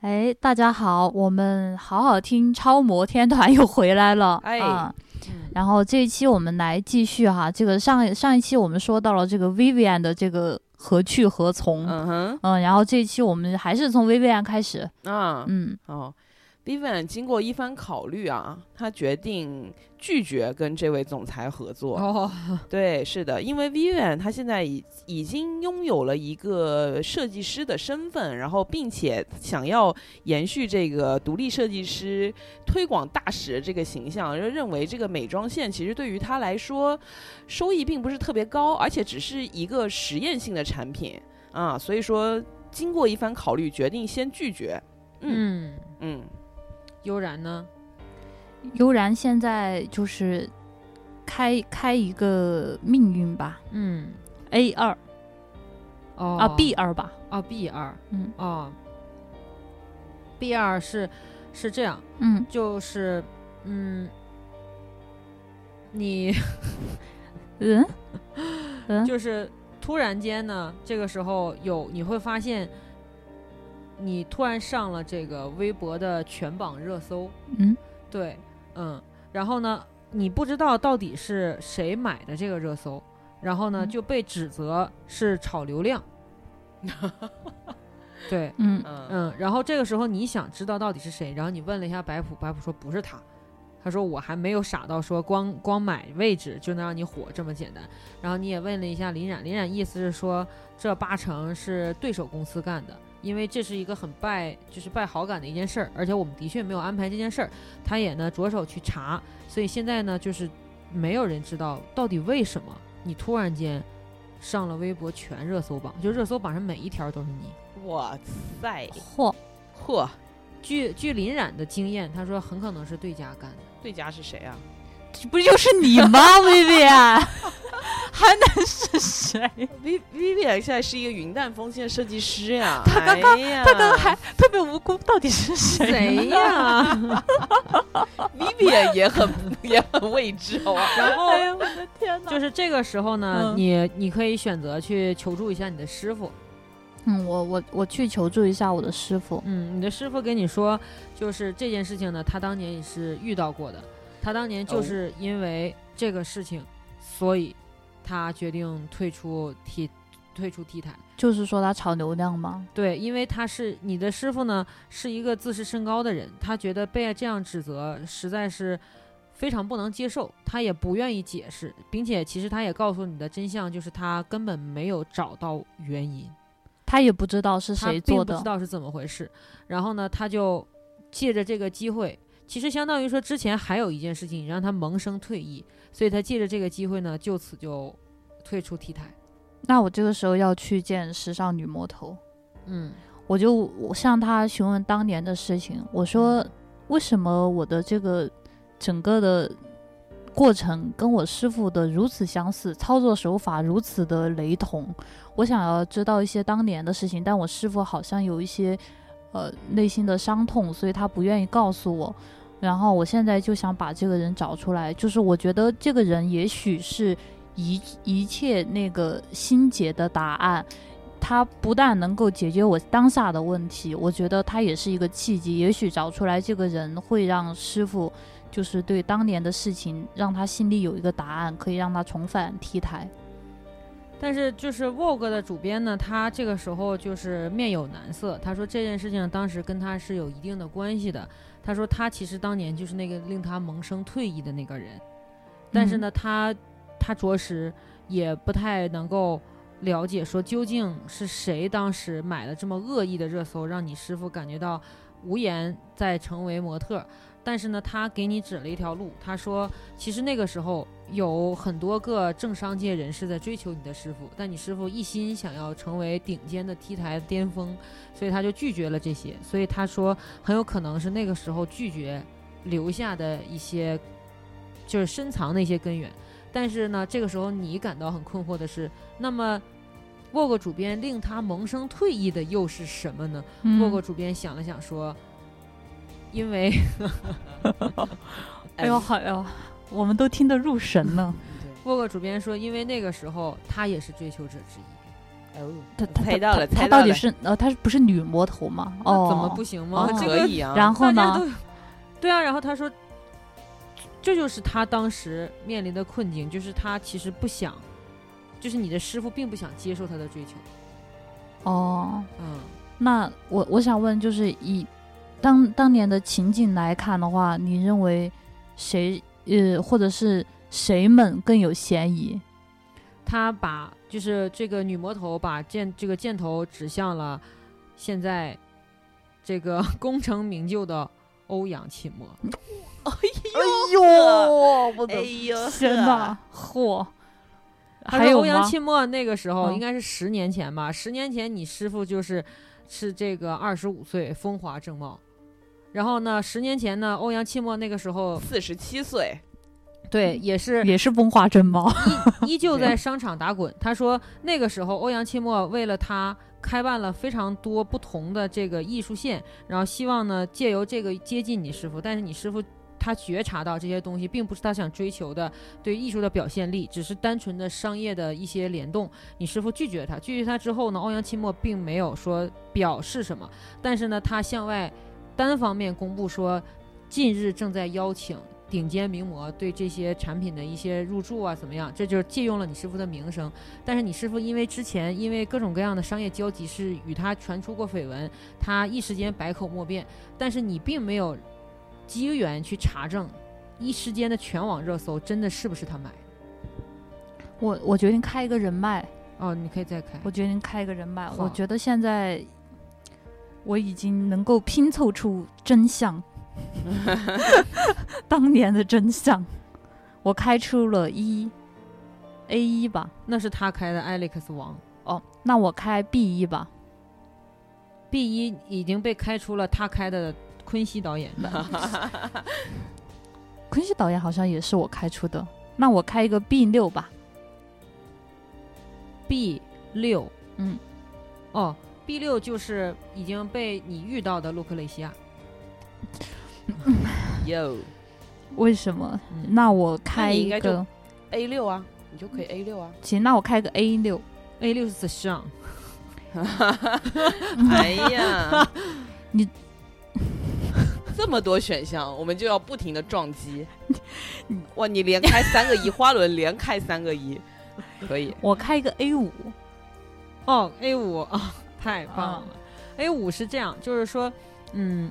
哎，大家好，我们好好听超模天团又回来了，哎啊嗯然后这一期我们来继续哈，这个上上一期我们说到了这个 Vivian 的这个何去何从，嗯嗯哼，然后这一期我们还是从 Vivian 开始，啊，嗯哦，Vivian 经过一番考虑啊，他决定拒绝跟这位总裁合作。哦，对，是的，因为 Vivian 她现在已已经拥有了一个设计师的身份，然后并且想要延续这个独立设计师、推广大使这个形象，就认为这个美妆线其实对于她来说收益并不是特别高，而且只是一个实验性的产品啊，所以说经过一番考虑，决定先拒绝。嗯嗯，嗯悠然呢？悠然现在就是开开一个命运吧嗯， ，A 二、哦啊 B 二吧，哦 B 二，嗯哦，B 二是是这样，嗯，就是嗯，你嗯嗯 就是突然间呢，这个时候有你会发现，你突然上了这个微博的全榜热搜，嗯对，嗯，然后呢，你不知道到底是谁买的这个热搜，然后呢嗯就被指责是炒流量，对，嗯嗯嗯，然后这个时候你想知道到底是谁，然后你问了一下白普，白普说不是他，他说我还没有傻到说光光买位置就能让你火这么简单，然后你也问了一下林冉，林冉意思是说这八成是对手公司干的。因为这是一个很败，就是败好感的一件事儿，而且我们的确没有安排这件事儿，他也呢着手去查，所以现在呢，就是没有人知道到底为什么你突然间上了微博全热搜榜，就热搜榜上每一条都是你。哇塞，嚯，嚯，据据林冉的经验，他说很可能是对家干的。对家是谁啊？这不就是你 吗，Vivian？还能是谁？ V Vivian 现在是一个云淡风轻的设计师呀、 他刚刚哎呀、他刚刚 还特别无辜，到底是 谁？谁呀、 Vivian 也很 也很未知，哦好吧？然后哎呀，我的天就是这个时候呢，嗯你你可以选择去求助一下你的师傅。嗯，我我我去求助一下我的师傅。嗯，你的师傅跟你说，就是这件事情呢，他当年也是遇到过的。他当年就哦是因为这个事情，所以他决定退出 T 退出 T 台。就是说他炒流量吗？对，因为他是你的师傅呢，是一个自视甚高的人，他觉得被这样指责实在是非常不能接受，他也不愿意解释，并且其实他也告诉你的真相就是他根本没有找到原因，他也不知道是他谁并做不知的。道是怎么回事。然后呢，他就借着这个机会，其实相当于说之前还有一件事情让他萌生退意，所以他借着这个机会呢，就此就退出 T 台。那我这个时候要去见时尚女魔头，嗯，我就我向她询问当年的事情。我说，为什么我的这个整个的过程跟我师傅的如此相似，操作手法如此的雷同？我想要知道一些当年的事情，但我师傅好像有一些呃内心的伤痛，所以他不愿意告诉我。然后我现在就想把这个人找出来，就是我觉得这个人也许是一一切那个心结的答案。他不但能够解决我当下的问题，我觉得他也是一个契机。也许找出来这个人会让师傅，就是对当年的事情，让他心里有一个答案，可以让他重返 T 台。但是就是 Vogue 的主编呢，他这个时候就是面有难色。他说这件事情当时跟他是有一定的关系的。他说他其实当年就是那个令他萌生退意的那个人，但是呢，他他着实也不太能够了解说究竟是谁当时买了这么恶意的热搜，让你师傅感觉到无颜再成为模特。但是呢，他给你指了一条路，他说其实那个时候有很多个政商界人士在追求你的师傅，但你师傅一心想要成为顶尖的 T 台巅峰，所以他就拒绝了这些。所以他说很有可能是那个时候拒绝留下的一些就是深藏的一些根源。但是呢，这个时候你感到很困惑的是，那么 Vogue 主编令他萌生退意的又是什么呢？嗯，沃国主编想了想说，因为哎呦，好呦，我们都听得入神了。沃国主编说，因为那个时候他也是追求者之一，哎哦，她她猜到了她猜她到到底了是呃她是不是女魔头嘛？哦，那怎么不行吗哦？这可个以啊。然后大家呢？都，对啊，然后他说，这就是他当时面临的困境，就是他其实不想，就是你的师傅并不想接受他的追求，哦，嗯，那我我想问，就是以当当年的情景来看的话，你认为谁呃，或者是谁们更有嫌疑？他把就是这个女魔头把箭这个箭头指向了现在这个 功成名就的欧阳启墨，呦，啊我哎呦，天呐，嚯！他还说有欧阳吗？启墨那个时候嗯应该是十年前吧，十年前你师傅就是是这个二十五岁风华正茂，然后呢，十年前呢，欧阳启墨那个时候四十七岁，对也是也是风华正茂。 依旧对在商场打滚。他说那个时候欧阳启墨为了他开办了非常多不同的这个艺术线，然后希望呢借由这个接近你师傅，但是你师傅。他觉察到这些东西并不是他想追求的对艺术的表现力，只是单纯的商业的一些联动。你师傅拒绝他，拒绝他之后呢，欧阳期墨并没有说表示什么，但是呢，他向外单方面公布说，近日正在邀请顶尖名模对这些产品的一些入驻啊，怎么样？这就是借用了你师傅的名声。但是你师傅因为之前因为各种各样的商业交集是与他传出过绯闻，他一时间百口莫辩。但是你并没有机缘去查证，一时间的全网热搜真的是不是他买的？我我决定开一个人脉，哦，你可以再开。我决定开一个人脉。好我觉得现在我已经能够拼凑出真 相， 当年的真相。我开出了一 A 一吧，那是他开的 Alex 王哦，那我开 B 一吧。 B 一已经被开除了，他开的昆西导演。昆西导演好像也是我开出的，那我开一个 B 六吧。 B 六，嗯，哦，B 六就是已经被你遇到的洛克雷西亚。哟为什么？嗯，那我开应一该就个， ，A 六啊，你就可以 A 六啊。行，那我开个 A 六。，A 六是 The Sun，哎呀 你这么多选项，我们就要不停的撞 击。哇，你连开三个一，花轮连开三个一，可以。我开一个 A 五，哦，A 五啊，太棒了。A 哦五是这样，就是说，嗯，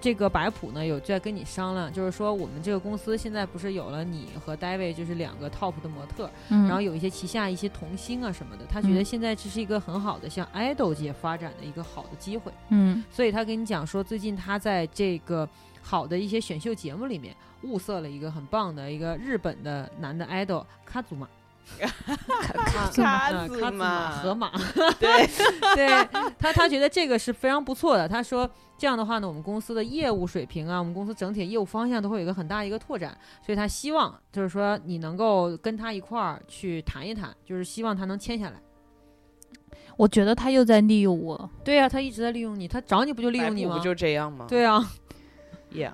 这个白普呢有在跟你商量，就是说我们这个公司现在不是有了你和 David 就是两个 top 的模特，嗯然后有一些旗下一些童星啊什么的，他觉得嗯现在这是一个很好的向 idol 界发展的一个好的机会。嗯所以他跟你讲说，最近他在这个好的一些选秀节目里面物色了一个很棒的一个日本的男的 idol 卡祖玛，卡嗯，卡子祖玛河嘛，马，对， 对他他觉得这个是非常不错的。他说这样的话呢，我们公司的业务水平啊，我们公司整体业务方向都会有一个很大一个拓展，所以他希望就是说你能够跟他一块儿去谈一谈，就是希望他能签下来。我觉得他又在利用我。对啊，他一直在利用你，他找你不就利用你白吗不？就这样吗？对啊， ，Yeah，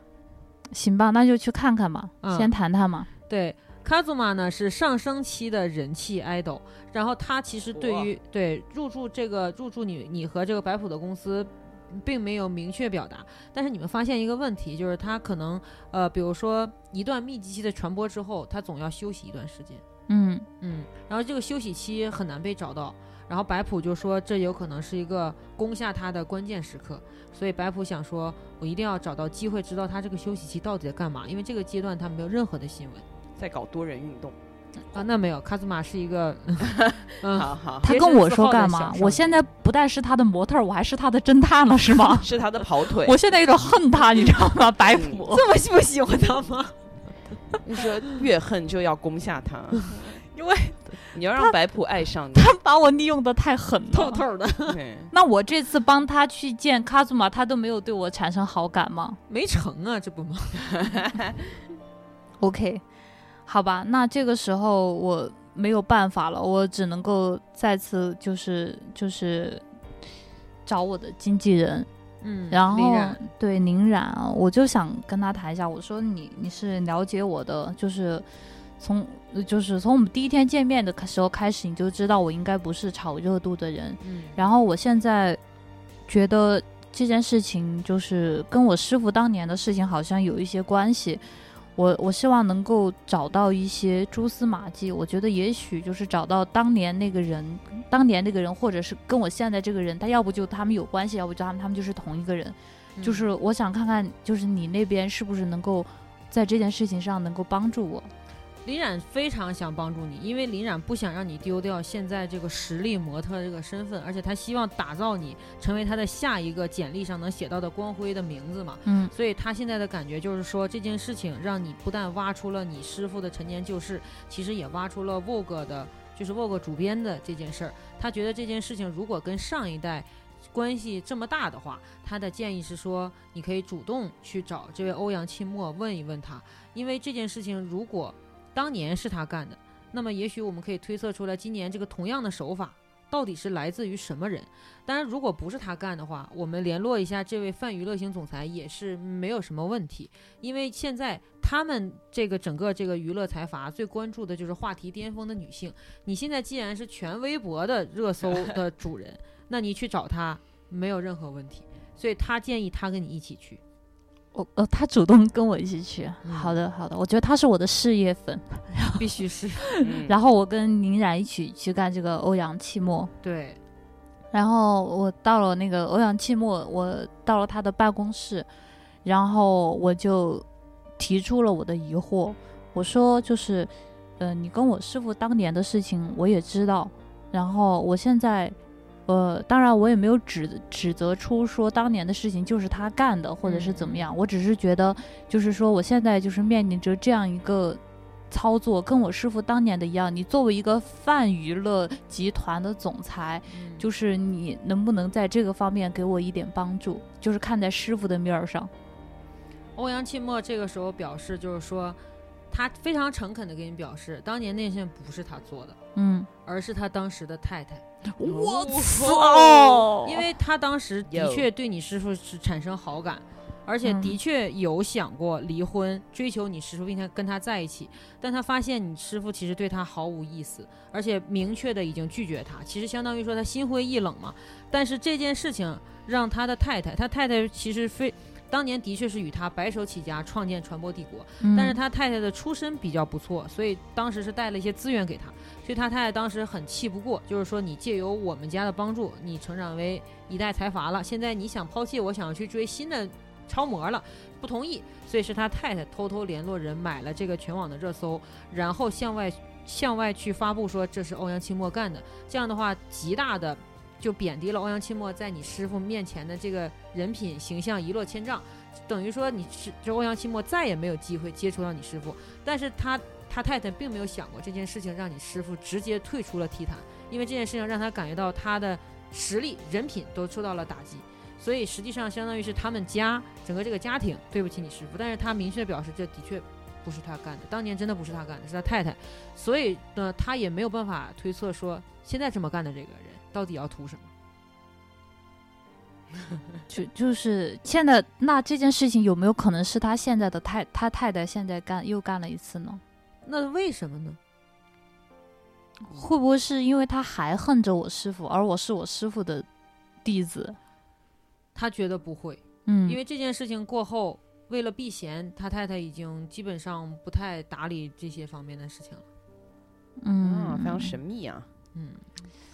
行吧，那就去看看吧，嗯先谈谈嘛。对。卡祖玛呢是上升期的人气 idol，然后他其实对于对入驻这个入驻你你和这个白普的公司，并没有明确表达。但是你们发现一个问题，就是他可能呃，比如说一段密集期的传播之后，他总要休息一段时间，嗯嗯，然后这个休息期很难被找到。然后白普就说这有可能是一个攻下他的关键时刻，所以白普想说，我一定要找到机会知道他这个休息期到底在干嘛，因为这个阶段他没有任何的新闻。在搞多人运动。啊，那没有，卡祖玛是 一个，嗯，好好，？他别跟是我自说号的干小嘛少？我女现在不但是他的模特儿，我还是他的侦探了，是 吗是他的跑腿。我现在有点恨他，你知道吗？白普，这么喜不喜欢他吗？ 就说越恨就要攻下他，因为你要让白普爱上 你。嗯他把我利用的太狠了，透。透的，对 那我这次帮他去见卡祖玛，他都没有对我产生好感吗没成啊，这不吗？ ？OK，好吧，那这个时候我没有办法了，我只能够再次就是就是找我的经纪人，嗯，然李后冉对宁冉啊，我就想跟他谈一下，我说你你是了解我的，就是从呃就是从我们第一天见面的时候开始，你就知道我应该不是炒热度的人。嗯，然后我现在觉得这件事情就是跟我师傅当年的事情好像有一些关系。我我希望能够找到一些蛛丝马迹，我觉得也许就是找到当年那个人，当年那个人，或者是跟我现在这个人，他要不就他们有关系，要不就他们他们就是同一个人。嗯就是我想看看，就是你那边是不是能够在这件事情上能够帮助我。林冉非常想帮助你，因为林冉不想让你丢掉现在这个实力模特这个身份，而且他希望打造你成为他的下一个简历上能写到的光辉的名字嘛。嗯所以他现在的感觉就是说，这件事情让你不但挖出了你师傅的陈年旧事，其实也挖出了 Vogue 的，就是 Vogue 主编的这件事儿。他觉得这件事情如果跟上一代关系这么大的话，他的建议是说，你可以主动去找这位欧阳沁墨问一问他，因为这件事情如果当年是他干的，那么也许我们可以推测出来，今年这个同样的手法。到底是来自于什么人？当然，如果不是他干的话，我们联络一下这位泛娱乐型总裁也是没有什么问题，因为现在他们这个整个这个娱乐财阀最关注的就是话题巅峰的女性。你现在既然是全微博的热搜的主人， 那你去找他没有任何问题。所以他建议他跟你一起去。我呃，他主动跟我一起去。嗯好的，好的，我觉得他是我的事业粉，必须是嗯然后我跟宁冉一起去干这个欧阳期末。对，然后我到了那个欧阳期末，我到了他的办公室，然后我就提出了我的疑惑，我说就是，呃，你跟我师傅当年的事情我也知道，然后我现在，呃，当然我也没有指指责出说当年的事情就是他干的或者是怎么样，我只是觉得就是说我现在就是面临着这样一个。操作跟我师傅当年的一样，你作为一个泛娱乐集团的总裁，就是是你能不能在这个方面给我一点帮助？就是看在师傅的面儿上。欧阳沁墨这个时候表示，就是说他非常诚恳的给你表示，当年那件不是他做的，嗯，而是他当时的太太。嗯我操因为他当时的哦有确对你师傅是产生好感，而且嗯的确有想过离婚，追求你师傅，并且跟他在一起。但他发现你师傅其实对他毫无意思，而且明确的已经拒绝他，其实相当于说他心灰意冷嘛。但是这件事情让他的太太，他太太其实非。当年的确是与他白手起家，创建传播帝国，嗯但是他太太的出身比较不错，所以当时是带了一些资源给他，所以他太太当时很气不过，就是说你借由我们家的帮助，你成长为一代财阀了，现在你想抛弃我，想要去追新的超模了，不同意，所以是他太太偷偷联络人买了这个全网的热搜，然后向外向外去发布说这是欧阳沁墨干的，这样的话极大的就贬低了欧阳沁墨在你师傅面前的这个人品形象一落千丈。等于说你是这欧阳期末再也没有机会接触到你师傅，但是他他太太并没有想过这件事情让你师傅直接退出了 T 坛，因为这件事情让他感觉到他的实力、人品都受到了打击，所以实际上相当于是他们家整个这个家庭对不起你师傅，但是他明确表示这的确。不是他干的，当年真的不是他干的，是他太太，所以呢，他也没有办法推测说现在这么干的这个人到底要图什么。 就就是现在，那这件事情有没有可能是他现在的太他太太现在干又干了一次呢？那为什么呢？会不会是因为他还恨着我师傅，而我是我师傅的弟子？他觉得不会，嗯，因为这件事情过后，为了避嫌，他太太已经基本上不太打理这些方面的事情了。嗯啊，非常神秘啊嗯，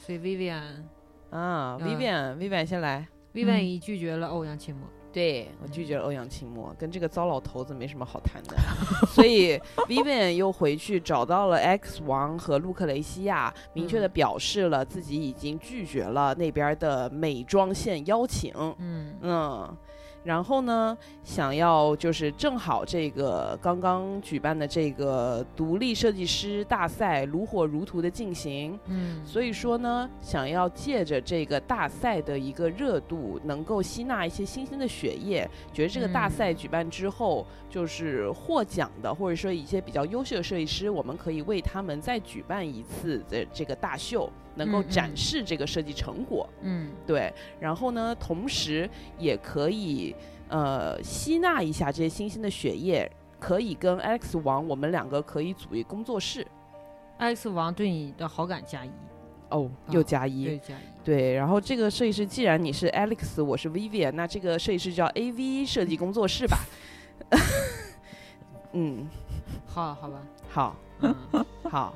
所以 Vivian，Vivian 啊嗯！Vivian，Vivian 先来，嗯已拒绝了欧阳沁墨。对我拒绝了欧阳沁墨，跟这个糟老头子没什么好谈的，所以 Vivian 又回去找到了 X 王和路克雷西亚，明确的嗯表示了自己已经拒绝了那边的美妆线邀请，嗯嗯。然后呢，想要就是正好这个刚刚举办的这个独立设计师大赛如火如荼的进行，嗯，所以说呢，想要借着这个大赛的一个热度，能够吸纳一些新兴的血液，觉得这个大赛举办之后，就是获奖的，或者说一些比较优秀的设计师，我们可以为他们再举办一次的这个大秀，能够嗯嗯展示这个设计成果。嗯对，然后呢，同时也可以呃吸纳一下这些新兴的血液。可以跟 Alex 王，我们两个可以组一工作室。 X 王对你的好感加一，哦，啊又加一、对加一，对，然后这个设计师，既然你是 Alex，我是 Vivian，那这个设计师叫 AV 设计工作室吧？ 嗯，好好 吧，好嗯好。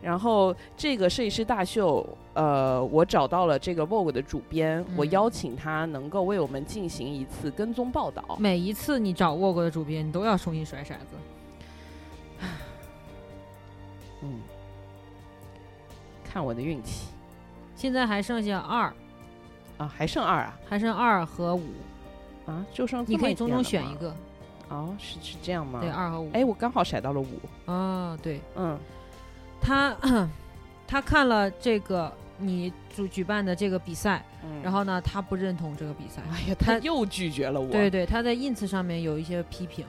然后这个设计师大秀，呃，我找到了这个 Vogue 的主编，我嗯邀请他能够为我们进行一次跟踪报道。每一次你找沃哥的主编，你都要重新甩骰子。嗯，看我的运气现在还剩下二，啊，还剩二啊还剩二和五，啊，就剩这你可么以一从点了中选吗一个，哦，是是这样吗？对，二和五。哎，我刚好甩到了五，啊，对嗯他， 他看了这个你主举办的这个比赛，嗯，然后呢，他不认同这个比赛。哎呀，他他又拒绝了我，对对，他在 ins 上面有一些批评，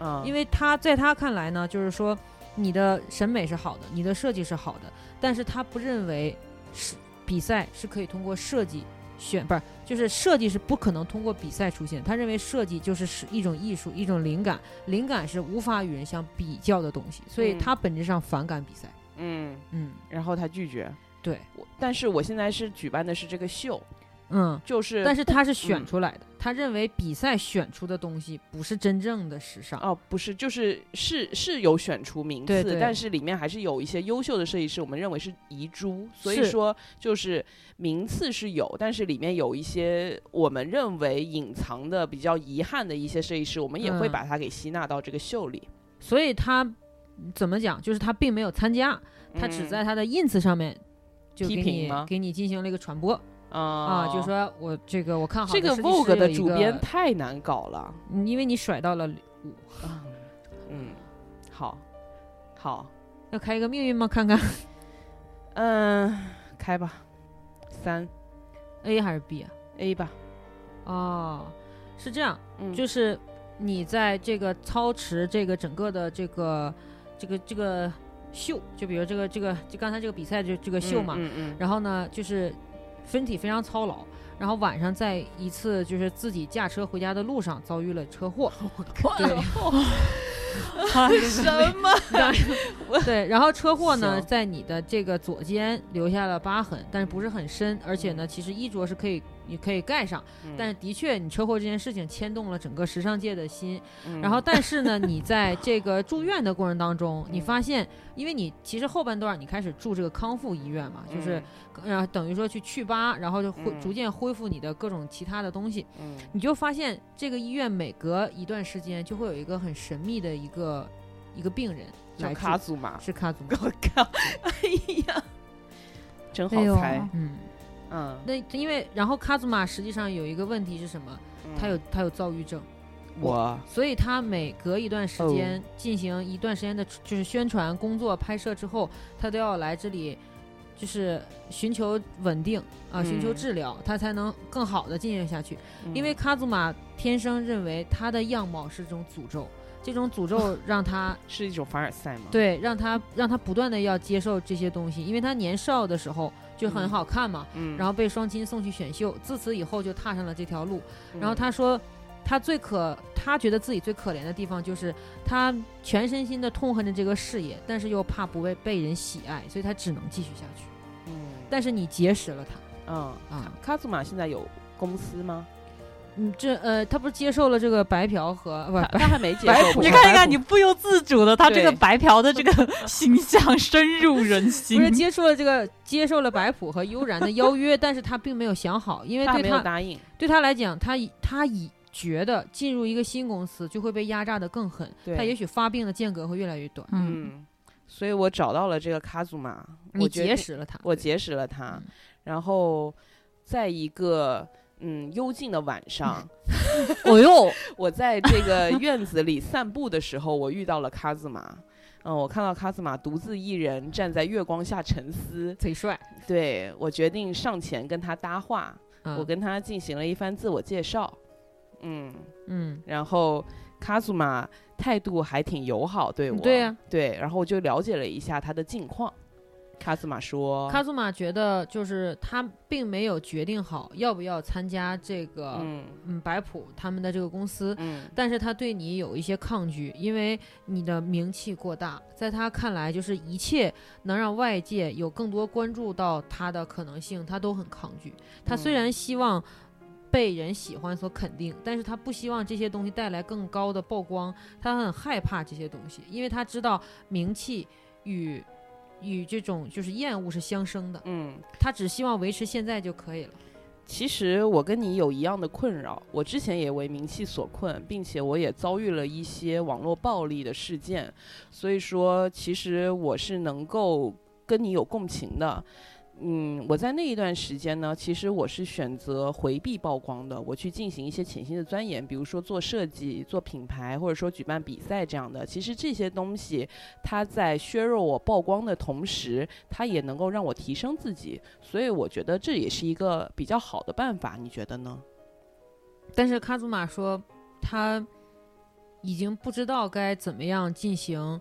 嗯，因为为他在他看来呢，就是说你的审美是好的，你的设计是好的，但是他不认为是比赛是可以通过设计选，不是就是设计是不可能通过比赛出现。他认为设计就是是一种艺术，一种灵感，灵感是无法与人相比较的东西，所以嗯他本质上反感比赛。嗯，嗯，然后他拒绝对，我，但是我现在是举办的是这个秀，嗯。就是但是他是选嗯出来的，他认为比赛选出的东西不是真正的时尚。哦，不是，就是是是有选出名次，对对但是里面还是有一些优秀的设计师，我们认为是遗珠，所以是说就是名次是有，但是里面有一些我们认为隐藏的比较遗憾的一些设计师，我们也会嗯把它给吸纳到这个秀里。所以他嗯怎么讲，就是他并没有参加，他只在他的 ins 上面就嗯给批评你吗给你进行了一个传播、啊啊，就说我这个我看好这个个 Vogue 的主编，太难搞了。嗯因为你甩到了嗯，好，好，要开一个命运吗？看看嗯，开吧，三 A 还是 B 啊？ A 吧，哦，是这样，嗯，就是你在这个操持这个整个的这个这个这个秀，就比如这个这个就刚才这个比赛就这个秀嘛，嗯嗯，然后呢，就是身体非常操劳，然后晚上在一次就是自己驾车回家的路上遭遇了车 祸，对什么？对，然后车祸呢行在你的这个左肩留下了疤痕，但是不是很深，而且呢，嗯其实衣着是可以也可以盖上，但是的确你车祸这件事情牵动了整个时尚界的心，嗯，然后但是呢，你在这个住院的过程当中，你嗯发现，因为你其实后半段你开始住这个康复医院嘛，就是。然后等于说去去疤，然后就恢嗯逐渐恢复你的各种其他的东西，嗯，嗯你就发现这个医院每隔一段时间就会有一个很神秘的一个一个病人叫来卡住祖嘛，是卡祖我靠，哎呀，真好哎呦猜，嗯，嗯，那因为然后卡祖玛实际上有一个问题是什么？他有他有躁郁症，嗯我，所以他每隔一段时哦间进行一段时间的就是宣传工作拍摄之后，他都要来这里，就是寻求稳定啊，寻求嗯治疗，他才能更好的进行下去。因为卡祖玛天生认为他的样貌是一种诅咒，这种诅咒让他是一种凡尔赛嘛，，对让他让他不断的要接受这些东西，因为他年少的时候就很嗯好看嘛，嗯，然后被双亲送去选秀，自此以后就踏上了这条路。嗯，然后他说，他最可他觉得自己最可怜的地方就是他全身心的痛恨着这个事业，但是又怕不被被人喜爱，所以他只能继续下去。嗯，但是你结识了他。嗯，啊，卡祖玛现在有公司吗？嗯，这呃，他不是接受了这个白嫖和不 他白他还没接白受过，你看一看，你不由自主的，他这个对白嫖的这个形象深入人心不。是接触了这个接受了白普和悠然的邀约，但是他并没有想好，因为他还对没有他答应，对他来讲，他以他以觉得进入一个新公司就会被压榨的更狠，对他也许发病的间隔会越来越短。嗯，嗯，所以我找到了这个卡祖玛，你嗯我决结定识了他，我结识了他嗯，然后在一个嗯幽静的晚 上，哦呦， 我在这个院子里散步的时候，我遇到了卡兹玛。嗯，我看到卡兹玛独自一人站在月光下沉思，贼帅。对我决定上前跟他搭话，嗯、我跟他进行了一番自我介绍，嗯，嗯，然后卡祖玛态度还挺友好对我，嗯对呀对，然后我就了解了一下他的近况，卡斯玛说，卡祖玛觉得就是他并没有决定好要不要参加这个嗯嗯白普他们的这个公司，嗯但是他对你有一些抗拒，因为你的名气过大，在他看来，就是一切能让外界有更多关注到他的可能性，他都很抗拒。他虽然希望被人喜欢所肯定，但是他不希望这些东西带来更高的曝光，他很害怕这些东西，因为他知道名气与与这种就是厌恶是相生的，嗯，他只希望维持现在就可以了。其实我跟你有一样的困扰，我之前也为名气所困，并且我也遭遇了一些网络暴力的事件，所以说其实我是能够跟你有共情的。嗯，我在那一段时间呢，其实我是选择回避曝光的，我去进行一些潜心的钻研，比如说做设计、做品牌，或者说举办比赛这样的。其实这些东西，它在削弱我曝光的同时，它也能够让我提升自己，所以我觉得这也是一个比较好的办法，你觉得呢？但是卡祖玛说，他已经不知道该怎么样进行，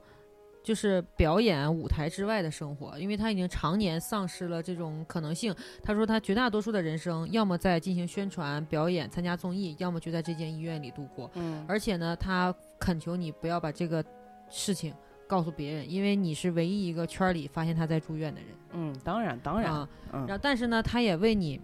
就是表演舞台之外的生活，因为他已经常年丧失了这种可能性。他说，他绝大多数的人生，要么在进行宣传、表演、参加综艺，要么就在这间医院里度过。嗯而且呢，他恳求你不要把这个事情告诉别人，因为你是唯一一个圈儿里发现他在住院的人。嗯，当然当然，啊，嗯然后但是呢，他也为你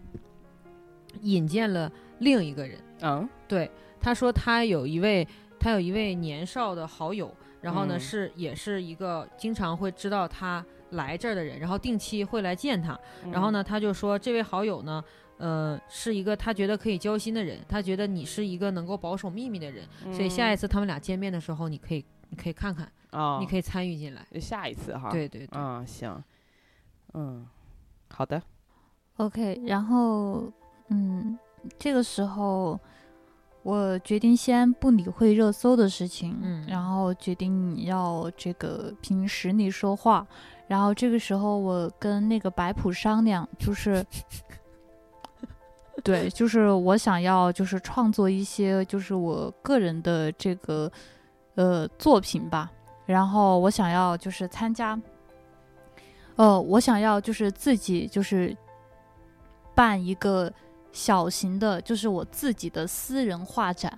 引荐了另一个人。嗯对，他说他有一位，他有一位年少的好友，然后呢、嗯是也是一个经常会知道他来这儿的人，然后定期会来见他。嗯然后呢，他就说这位好友呢，呃，是一个他觉得可以交心的人，他觉得你是一个能够保守秘密的人，嗯，所以下一一次他们俩见面的时候，你可以你可以看看，哦啊，你可以参与进来。以下一啊次哈，，对对 对，嗯行，嗯，好的，嗯 OK，然后嗯，这个时候我决定先不理会热搜的事情，嗯然后决定要这个凭实力说话。然后这个时候我跟那个白普商量，就是。对，就是我想要，就是创作一些，就是我个人的这个，呃，作品吧。然后我想要就是参加，呃，我想要就是自己就是办一个小型的，就是我自己的私人画展。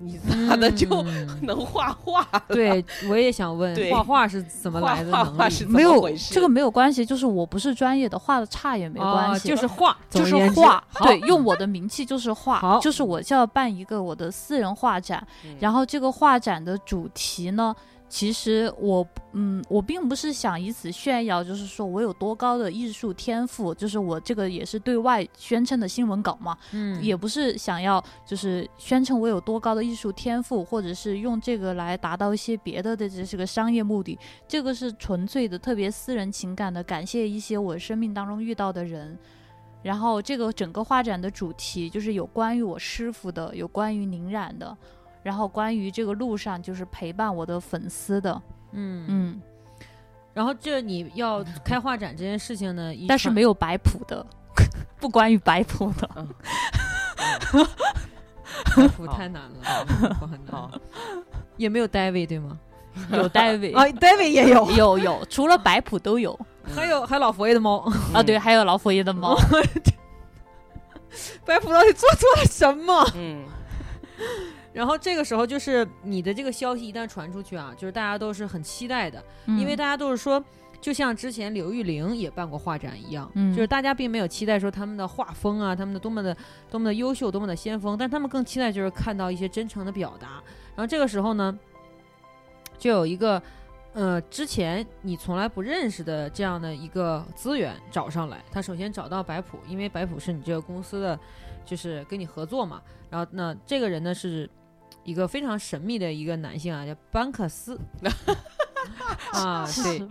你咋的就嗯 能画画了？对，我也想问对画画是怎么画来的画能画力是怎没么有回事这个没有关系，就是我不是专业的，画的差也没关系，哦就是画，就总而是言之画，好对，用我的名气就是画 好，就是我就要办一个我的私人画展，嗯然后这个画展的主题呢，其实我嗯，我并不是想以此炫耀，就是说我有多高的艺术天赋，就是我这个也是对外宣称的新闻稿嘛，嗯也不是想要就是宣称我有多高的艺术天赋，或者是用这个来达到一些别的的这是个商业目的，这个是纯粹的特别私人情感的，感谢一些我生命当中遇到的人。然后这个整个画展的主题就是有关于我师傅的，有关于林染的，然后关于这个路上就是陪伴我的粉丝的，嗯嗯，然后这你要开画展这件事 情呢，一但是传没有白谱的， 不关于白谱的，嗯白谱太难了， 白谱很好难，，也没有 David 对吗？有 David，、 ，David 也有， 有有，除了白谱都有。嗯还有还有老佛爷的猫， 啊，对，，还有老佛爷 的猫。白谱到底做错了什么？嗯然后这个时候就是你的这个消息一旦传出去啊，就是大家都是很期待的，嗯因为大家都是说。就像之前刘玉玲也办过画展一样，嗯就是大家并没有期待说他们的画风啊，他们的多么的多么的优秀，多么的先锋，但他们更期待就是看到一些真诚的表达。然后这个时候呢，就有一个呃之前你从来不认识的这样的一个资源找上来，他首先找到白普，因为白普是你这个公司的，就是跟你合作嘛。然后那这个人呢是一个非常神秘的一个男性啊，叫班克斯。 啊，对，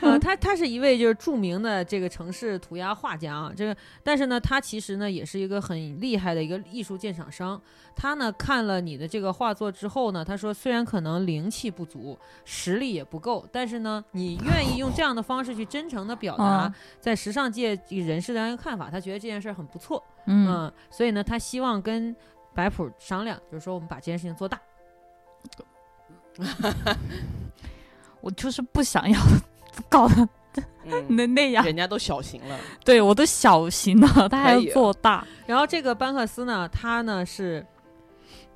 呃，他他是一位就是著名的这个城市涂鸦画家啊，这个但是呢，他其实呢也是一个很厉害的一个艺术鉴赏商。他呢看了你的这个画作之后呢，他说虽然可能灵气不足，实力也不够，但是呢，你愿意用这样的方式去真诚的表达啊在时尚界人士的一个看法，他觉得这件事儿很不错，嗯，嗯，所以呢，他希望跟白普商量，就是说我们把这件事情做大。我就是不想要 搞得嗯，那那样，人家都小型了，对我都小型了，他还可啊以要做大，然后这个班克斯呢，他呢是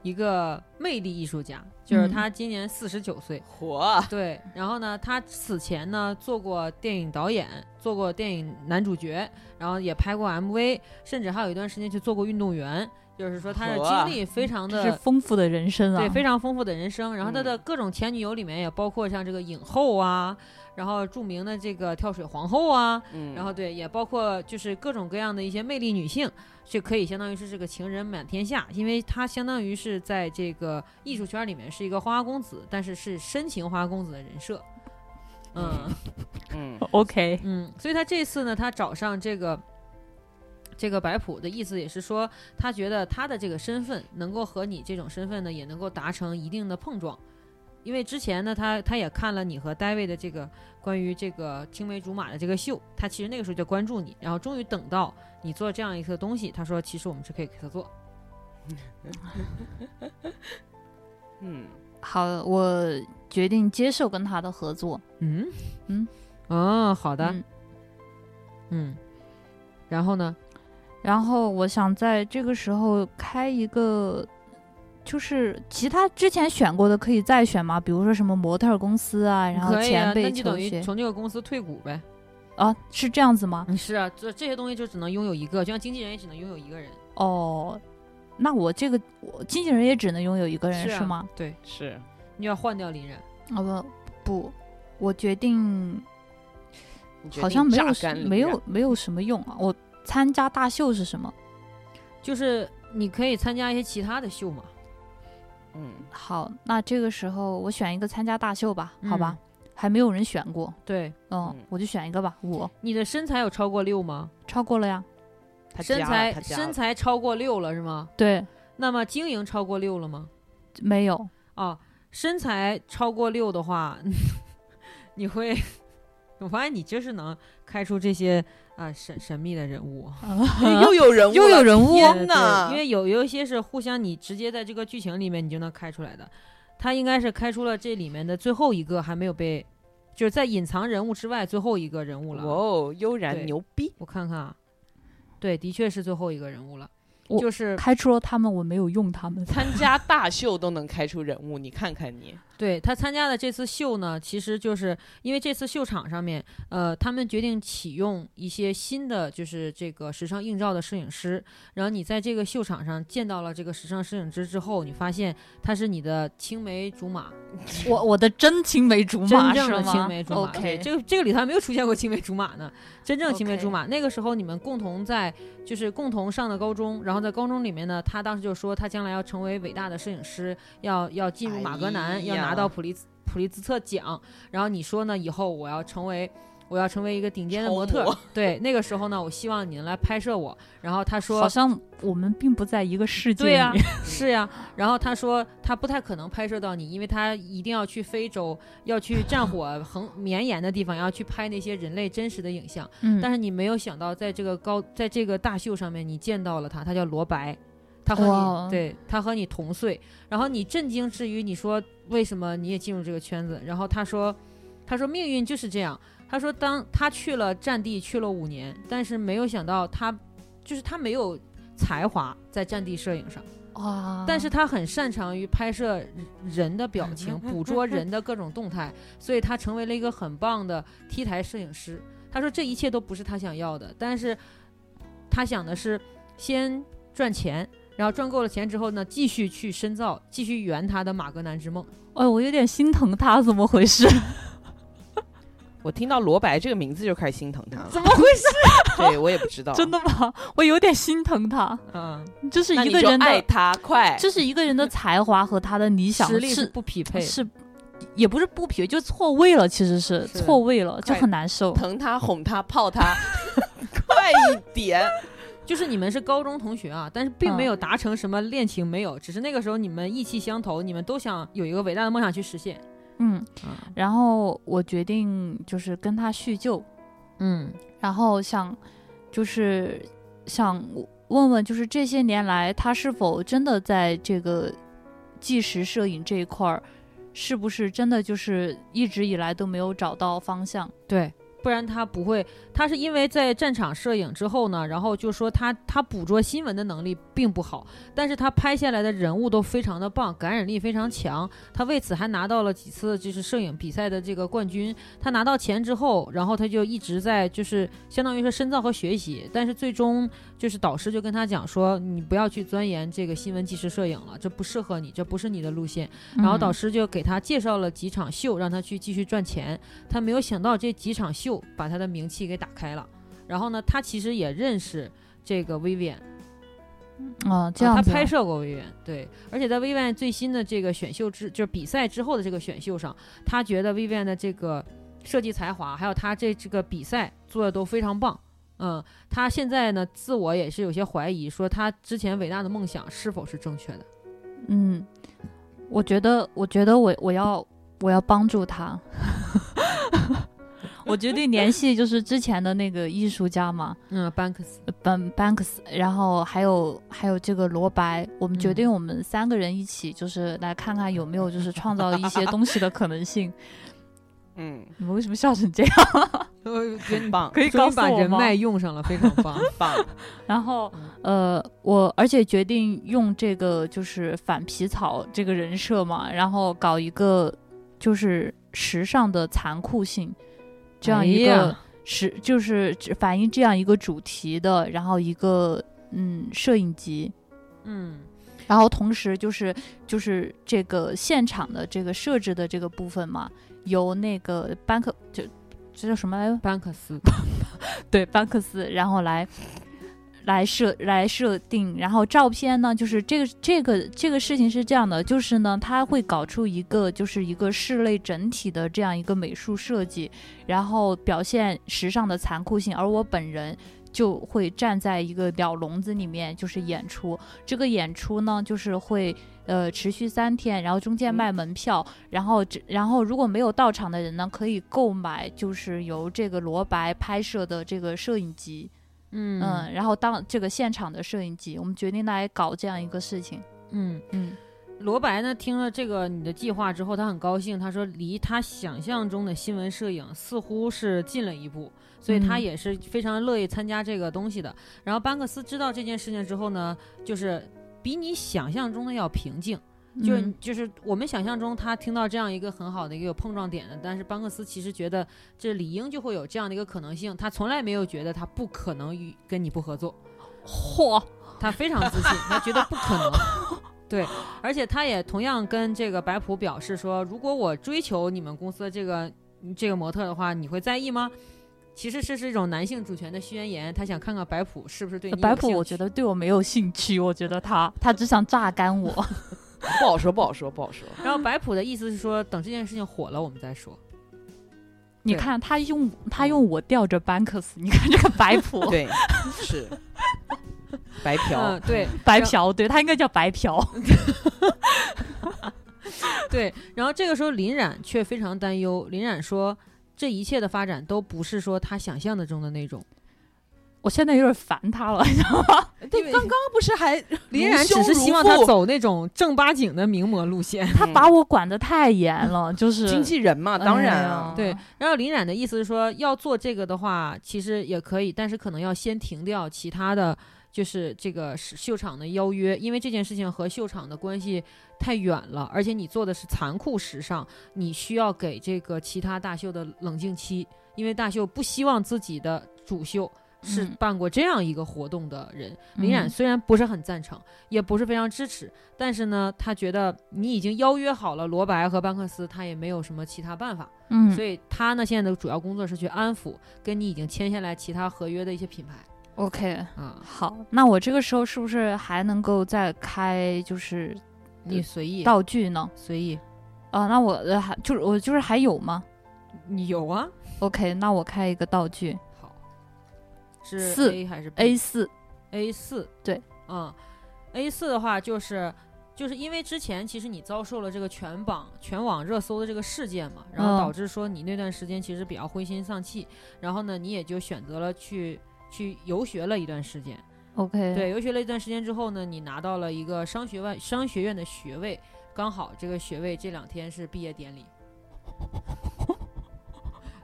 一个魅力艺术家，就是嗯啊他今年四十九岁。火，对，然后呢，他此前呢做过电影导演，做过电影男主角，然后也拍过 MV，甚至还有一段时间去做过运动员。就是说他的哇经历非常这嗯的是丰富的人生啊，对，非常丰富的人生。然后他的各种前女友里面也包括像这个影后啊，然后著名的这个跳水皇后啊，嗯，然后对，也包括就是各种各样的一些魅力女性，是可以相当于是这个情人满天下，因为她相当于是在这个艺术圈里面是一个花花公子，但是是深情花花公子的人设。嗯嗯 OK，嗯，所以他这次呢，他找上这个这个白普的意思也是说，他觉得他的这个身份能够和你这种身份呢，也能够达成一定的碰撞。因为之前呢，他他也看了你和戴维的这个关于这个青梅竹马的这个秀，他其实那个时候就关注你，然后终于等到你做这样一个东西，他说其实我们是可以给他做。嗯，好，我决定接受跟他的合作。嗯嗯哦，好的，嗯，嗯，然后呢，然后我想在这个时候开一个，就是其他之前选过的可以再选吗？比如说什么模特儿公司啊，然后可以啊前，那辈你球等于鞋从这个公司退股呗。啊，是这样子吗？嗯，是啊，这这些东西就只能拥有一个，就像经纪人也只能拥有一个人。哦，那我这个我经纪人也只能拥有一个人是啊吗？对，是，你要换掉林然。啊不不，我决定你决好定像没榨有干什里没面有没有什么用啊。我参加大秀是什么？就是你可以参加一些其他的秀嘛，嗯，好，那这个时候我选一个参加大秀吧，好吧嗯？还没有人选过，对，嗯嗯，我就选一个吧。我你的身材有超过六吗？超过了呀，他身加了材他加身了材超过六了是吗？对，那么经营超过六了吗？没有，啊，身材超过六的话， 你会， 我发现你就是能开出这些啊、神神秘的人物。 又有人物又了有人物天对呐因为有有一些是互相你直接在这个剧情里面你就能开出来的，他应该是开出了这里面的最后一个还没有被，就是在隐藏人物之外最后一个人物了。哇哦，悠然对牛逼，我看看啊，对，的确是最后一个人物了，我就是开除了他们，我没有用他们。参加大秀都能开出人物，你看看你，对他参加的这次秀呢，其实就是因为这次秀场上面，呃，他们决定启用一些新的，就是这个时尚映照的摄影师。然后你在这个秀场上见到了这个时尚摄影师之后，你发现他是你的青梅竹马，我我的真青梅竹真马正是的吗青梅竹马。对， ？OK，这个这个里头还没有出现过青梅竹马呢，真正青梅 OK 竹马。那个时候你们共同在就是共同上的高中，然后在高中里面呢，他当时就说他将来要成为伟大的摄影师，要要进入马格南，哎要拿呀到普利兹普利兹特奖。然后你说呢，以后我要成为。我要成为一个顶尖的超模特模儿，对，那个时候呢，我希望你能来拍摄我。然后他说，好像我们并不在一个世界对呀、 里。是呀、然后他说他不太可能拍摄到你，因为他一定要去非洲，要去战火横绵延的地方，要去拍那些人类真实的影像。嗯但是你没有想到，在这个高，在这个大秀上面，你见到了他，他叫罗白，他和哇你对他和你同岁，然后你震惊之余，你说为什么你也进入这个圈子？然后他说，他说命运就是这样。他说，当他去了战地去了五年，但是没有想到他，就是他没有才华在战地摄影上。哇，但是他很擅长于拍摄人的表情，捕捉人的各种动态，所以他成为了一个很棒的 T 台摄影师。他说这一切都不是他想要的，但是他想的是先赚钱，然后赚够了钱之后呢，继续去深造，继续圆他的马格南之梦。哎，我有点心疼他，怎么回事？我听到罗白这个名字就开始心疼他了，怎么回事？ 对我也不知道，真的吗？我有点心疼他，嗯，就是那一你个就人爱的，他，快，就是一个人的才华和他的理想 哎实力是是不匹配的。是，也不是不匹配，就错位了，其实是是错位了，就快很难受。疼他、哄他、泡他，快一点，就是你们是高中同学啊，但是并嗯没有达成什么恋情，没有，只是那个时候你们意气相投，你们都想有一个伟大的梦想去实现。嗯，嗯然后我决定就是跟他叙旧，嗯，然后想就是想问问，就是这些年来他是否真的在这个纪实摄影这一块儿是不是真的就是一直以来都没有找到方向？对，不然他不会。他是因为在战场摄影之后呢，然后就说他他捕捉新闻的能力并不好，但是他拍下来的人物都非常的棒，感染力非常强。他为此还拿到了几次就是摄影比赛的这个冠军。他拿到钱之后，然后他就一直在就是相当于说深造和学习，但是最终就是导师就跟他讲说，你不要去钻研这个新闻纪实摄影了，这不适合你，这不是你的路线。然后导师师就给他介绍了几场秀，让他去继续赚钱。他没有想到这几场秀把他的名气给打开了。然后呢，他其实也认识这个 Vivian，啊，这啊样他子啊拍摄过 Vivian，对。而且在 Vivian 最新的这个选秀之，就是比赛之后的这个选秀上，他觉得 Vivian 的这个设计才华，还有他这这个比赛做的都非常棒。嗯，他现在呢，自我也是有些怀疑，说他之前伟大的梦想是否是正确的？嗯，我觉得，我觉得我我要我要帮助他。 我决定联系就是之前的那个艺术家嘛，嗯，Banks，本 Banks，然后还有还有这个罗白，我们决定我们三个人一起就是来看看有没有就是创造一些东西的可能性。嗯，你们为什么笑成这样？我觉得很棒，可以告诉把我人吗脉用上了，非常棒。 棒，然后呃，我而且决定用这个就是反皮草这个人设嘛，然后搞一个就是时尚的残酷性这样一哎个呀时、就是只反映这样一个主题的，然后一个嗯摄影集。嗯，然后同时就是就是这个现场的这个设置的这个部分嘛，由那个班克就这叫什么来着？班克斯，对，班克斯，然后来来设来设定，然后照片呢，就是这个这个这个事情是这样的，就是呢，他会搞出一个就是一个室内整体的这样一个美术设计，然后表现时尚的残酷性，而我本人。就会站在一个鸟笼子里面，就是演出。这个演出呢，就是会呃持续三天，然后中间嗯卖门票，然后只然后如果没有到场的人呢，可以购买就是由这个罗白拍摄的这个摄影集，嗯嗯，然后当这个现场的摄影集，我们决定来搞这样一个事情，嗯，嗯罗白呢听了这个你的计划之后，他很高兴，他说离他想象中的新闻摄影似乎是近了一步，所以他嗯也是非常乐意参加这个东西的。然后班克斯知道这件事情之后呢，就是比你想象中的要平静。就是嗯就是我们想象中，他听到这样一个很好的一个有碰撞点的，但是班克斯其实觉得这理应就会有这样的一个可能性，他从来没有觉得他不可能与跟你不合作，嚯，他非常自信，他觉得不可能。 对，而且他也同样跟这个白普表示说，如果我追求你们公司的这个这个模特的话，你会在意吗？其实这是一种男性主权的宣言，他想看看白普是不是对你有白普兴我趣觉得对我没有兴趣，我觉得他他只想榨干 我，不好说，不好说，不好说。然后白普的意思是说，等这件事情火了，我们再说。你看他用他嗯用我吊着班克斯，你看这个白普对，是白嫖嗯，，对，白嫖，对他应该叫白 嫖，对，然后这个时候林冉却非常担忧。林冉说，这一切的发展都不是说他想象的中的那种。我现在有点烦他了，嗯你知道吗？对，刚刚不是还林冉只是希望他他走那种正八经的名模路线。他嗯把我管得太严了，就是哎经纪人嘛，当然啊，对，然后林冉的意思是说，要做这个的话，其实也可以，但是可能要先停掉其他的，就是这个是秀场的邀约，因为这件事情和秀场的关系太远了，而且你做的是残酷时尚，你需要给这个其他大秀的冷静期，因为大秀不希望自己的主秀。是嗯办过这样一个活动的人，林嗯冉虽然不是很赞成，也不是非常支持，但是呢，他觉得你已经邀约好了罗白和班克斯，他也没有什么其他办法，嗯所以他呢现在的主要工作是去安抚跟你已经签下来其他合约的一些品牌，OK，啊，好，那我这个时候是不是还能够再开就是你随意道具呢？随意，啊，那我呃还就是我就是还有吗你有啊？ ？OK，那我开一个道具好，是四 A 还是 A 四， A 四？对，嗯，A 四的话就是。就是因为之前其实你遭受了这个全榜全网热搜的这个事件嘛，然后嗯导致说你那段时间其实比较灰心丧气，然后呢你也就选择了去去游学了一段时间， OK，，对，游学了一段时间之后呢，你拿到了一个商学外商学院的学位，刚好这个学位这两天是毕业典礼。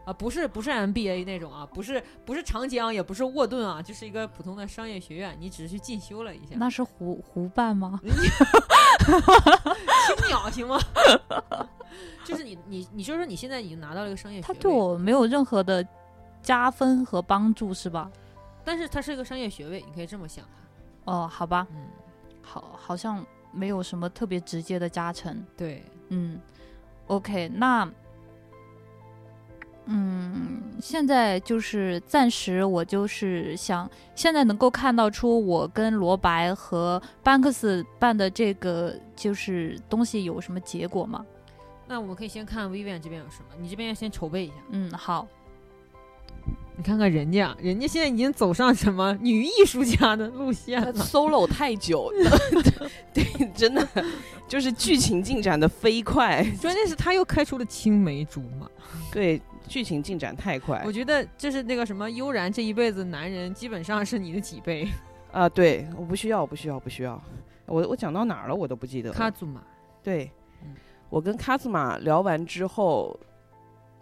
啊，不是不是 MBA 那种啊，不是不是长江，也不是沃顿啊，就是一个普通的商业学院，你只是去进修了一下。那是胡胡办吗？青鸟行吗？ 就是你你你就说你现在已经拿到了一个商业学他位，对我没有任何的加分和帮助，是吧？但是它是一个商业学位，你可以这么想它。哦，好吧，嗯，好，好像没有什么特别直接的加成。对，嗯，OK，那，嗯，现在就是暂时我就是想，现在能够看到出我跟罗白和班克斯办的这个就是东西有什么结果吗？那我们可以先看 Vivian 这边有什么，你这边要先筹备一下。嗯，好，你看看人家，人家现在已经走上什么女艺术家的路 线他 solo 太 久，对，真的就是剧情进展的飞快，关键是他又开出了青梅竹马，对，剧情进展太快我觉得就是那个什么悠然这一辈子男人基本上是你的几倍？啊！对，我不需要，我不需要，不需要。我我讲到哪儿了，我都不记得了。卡祖玛，对嗯，我跟卡兹玛聊完之后，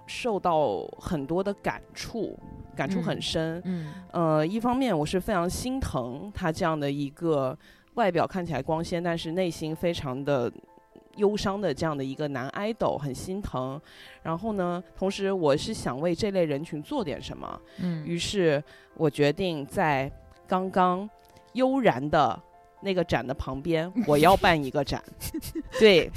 受到很多的感触，感触很嗯深。嗯呃，一方面我是非常心疼他这样的一个外表看起来光鲜，但是内心非常的忧伤的这样的一个男 idol，很心疼。然后呢，同时我是想为这类人群做点什么，嗯于是我决定在刚刚悠然的那个展的旁 边，我要办一个展。对，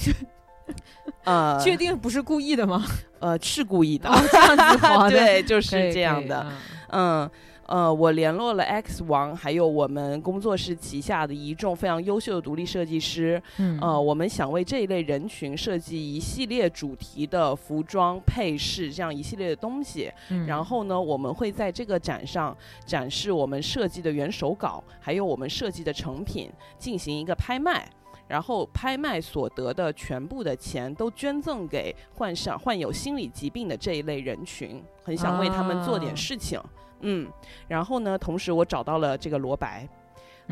呃，确定不是故意的吗？呃是故意的，哦，这样 子好的，对，就可以是这样的。，可以嗯，呃，我联络了 X 王，还有我们工作室旗下的一众非常优秀的独立设计师。嗯呃，，我们想为这一类人群设计一系列主题的服装、配饰这样一系列的东西。嗯然后呢，我们会在这个展上展示我们设计的原手稿，还有我们设计的成品，进行一个拍卖。然后拍卖所得的全部的钱都捐赠给患上患有心理疾病的这一类人群，很想为他们做点啊事情。嗯，然后呢，同时我找到了这个罗白，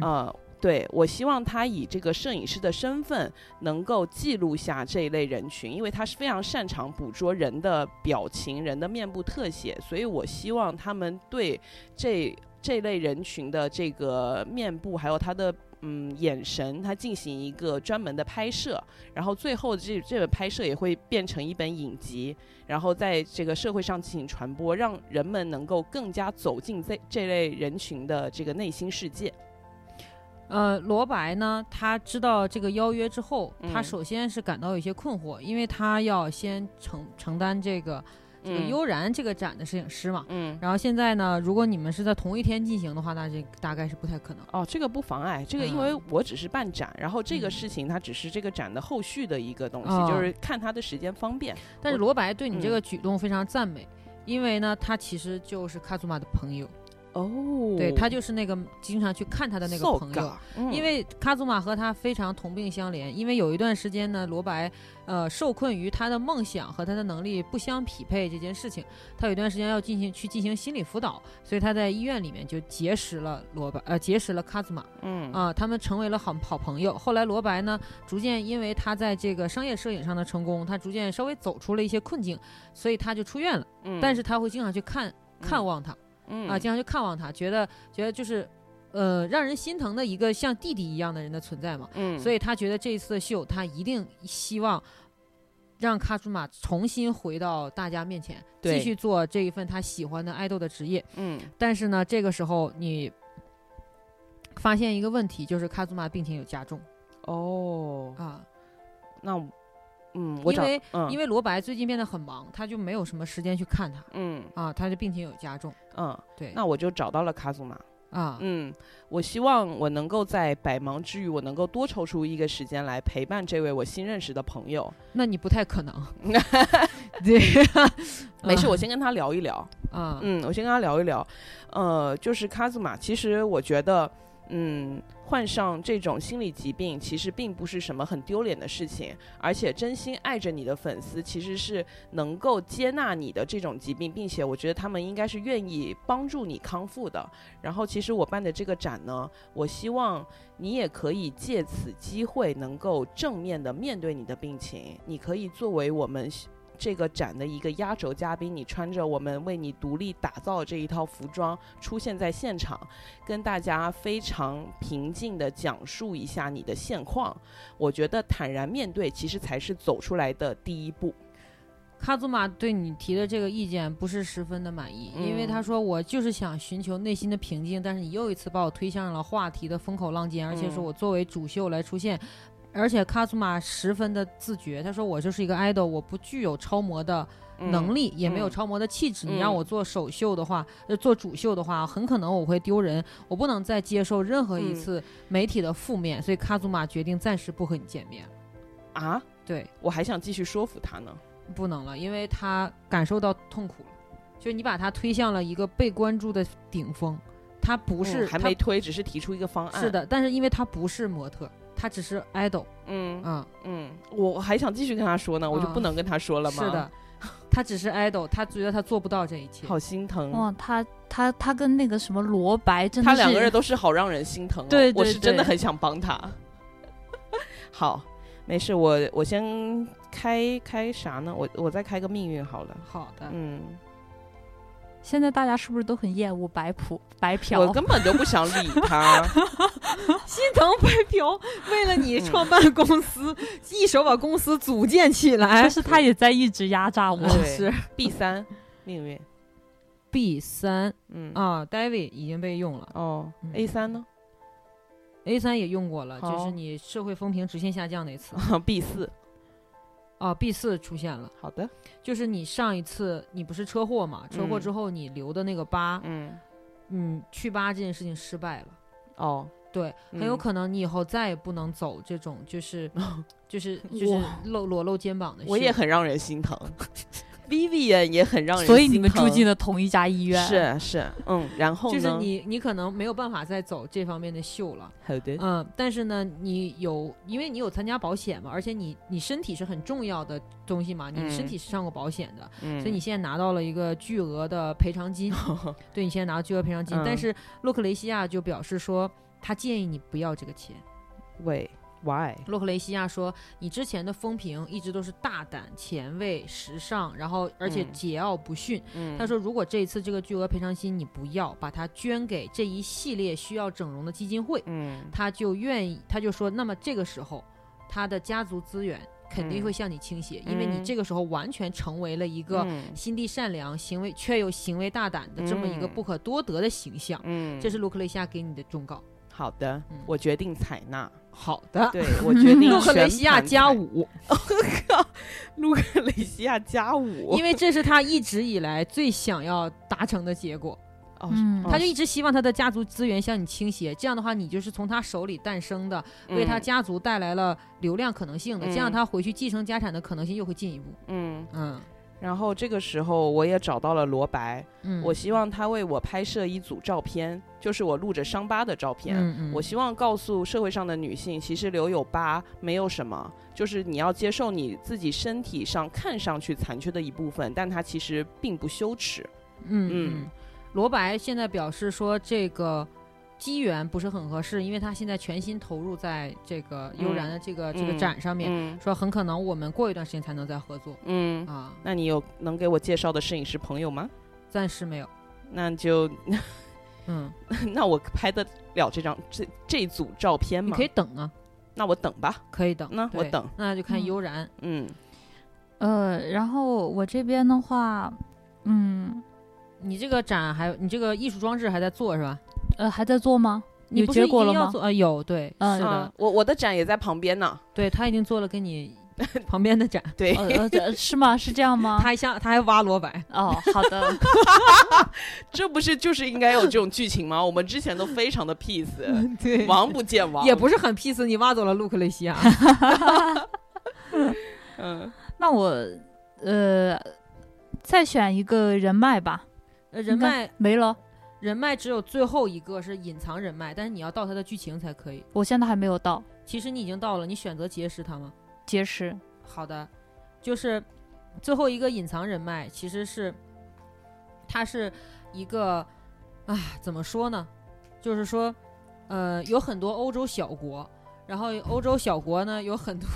呃，对我希望他以这个摄影师的身份能够记录下这一类人群，因为他是非常擅长捕捉人的表情、人的面部特写，所以我希望他们对这这类人群的这个面部还有他的。嗯，眼神，他进行一个专门的拍摄，然后最后这这个拍摄也会变成一本影集，然后在这个社会上进行传播，让人们能够更加走进这这类人群的这个内心世界。呃，罗白呢，他知道这个邀约之后，他嗯首先是感到有一些困惑，因为他要先承承担这个这个嗯悠然这个展的摄影师嘛。嗯，然后现在呢，如果你们是在同一天进行的话，那这大概是不太可能。哦，这个不妨碍，这个因为我只是办展，然后这个事情它只是这个展的后续的一个东西，哦就是看它的时间方便。但是我罗白对你这嗯个举动非常赞美，因为呢，他其实就是卡祖玛的朋友，哦对他就是那个经常去看他的那个朋友。，嗯因为卡祖玛和他非常同病相怜，因为有一段时间呢，罗白呃受困于他的梦想和他的能力不相匹配这件事情，他有一段时间要进行去进行心理辅导，所以他在医院里面就结识了罗白，呃结识了卡祖玛嗯啊，他们成为了好好朋友。后来罗白呢，逐渐因为他在这个商业摄影上的成功，他逐渐稍微走出了一些困境，所以他就出院了，嗯但是他会经常去看看望他。嗯啊，经常去看望他，觉得觉得就是，呃，让人心疼的一个像弟弟一样的人的存在嘛。嗯，所以以他觉得这一次的秀，他一定希望让卡祖玛重新回到大家面前，继对续做这一份他喜欢的爱豆的职业。嗯但是呢，这个时候你发现一个问题，就是卡祖玛病情有加重哦，啊，那我嗯，我因找为嗯因为罗白最近变得很忙，他就没有什么时间去看他嗯啊，他的病情有加重。嗯，对，那我就找到了卡祖玛。啊，嗯，我希望我能够在百忙之余，我能够多抽出一个时间来陪伴这位我新认识的朋友。那你不太可 能。对， 没嗯事，我先跟他聊一聊。啊，嗯嗯，我先跟他聊一聊。呃，就是卡兹玛，其实我觉得，嗯，患上这种心理疾病其实并不是什么很丢脸的事情，而且真心爱着你的粉丝其实是能够接纳你的这种疾病，并且我觉得他们应该是愿意帮助你康复的。然后，其实我办的这个展呢，我希望你也可以借此机会能够正面的面对你的病情，你可以作为我们。这个展的一个压轴嘉宾，你穿着我们为你独立打造这一套服装出现在现场，跟大家非常平静地讲述一下你的现况。我觉得坦然面对，其实才是走出来的第一步。卡祖玛对你提的这个意见不是十分的满意，因为嗯他说我就是想寻求内心的平静，但是你又一次把我推向了话题的风口浪尖，而且说嗯我作为主秀来出现，而且卡祖玛十分的自觉，他说我就是一个 idol，我不具有超模的能力，力，也没有嗯超模的气质。你嗯让我做首秀的话，呃，做主秀的话，很可能我会丢人，我不能再接受任何一嗯次媒体的负面，所以卡祖玛决定暂时不和你见面。啊，对，我还想继续说服他呢。不能了，因为他感受到痛苦了，就是你把他推向了一个被关注的顶峰，他不不是、哦嗯还他没推，只是提出一个方案。是，的，但是因为他不是模特，他只是 idol，嗯嗯，嗯，我我还想继续跟他说呢，我就啊不能跟他说了吗？是的，，他只是 idol，他觉得他做不到这一切。好心疼。哇，他他他跟那个什么罗白真的嗯他是，两个人都是好让人心疼、哦。对对我是真的对很想帮他。好，没事，我我先开开啥呢？我我再开个命运好了。好的，嗯，现在大家是不是都很厌恶白嫖白嫖？我根本就不想理 他。心疼白嫖，为了你嗯创办公司，一手把公司组建起但来。是他也在一直压榨我。 对是 B 三命运， B 三嗯，哦啊，David 已经被用了哦嗯，A 三呢 ，A 三也用过了，就好是你社会风评直线下降那次？B 四，啊，B 四出现了。好的，就是你上一次你不是车祸嘛？车祸嗯之后你留的那个疤，嗯，嗯，去疤这件事情失败了。哦，对，很有嗯可能你以后再也不能走这种就是就是 就是哇露裸露肩膀的事。我也很让人心疼，Vivian 也很让人心疼，所以你们住进了同一家医院，是是，嗯，然后就呢？是你你可能没有办法再走这方面的秀了。好的，啊嗯，但是呢，你有因为你有参加保险嘛，而且你你身体是很重要的东西嘛，你身嗯体是上过保险的，嗯，所以你现在拿到了一个巨额的赔偿 金，对你现在拿到巨额赔偿金，但嗯是洛克雷西亚就表示说，他建议你不要这个钱。喂，Why？洛克雷西亚说，你之前的风评一直都是大胆、前卫、时尚，然后而且嗯桀骜不驯。嗯他说，如果这一次这个巨额赔偿金你不要，把它捐给这一系列需要整容的基金会，嗯，他就愿意，他就说，那么这个时候，他的家族资源肯嗯定会向你倾斜，因为你嗯这个时候完全成为了一个。嗯心地善良、行为却又行为大胆的这么一个嗯不可多得的形象。嗯，这是卢克雷西亚给你的忠告。好的嗯，我决定采纳。好的，对，我决 定卢克雷全西亚盘加采，五，卢克雷西亚加五，因为这是他一直以来最想要达成的结果。哦嗯，哦他就一直希望他的家族资源向你倾斜，这样的话，你就是从他手里诞生的，为他，家族带来了流量可能性的，这样嗯他回去继承家产的可能性又会进一步。嗯嗯。嗯然后这个时候我也找到了罗白，嗯，我希望他为我拍摄一组照片，就是我露着伤疤的照片。嗯嗯，我希望告诉社会上的女性，其实留有疤没有什么，就是你要接受你自己身体上看上去残缺的一部分，但它其实并不羞耻。嗯嗯嗯，罗白现在表示说这个。机缘不是很合适，因为他现在全心投入在这个悠然的这个、这个嗯展上面，嗯说很可能我们过一段时间才能再合作嗯，啊，那你有能给我介绍的摄影师朋友吗？暂时没有。那就 嗯，那我拍得了这张这这组照嗯片你吗？可以等啊，那我等吧。可以等。那我对等，那就看嗯悠然。嗯呃，然后我这边的话，嗯，你这个展还有你这个艺术装置还在做是吧？呃，还在做吗？你有不是结果已了经要吗做？呃，有对，嗯是啊的，，我我的展也在旁边 呢。对他已经做了 跟你旁边的展，对，呃呃这，是吗？是这样吗他？还像他还挖罗白，哦，好 的，这不是就是应该有这种剧情吗？ 我们之前都非常的 peace， 对王不见王，哦也不是很 peace，你挖走了卢克雷 西亚。嗯那我呃，再选一个人脉吧，呃人应该脉没了。人脉只有最后一个是隐藏人脉，但是你要到它的剧情才可以。我现在还没有到其实你已经到了，你选择结识他吗？结 识，好的，就是最后一个隐藏人脉，其实是它是一个啊，怎么说呢？就是说，呃，有很多欧洲小国，然后欧洲小国呢有很多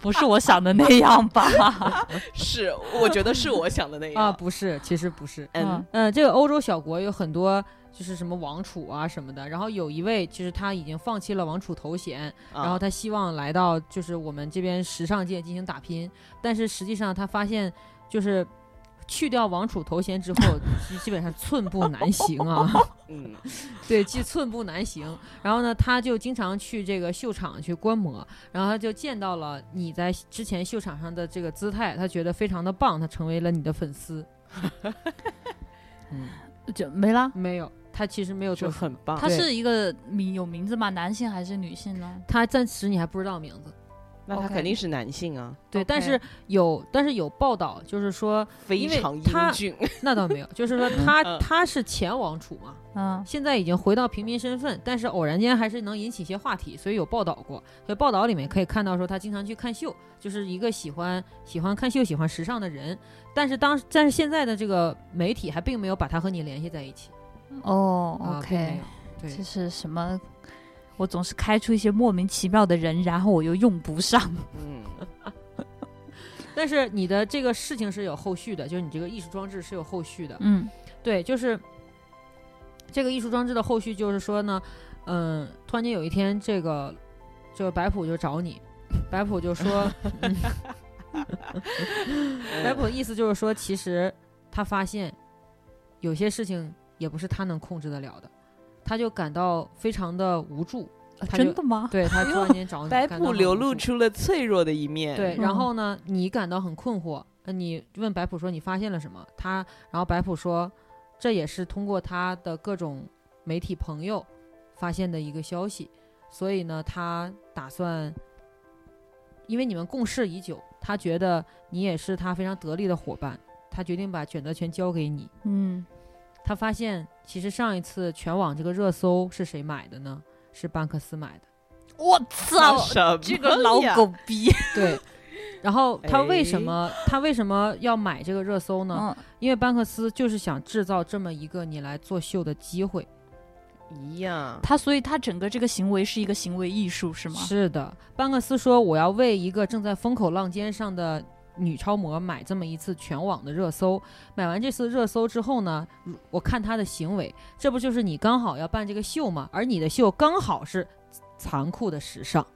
不是我想的那样吧？是，我觉得是我想的那样 啊，，不是，其实不是， 嗯嗯，嗯，这个欧洲小国有很多就是什么王储啊什么的，然后有一位就是他已经放弃了王储头衔，啊啊然后他希望来到就是我们这边时尚界进行打拼，但是实际上他发现就是去掉王储头衔之后，基基本上寸步难行 啊，嗯对，基寸步难行。然后呢，他就经常去这个秀场去观摩，然后他就见到了你在之前秀场上的这个姿态，他觉得非常的棒，他成为了你的粉丝。嗯就没啦。没有，他其实没有就做很棒。他对是一个名有名字吗？男性还是女性呢？他暂时你还不知道名字，那他 OK 肯定是男性啊，对 OK 但是有但是有报道，就是说非因为常英他 俊。那倒没有，就是说他、嗯他是前王储嘛，嗯，现在已经回到平民身份，但是偶然间还是能引起一些话题，所以有报道过。所以报道里面可以看到说他经常去看秀，就是一个喜欢喜欢看秀、喜欢时尚的人。但是当但是现在的这个媒体还并没有把他和你联系在一起。哦啊并没，OK，有对就是什么，我总是开出一些莫名其妙的人，然后我又用不上。嗯，但是你的这个事情是有后续的，就是你这个艺术装置是有后续的。嗯对，就是这个艺术装置的后续，就是说呢，嗯，突然间有一天，这个这个白普就找你，白普就说，白普的意思就是说，其实他发现有些事情也不是他能控制得了的，他就感到非常的无助。啊他就真的吗？对他突然间找你，白感到普很流无露助出了脆弱的一面。对，然嗯后呢，你感到很困惑，呃你问白普说你发现了什么？他，然后白普说，这也是通过他的各种媒体朋友发现的一个消息，所以呢，他打算，因为你们共事已久，他觉得你也是他非常得力的伙伴，他决定把选择权交给你。嗯，他发现，其实上一次全网这个热搜是谁买的呢？是班克斯买的。我啊操，什么这个老呀狗逼。对。然后他为什哎么、他为什么要买这个热搜呢？嗯，因为班克斯就是想制造这么一个你来做秀的机会。一样，他所以他整个这个行为是一个行为艺术是吗？是的，班克斯说我要为一个正在风口浪尖上的女超模买这么一次全网的热搜。买完这次热搜之后呢，如我看她的行为，这不就是你刚好要办这个秀吗？而你的秀刚好是残酷的时尚。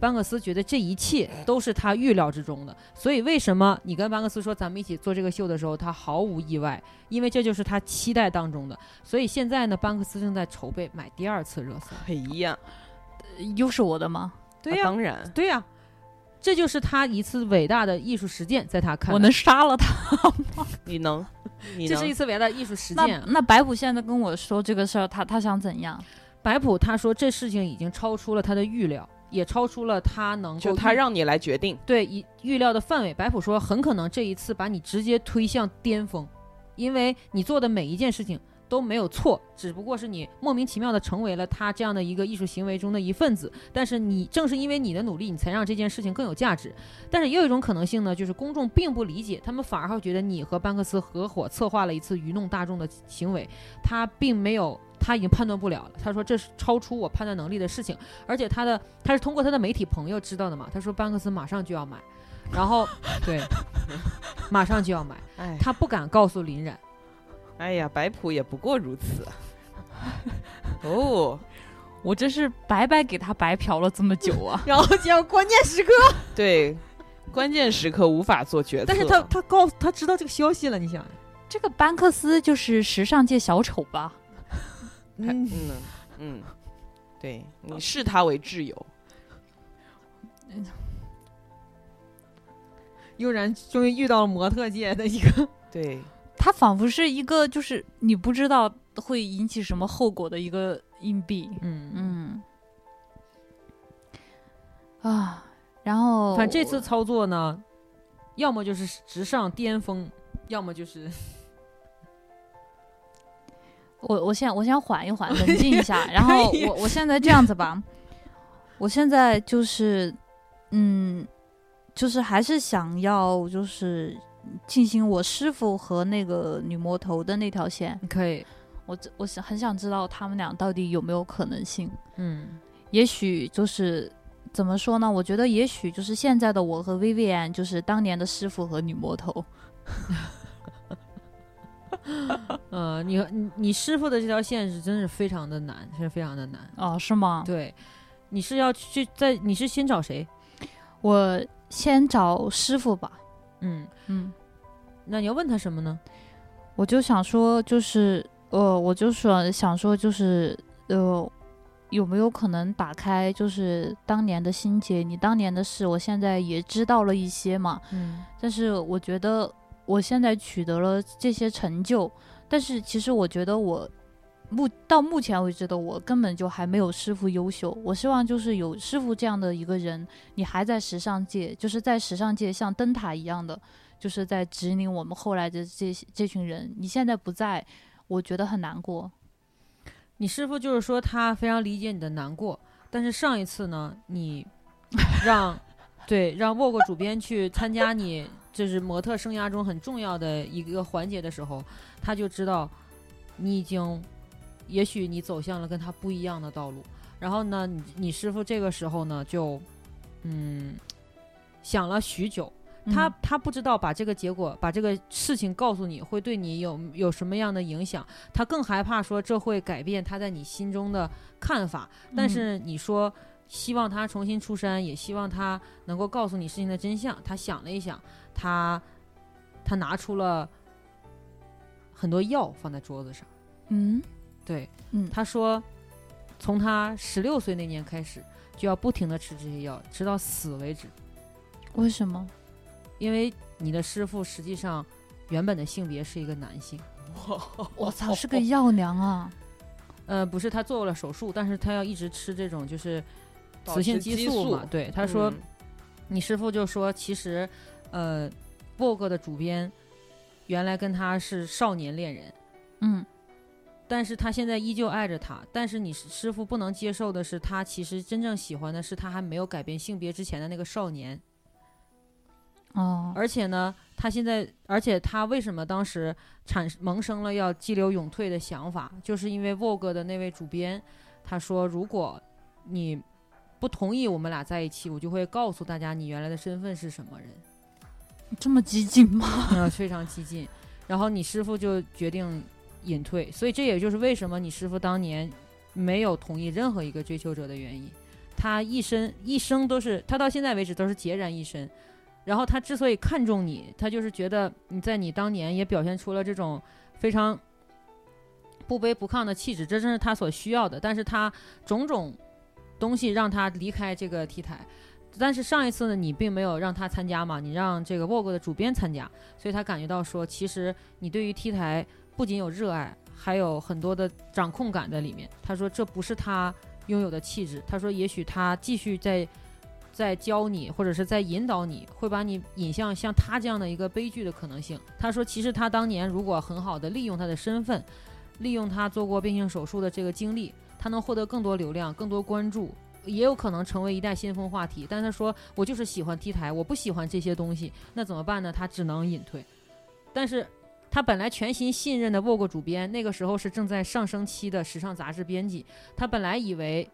班克斯觉得这一切都是他预料之中的，所以为什么你跟班克斯说咱们一起做这个秀的时候，他毫无意外，因为这就是他期待当中的。所以现在呢，班克斯正在筹备买第二次热搜。一样。又是我的吗？对啊呀、当然，对呀、这就是他一次伟大的艺术实践，在他看来，我能杀了他？你 能，你这能是一次伟大的艺术实那践。啊那白虎现在跟我说这个事儿，他他想怎样？白普他说这事情已经超出了他的预料，也超出了他能够就他预让你来决定。对以预料的范围。白普说，很可能这一次把你直接推向巅峰，因为你做的每一件事情都没有错，只不过是你莫名其妙的成为了他这样的一个艺术行为中的一份子。但是你正是因为你的努力，你才让这件事情更有价值。但是也有一种可能性呢，就是公众并不理解，他们反而会觉得你和班克斯合伙策划了一次愚弄大众的行为，他并没有。他已经判断不了了，他说这是超出我判断能力的事情，而且他的他是通过他的媒体朋友知道的嘛，他说班克斯马上就要买，然 后对，马上就要买，哎，他不敢告诉林冉，哎呀，白普也不过如 此。哦，我真是白白给他白嫖了这么久 啊！然后结果关键时刻，对，关键时刻无法做决策。但是他他告诉他知道这个消息了，你想，这个班克斯就是时尚界小丑吧？还嗯，哦嗯嗯，对，你视他为挚友。悠然终于遇到了模特界的一个，对，他仿佛是一个就是你不知道会引起什么后果的一个硬币。嗯嗯，嗯，啊，然后反正这次操作呢，要么就是直上巅峰，要么就是我我现在我想缓一 缓，冷静一下。然后可以我我现在这样子吧，我现在就是，嗯，就是还是想要就是进行我师傅和那个女魔头的那条线。 可以，我只我想很想知道他们俩到底有没有可能性。嗯也许就是怎么说呢？我觉得也许就是现在的我和 Vivian 就是当年的师傅和女魔头。呃，你你你师傅的这条线是真是非常的难，是非常的难。哦，是吗？对，你是要去在你是先找谁？我先找师傅吧。嗯，嗯。那你要问他什么呢？我就想说，就是呃，我就说想说，就是呃，有没有可能打开就是当年的心结？你当年的事，我现在也知道了一些嘛。嗯但是我觉得我现在取得了这些成就，但是其实我觉得我目到目前为止的我根本就还没有师傅优秀。我希望就是有师傅这样的一个人，你还在时尚界，就是在时尚界像灯塔一样的，就是在指引我们后来的这些这群人。你现在不在，我觉得很难过。你师傅就是说他非常理解你的难过，但是上一次呢，你让对让沃沃主编去参加你就是模特生涯中很重要的一个环节的时候，他就知道你已经，也许你走向了跟他不一样的道路。然后呢，你你师傅这个时候呢，就嗯想了许久，他嗯他不知道把这个结果、把这个事情告诉你会对你有有什么样的影响，他更害怕说这会改变他在你心中的看法。嗯但是你说希望他重新出山，也希望他能够告诉你事情的真相。他想了一想，他他拿出了很多药放在桌子上。嗯对，嗯他说从他十六岁那年开始，就要不停的吃这些药，直到死为止。为什么？因为你的师傅实际上原本的性别是一个男性，我哦操，是个药娘啊！呃，不是他做了手术，但是他要一直吃这种就是保雌性持激素嘛。素对，他说、嗯你师傅就说，其实呃，Vogue 的主编原来跟他是少年恋人，嗯但是他现在依旧爱着他。但是你师师傅不能接受的是，他其实真正喜欢的是他还没有改变性别之前的那个少年。哦，而且呢，他现在，而且他为什么当时产萌生了要激流勇退的想法，就是因为 Vogue 的那位主编，他说如果你不同意我们俩在一起，我就会告诉大家你原来的身份是什么人，这么激进吗？呃，非常激进。然后你师傅就决定隐退，所以这也就是为什么你师傅当年没有同意任何一个追求者的原因。他一生一生都是，他到现在为止都是孑然一身。然后他之所以看重你，他就是觉得你在你当年也表现出了这种非常不卑不亢的气质，这正是他所需要的。但是他种种东西让他离开这个 T 台。但是上一次呢，你并没有让他参加嘛，你让这个 Vogue 的主编参加，所以他感觉到说，其实你对于 T 台不仅有热爱，还有很多的掌控感在里面。他说这不是他拥有的气质。他说也许他继续在在教你，或者是在引导你，会把你引向像他这样的一个悲剧的可能性。他说其实他当年如果很好的利用他的身份，利用他做过变性手术的这个经历，他能获得更多流量、更多关注。也有可能成为一代先锋话题，但他说我就是喜欢 T 台，我不喜欢这些东西，那怎么办呢？他只能隐退。但是他本来全心信任的 Vogue 主编，那个时候是正在上升期的时尚杂志编辑，他本来以为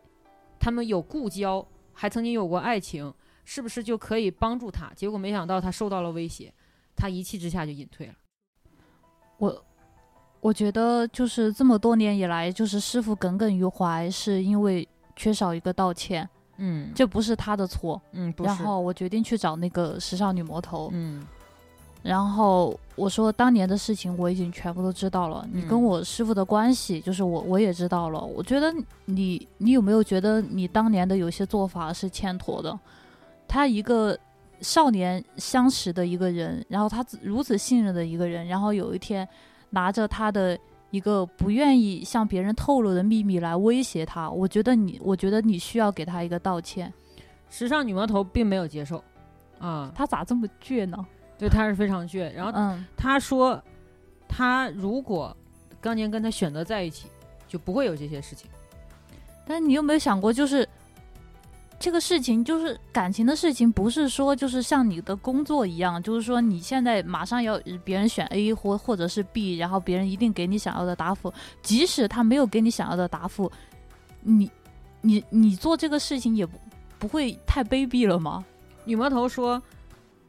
他们有故交，还曾经有过爱情，是不是就可以帮助他？结果没想到他受到了威胁，他一气之下就隐退了。我我觉得就是这么多年以来，就是师傅耿耿于怀，是因为缺少一个道歉，嗯这不是他的错。嗯，不是，然后我决定去找那个时尚女魔头，嗯然后我说当年的事情我已经全部都知道了，你跟嗯我师傅的关系就是我我也知道了。我觉得你你有没有觉得你当年的有些做法是欠妥的？他一个少年相识的一个人，然后他自如此信任的一个人，然后有一天拿着他的一个不愿意向别人透露的秘密来威胁他，我觉得你我觉得你需要给他一个道歉。时尚女魔头并没有接受，啊、他咋这么倔呢？对，他是非常倔。然后嗯他说，他如果当年跟他选择在一起，就不会有这些事情。但你有没有想过，就是这个事情，就是感情的事情，不是说就是像你的工作一样，就是说你现在马上要呃别人选 A 或或者是 B，然后别人一定给你想要的答复，即使他没有给你想要的答复，你你你做这个事情也不不会太卑鄙了吗？女魔头说，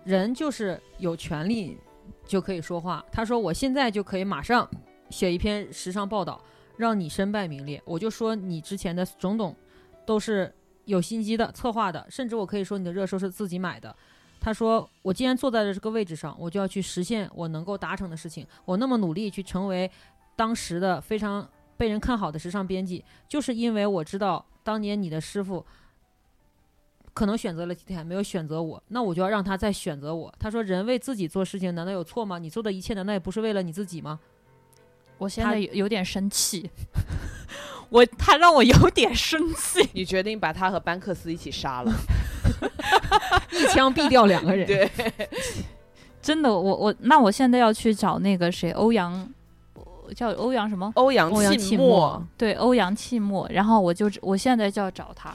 人就是有权利就可以说话。她说我现在就可以马上写一篇时尚报道，让你身败名裂。我就说你之前的种种都是有心机的、策划的，甚至我可以说你的热搜是自己买的。她说：“我既然坐在了这个位置上，我就要去实现我能够达成的事情。我那么努力去成为当时的非常被人看好的时尚编辑，就是因为我知道当年你的师傅可能选择了 T T，没有选择我，那我就要让他再选择我。他说：“人为自己做事情难道有错吗？你做的一切难道也不是为了你自己吗 我现他在有有点生气， 我他让我有点生气。你决定把他和班克斯一起杀了，？”一枪毙掉两个人。对，真的，我我那我现在要去找那个谁，欧阳，叫欧阳什么？欧阳欧阳沁沁墨墨，对，欧阳弃墨。然后我就我现在就要找他，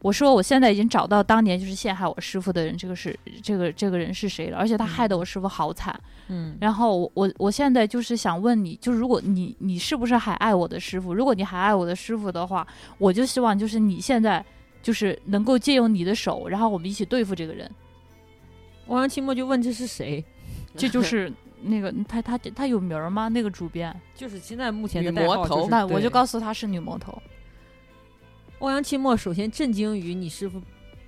我说我现在已经找到当年就是陷害我师傅的人，这个是这个这个人是谁了？而且他害得我师傅好惨。嗯，然后我我我现在就是想问你，就如果你你是不是还爱我的师傅？如果你还爱我的师傅的话，我就希望就是你现在就是能够借用你的手，然后我们一起对付这个人。欧阳沁墨就问这是谁？这 就是那个他他他有名儿吗？那个主编，就是现在目前的女代魔号头是那我就哦对告诉他是女魔头。欧阳沁墨首先震惊于你师傅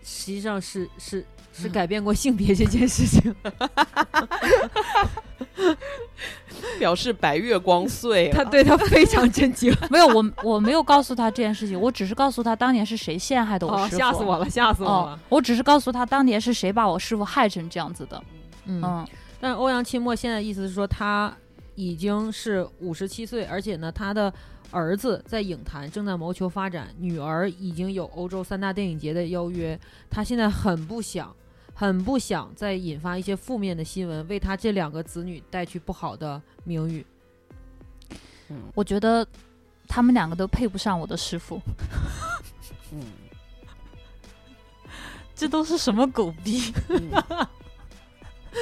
实际上是是是嗯改变过性别这件 事情，表示白月光碎啊他了。对他非常 震惊。 没有，我我没有告诉他这件事情，我只是告诉他当年是谁陷害的我哦，师傅。吓死我了，吓死我哦了。，我只是告诉他当年是谁把我师傅害成这样子的。嗯，嗯，但是欧阳沁墨现在意思是说他已经是五十七岁，而且呢，他的儿子在影坛正在谋求发展，女儿已经有欧洲三大电影节的邀约，他现在很不想。很不想再引发一些负面的新闻，为他这两个子女带去不好的名誉。我觉得他们两个都配不上我的师 傅，嗯这都是什么狗逼？嗯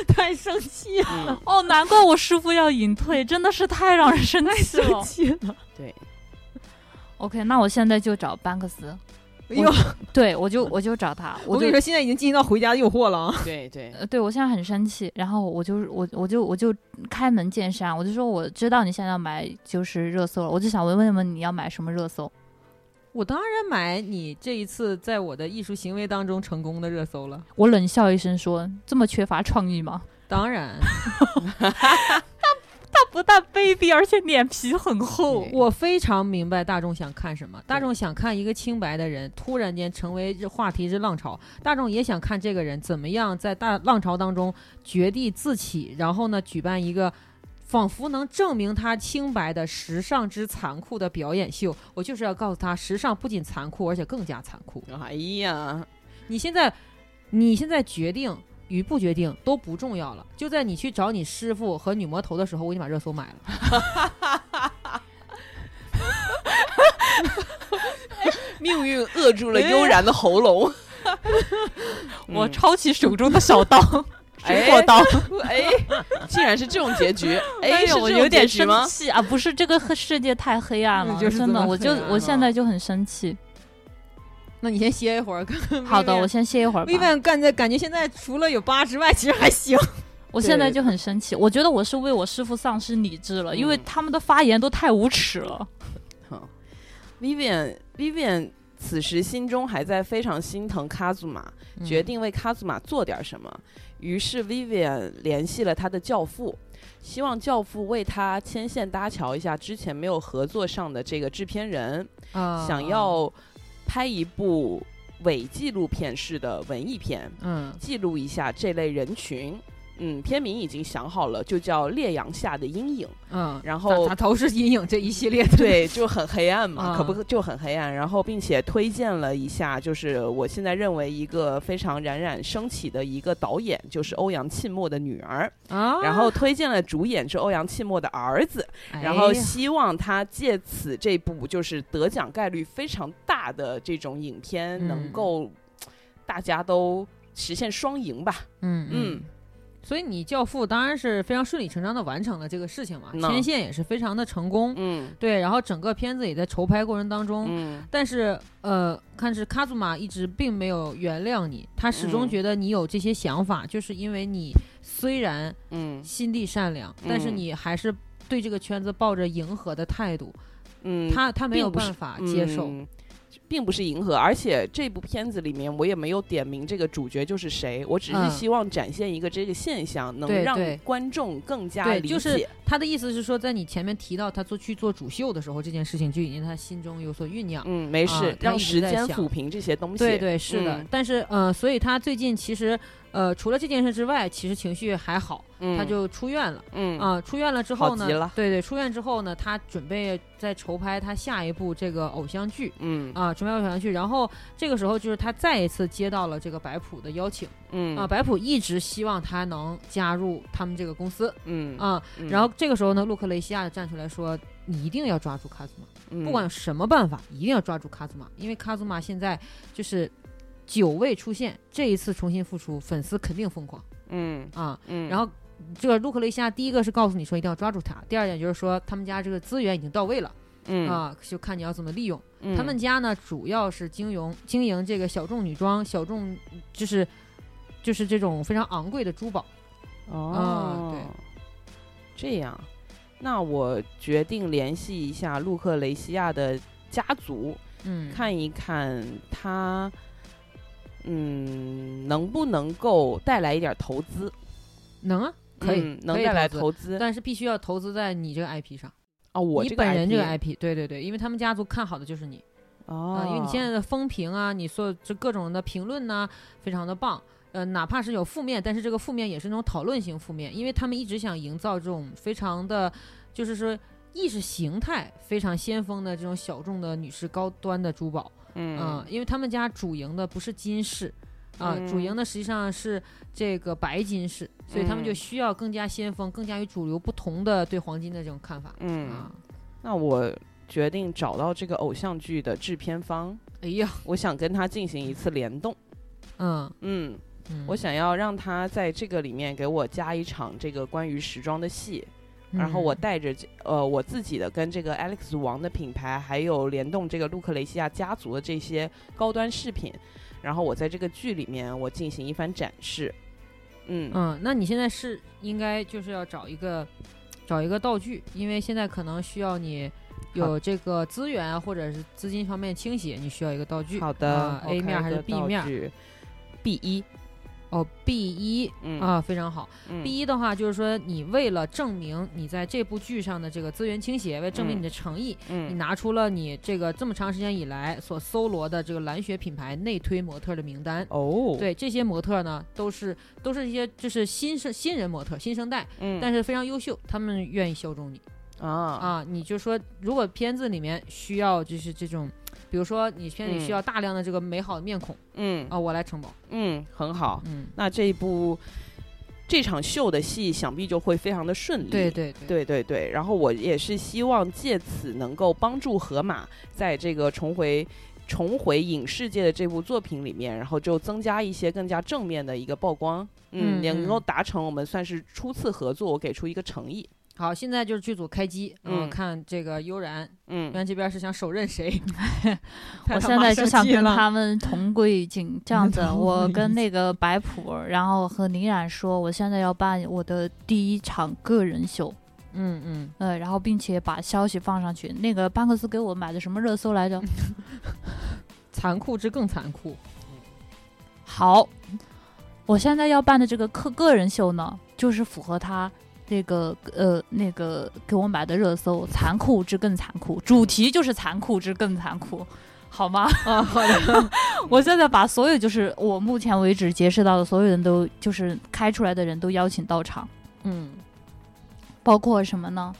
太生气了，嗯，哦，难怪我师傅要隐退，真的是太让人生气 了。气了。对， OK，那我现在就找班克斯，哎呦，对我就我就找他，我我跟就你说，现在已经进行到回家的诱惑了啊！ 对对，呃，对我现在很生气，然后我就我我就我就开门见山，我就说我知道你现在要买就是热搜了，我就想问问问你要买什么热搜。我当然买你这一次在我的艺术行为当中成功的热搜了，我冷笑一声说：“这么缺乏创意吗当然，？”他不但卑鄙，而且脸皮很厚对我非常明白大众想看什么。大众想看一个清白的人突然间成为这话题之浪潮，大众也想看这个人怎么样在大浪潮当中绝地自起，然后呢，举办一个。仿佛能证明他清白的时尚之残酷的表演秀，我就是要告诉他，时尚不仅残酷，而且更加残酷。哎呀，你现在，你现在决定与不决定都不重要了。就在你去找你师傅和女魔头的时候，我已经把热搜买了。 命运扼住了悠然的喉咙。我嗯抄起手中的小刀，水 哎果刀， 哎，竟然是这种结 局！哎，哎是呦，我这有种结点局生吗？气啊！不是这个黑世界太黑暗嗯 了，就是真这的，么我黑就暗我现了在就很生 气。那你先歇一会儿，看看好的，薇我薇先歇一会儿吧。薇薇干在感觉现在除了有疤之外，其实还行。我现在对就很生气，我觉得我是为我师傅丧失理智了，因为嗯他们的发言都太无耻了。好，Vivian，Vivian 嗯此时心中还在非常心疼卡祖玛，决定为卡祖玛做点什么。于是 Vivian 联系了他的教父，希望教父为他牵线搭桥一下之前没有合作上的这个制片人， 啊想要拍一部伪纪录片式的文艺片，嗯记录一下这类人群。嗯，片名已经想好了，就叫《烈阳下的阴影》。嗯，然咋后咋都是阴影这一系列的，对，就很黑暗嘛，哎啊可不就很黑暗。然后，并且推荐了一下，就是我现在认为一个非常冉冉升起的一个导演，就是欧阳沁墨的女儿。 啊，然后推荐了主演是欧阳沁墨的儿子，哎呀然后希望他借此这部就是得奖概率非常大的这种影片，能嗯够大家都实现双赢吧。嗯嗯嗯，所以你《教父》当然是非常顺理成章的完成了这个事情嘛，嗯牵线也是非常的成功，嗯对，然后整个片子也在筹拍过程当中。嗯但是，呃，看是卡祖玛一直并没有原谅你，他始终嗯觉得你有这些想法，就是因为你虽然嗯心地善良，但是嗯你还是对这个圈子抱着迎合的态度，嗯，他他没有并不是办法接受。嗯并不是迎合，而且这部片子里面我也没有点明这个主角就是谁，我只是嗯希望展现一个这个现象，能对让对观众更加对，理解。就是他的意思是说，在你前面提到他做去做主秀的时候，这件事情就已经在他心中有所酝酿。嗯，没事，啊他让一时直在间想抚平这些东西。对对是的，嗯但是呃，所以他最近其实呃，除了这件事之外，其实情绪还好，嗯，他就出院了嗯啊、出院了之好后呢极了，对对，出院之后呢，他准备在筹拍他下一部这个偶像剧嗯啊，筹拍偶像剧。然后这个时候就是他再一次接到了这个白普的邀请嗯啊，白普一直希望他能加入他们这个公司嗯啊。嗯然后这个时候呢，路克雷西亚站出来说：“你一定要抓住卡祖玛，嗯不管有什么办法，一定要抓住卡祖玛，因为卡祖玛现在就是久未出现，这一次重新复出，粉丝肯定疯狂嗯啊！嗯，然后这个路克雷西亚第一个是告诉你说一定要抓住他，第二点就是说他们家这个资源已经到位了、嗯啊，就看你要怎么利用。嗯他们家呢主要是经营经营这个小众女装，小众就是就是这种非常昂贵的珠宝。”哦，啊对，这样，那我决定联系一下陆克雷西亚的家族，嗯，看一看他，嗯，能不能够带来一点投资？能啊，可以，嗯能可以带来投资投资但是必须要投资在你这个 IP 上，啊！我你这个本人这个 IP IP，对对对，因为他们家族看好的就是你啊、哦，因为你现在的风评啊，你所有这各种的评论呐、非常的棒。呃，哪怕是有负面，但是这个负面也是那种讨论型负面，因为他们一直想营造这种非常的，就是说意识形态非常先锋的这种小众的女士高端的珠宝，嗯啊因为他们家主营的不是金饰，啊、主嗯营的实际上是这个白金饰，所以他们就嗯需要更加先锋、更加与主流不同的对黄金的这种看法。嗯啊，，那我决定找到这个偶像剧的制片方，哎呀，我想跟他进行一次联动。嗯，嗯，嗯我，想要让他在这个里面给我加一场这个关于时装的戏，然后我嗯带着这呃我自己的跟这个 Alex 王的品牌，还有联动这个路克雷西亚家族的这些高端饰品，然后我在这个剧里面我进行一番展示。嗯嗯，那你现在是应该就是要找一个找一个道具，因为现在可能需要你有这个资源啊或者是资金方面倾斜，你需要一个道具。好的啊、，A 面还是 B 面儿？ ？B 一，哦，B 一嗯啊，非常好。嗯第一的话就是说，你为了证明你在这部剧上的这个资源倾斜，为证明你的诚意，你嗯拿出了你这个这么长时间以来所搜罗的这个蓝血品牌内推模特的名单。哦，对这些模特呢，都是都是一些就是新生新人模特、新生代，嗯，但是非常优秀，他们愿意效忠你啊啊。你就说，如果片子里面需要就是这种，比如说你片子里需要大量的这个美好的面孔嗯啊，我来承包。嗯很好，嗯，那这一部这场秀的戏想必就会非常的顺利。对对对，对对对，然后我也是希望借此能够帮助河马在这个重回重回影视界的这部作品里面，然后就增加一些更加正面的一个曝光，嗯，嗯也能够嗯达成我们算是初次合作，我给出一个诚意，好，现在就是剧组开机，嗯嗯，看这个悠然嗯原来这边是想手 刃谁？我现在就想跟了。他们同归于尽，这样子。我跟那个白普，然后和林冉说，我现在要办我的第一场个人秀，嗯嗯，呃，然后并且把消息放上去。那个班克斯给我买的什么热搜来着？残酷之更残酷。好，我现在要办的这个个个人秀呢，就是符合他那个呃那个给我买的热搜“残酷之更残酷”，主题就是残酷之更残酷，好吗？啊，好的， 我现在把所有就是我目前为止结识到的所有人都就是开出来的人都邀请到场，嗯，包括什么呢？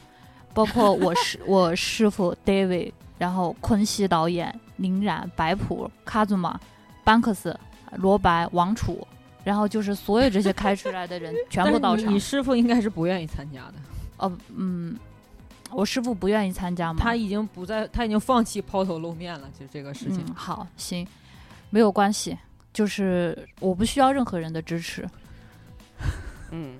包括我 师我师傅 David，然后昆西导演、林冉、白朴、卡祖玛、班克斯、罗白、王楚，然后就是所有这些开出来的 人全但部是到你场你。师傅应该是不愿意参加的，哦，嗯，我师傅不愿意参加吗？他已经不在，他已经放弃抛头露面了，就这个事情。嗯，好，行，没有关系，就是我不需要任何人的支持。 嗯，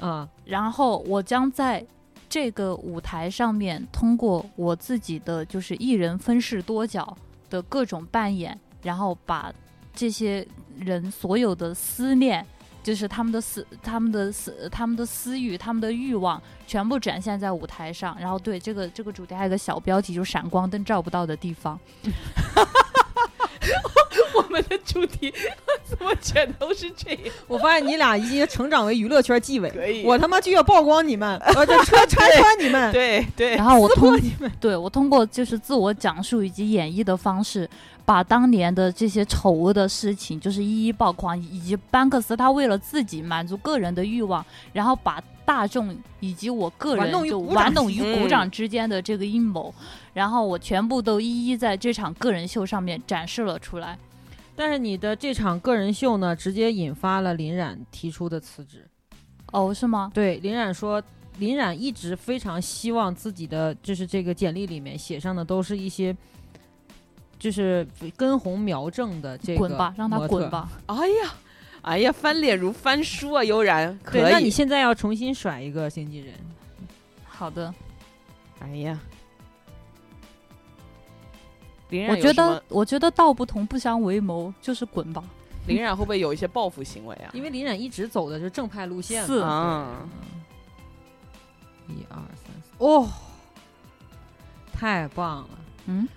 啊，然后我将在这个舞台上面，通过我自己的就是一人分饰多角的各种扮演，然后把这些人所有的思念，就是他们的私、他们的私、他们的私欲、他们的欲望，全部展现在舞台上。然后对这个这个主题还有个小标题，就是“闪光灯照不到的地方我们的主题怎么全都是这样？我发现你俩已经成长为娱乐圈纪委，可以我他妈就要曝光你 们，我就穿拆穿你们，对”。对，然后我通你们。对我通过就是自我讲述以及演绎的方式，把当年的这些丑恶的事情就是一一曝光，以及班克斯他为了自己满足个人的欲望，然后把大众以及我个玩弄人于就股掌玩弄之嗯于间鼓掌之间的这个阴谋，然后我全部都一一在这场个人秀上面展示了出来。但是你的这场个人秀呢，直接引发了林冉提出的辞职。哦，是吗？对，林冉说，林冉一直非常希望自己的就是这个简历里面写上的都是一些，就是根红苗正的这个滚吧，让他模特滚。吧！哎呀，哎呀，翻脸如翻书啊，悠然可对，以。那你现在要重新甩一个经纪人，好 的，哎呀，林我冉有觉什得么，我觉得道不同不相为谋，就是滚吧。林冉会不会有一些报复行为啊？因为林冉一直走的是正派路线嘛。嗯是啊，一二三四，哦，太棒了。嗯，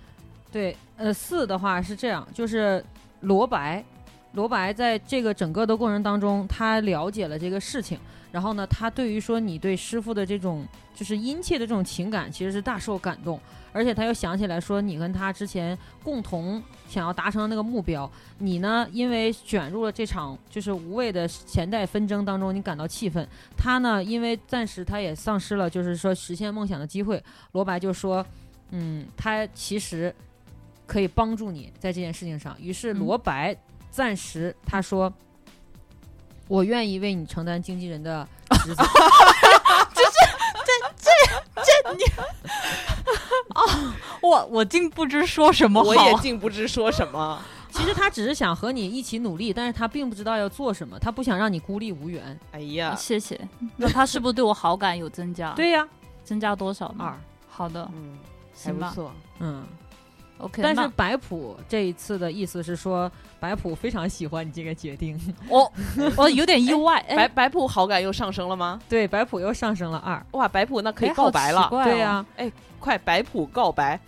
对，呃，四的话是这样，就是罗白，罗白在这个整个的过程当中，他了解了这个事情，然后呢，他对于说你对师傅的这种就是殷切的这种情感，其实是大受感动，而且他又想起来说你跟他之前共同想要达成的那个目标，你呢因为卷入了这场就是无谓的钱袋纷争当中，你感到气愤，他呢因为暂时他也丧失了就是说实现梦想的机会，罗白就说。嗯，他其实可以帮助你在这件事情上。于是嗯罗白暂时他说：“我愿意为你承担经纪人的职责。”我我竟不知说什么好。我也竟不知说什么。其实他只是想和你一起努力，但是他并不知道要做什么，他不想让你孤立无援。哎呀，谢谢。那他是不是对我好感有增 加？，对呀、增加多少呢？二好的，嗯，还行不吧。错。嗯， OK，但是那白普这一次的意思是说，白普非常喜欢你这个决定， 我 我有点意外，白哎，白普好感又上升了吗？对，白普又上升了二。哇，白普那可以哎告白好了奇，怪哦对呀、快白普告白！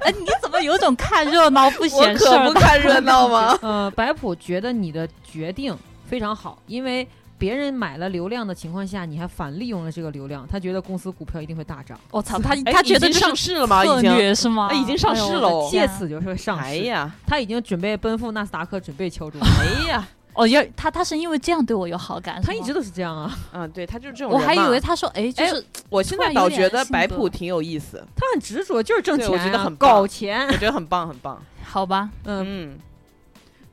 哎，你怎么有种看热闹不我嫌事可儿不大？看热闹吗？呃，白普觉得你的决定非常好，因为别人买了流量的情况下，你还反利用了这个流量，他觉得公司股票一定会大涨，我操，他哎他觉得这已经是上市了吗？已策经。略是吗？哎已经上哎呦市我的喽天借啊此就会上市。哎呀，他已经准备奔赴纳斯达克，准备敲钟。哎呀，哦，要他他是因为这样对我有好感，他是一吗直都是这样啊，嗯，对他就是这种我人嘛。还以为他说，哎，就哎是我现突然有在倒点觉得性白格普挺有意思，他很执着，就是挣对钱、我啊，觉得很棒搞钱我。觉得很棒，很棒。好吧，嗯，嗯，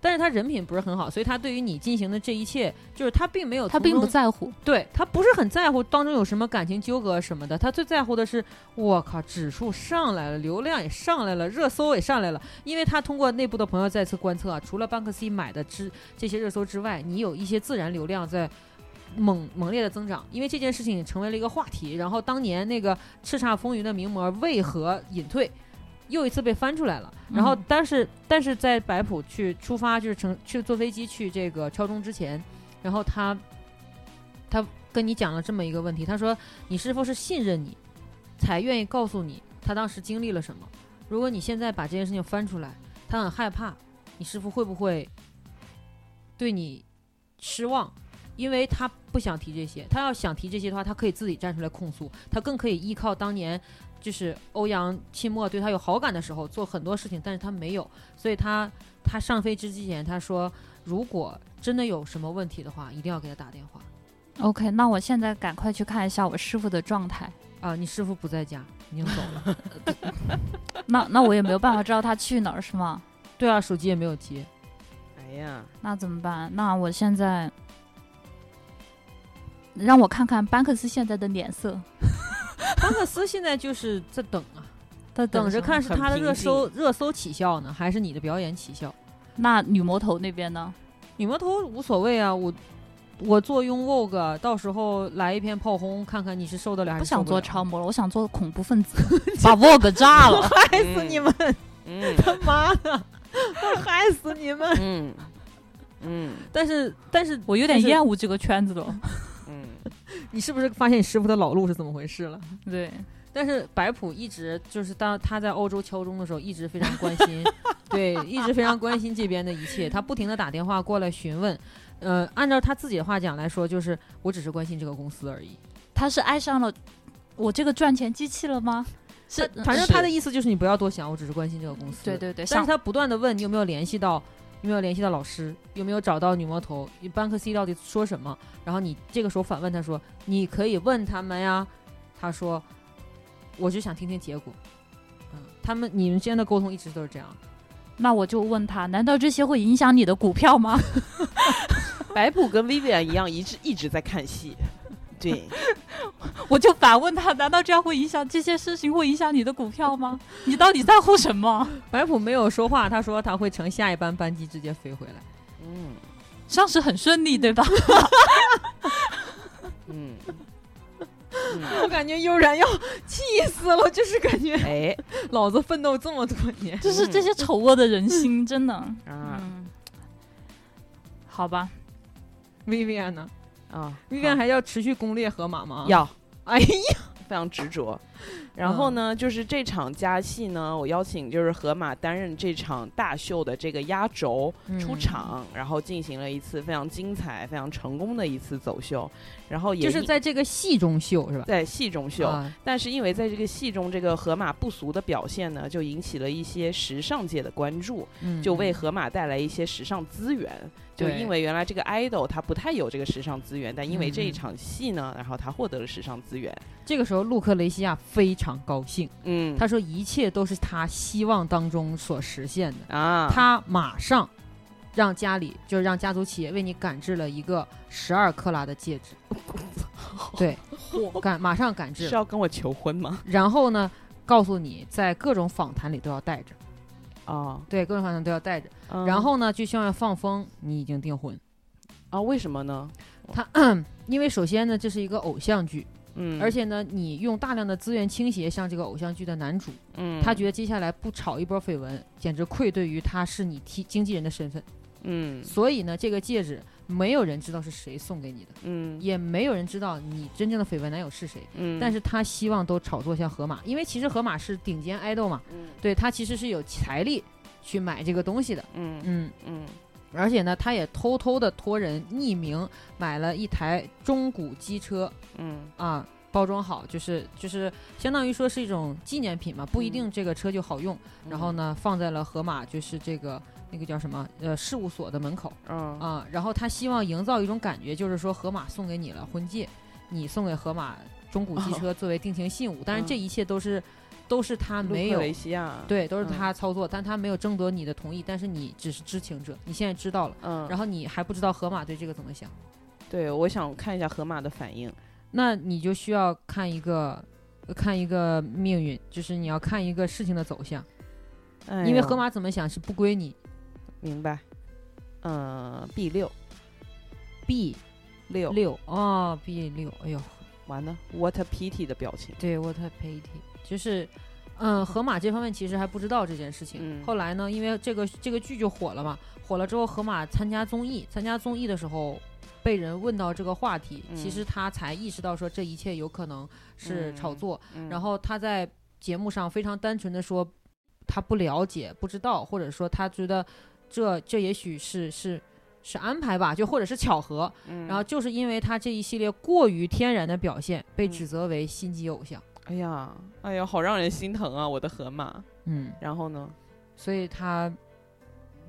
但是他人品不是很好，所以他对于你进行的这一切，就是他并没有他从并不中在乎。对他不是很在乎当中有什么感情纠葛什么的，他最在乎的是，我靠，指数上来了，流量也上来了，热搜也上来了，因为他通过内部的朋友再次观测啊，除了班克西买的之这些热搜之外，你有一些自然流量在。猛猛烈的增长，因为这件事情成为了一个话题。然后当年那个叱咤风云的名模为何隐退，又一次被翻出来了。然后嗯，但是、但是在白普去出发，就是乘去坐飞机去这个敲钟之前，然后他他跟你讲了这么一个问题，他说你是否是信任你，才愿意告诉你他当时经历了什么？如果你现在把这件事情翻出来，他很害怕，你师傅会不会对你失望？因为他不想提这些，他要想提这些的话，他可以自己站出来控诉，他更可以依靠当年就是欧阳季莫对他有好感的时候做很多事情，但是他没有，所以他他上飞之前他说，如果真的有什么问题的话，一定要给他打电话。 OK，那我现在赶快去看一下我师傅的状态。啊、你师傅不在家，已经走了。那那我也没有办法知道他去哪儿，是吗？对啊，手机也没有接。 哎呀，那怎么办？那我现在让我看看班克斯现在的脸色，巴克斯现在就是在等啊，他等着什么看是他的很平热搜热搜起效呢，还是你的表演起效？那女魔头那边呢？女魔头无所谓啊，我我坐拥 Vogue，到啊时候来一片炮轰，看看你是受得了还不是想受做了 超模了，我想做恐怖分 子，把 Vogue 炸了。害死你们！ 嗯他妈的，我害死 你们！嗯嗯但是但是我有点就是厌恶这个圈子 了。嗯，你是不是发现你师傅的老路是怎么回事了？ 对，但是白普一直就是当他在欧洲敲钟的时候，一直非常关心， 对，一直非常关心这边的一切。他不停的打电话过来询问，呃，按照他自己的话讲来说，就是我只是关心这个公司而已。他是爱上了我这个赚钱机器了吗？是，反正是他的意思就是你不要多想，我只是关心这个公司。对。对对，但想是他不断的问你有没有联系到，有没有联系到老师，有没有找到女魔头，班克西到底说什么？然后你这个时候反问他说，你可以问他们呀。他说，我就想听听结果。嗯，他们你们之间的沟通一直都是这样。那我就问他，难道这些会影响你的股票吗？ 白普跟 Vivian 一样，一直一直在看戏。对， 我就反问他，难道这样会影响这些事情会影响你的股票吗？你到底在乎什么？ 白普没有说话，他说他会乘下一班班机直接飞回来。嗯上市很顺利，对吧？嗯， 我感觉悠然要 气死了，就是感觉哎老子奋斗这么多年，就是这些丑恶的人心，真的。啊嗯，好吧， Vivian 呢啊， ？Vivian 还要持续攻略河马吗？。 要哎呀，非常执着。然后呢，嗯就是这场加戏呢，我邀请就是河马担任这场大秀的这个压轴嗯出场，然后进行了一次非常精彩、非常成功的一次走秀，然后也就是一在这个戏中秀是吧？在戏中秀。啊但是因为在这个戏中，这个河马不俗的表现呢，就引起了一些时尚界的关注，嗯就为嗯河马带来一些时尚资源。就对因为原来这个 idol 他不太有这个时尚资源，但因为这嗯嗯一场戏呢，然后他获得了时尚资源。这个时候，路克雷西亚非常高兴，嗯，他说一切都是他希望当中所实现的。啊，他马上让家里就是让家族企业为你赶制了一个十二克拉的 戒指，对，赶马上赶制是，要啊跟我求婚吗？然后呢，告诉你在各种访谈里都要带着，啊，对，各种访谈都要带着。嗯哦然后呢，就向外放风，你已经订婚。啊，为什么呢？他因为首先呢，这是一个偶像剧，嗯，而且呢，你用大量的资源倾斜向这个偶像剧的男主，嗯，他觉得接下来不炒一波绯闻，简直愧对于他是你替经纪人的身份。嗯所以呢，这个戒指没有人知道是谁送给你的，嗯也没有人知道你真正的绯闻男友是谁。嗯，但是他希望都炒作像河马，因为其实河马是顶尖爱豆嘛，嗯对他其实是有财力去买这个东西的。嗯嗯，嗯而且呢，他也偷偷的托人匿名买了一台中古机车嗯啊。包装好，就是就是相当于说是一种纪念品嘛，不一定这个车就好用。嗯，然后呢，放在了河马就是这个那个叫什么呃事务所的门口嗯？嗯啊、然后他希望营造一种感觉，就是说河马送给你了婚戒，你送给河马中 古机车作为定情信物，但是这嗯一切都是都是他路没克有维西亚，对，都是嗯他操作，但他没有征得你的同意，但是你只是知情者，你现在知道了，嗯，然后你还不知道河马对这个怎么想，对，我想看一下河马的反应。那你就需要看一个。看一个命运，就是你要看一个事情的走向，哎因为呦河马怎么想是不归你。明白，嗯，B 六 B 六，六哦，B 六，哎呦，完了，What a pity 的表情。对，what a pity，就是，嗯，河马这方面其实还不知道这件事情。嗯后来呢，因为这个这个剧就火了嘛，火了之后，河马参加综艺，参加综艺的时候被人问到这个话题，其嗯实他才意识到说这一切有可能是炒嗯作，嗯然后他在节目上非常单纯的说，他不了解、不知道，或者说他觉得这这也许是是是安排吧，就或者是巧合。嗯然后就是因为他这一系列过于天然的表现，被嗯指责为心机偶像。哎呀，哎呀，好让人心疼啊，我的河马。嗯，然后呢？所以他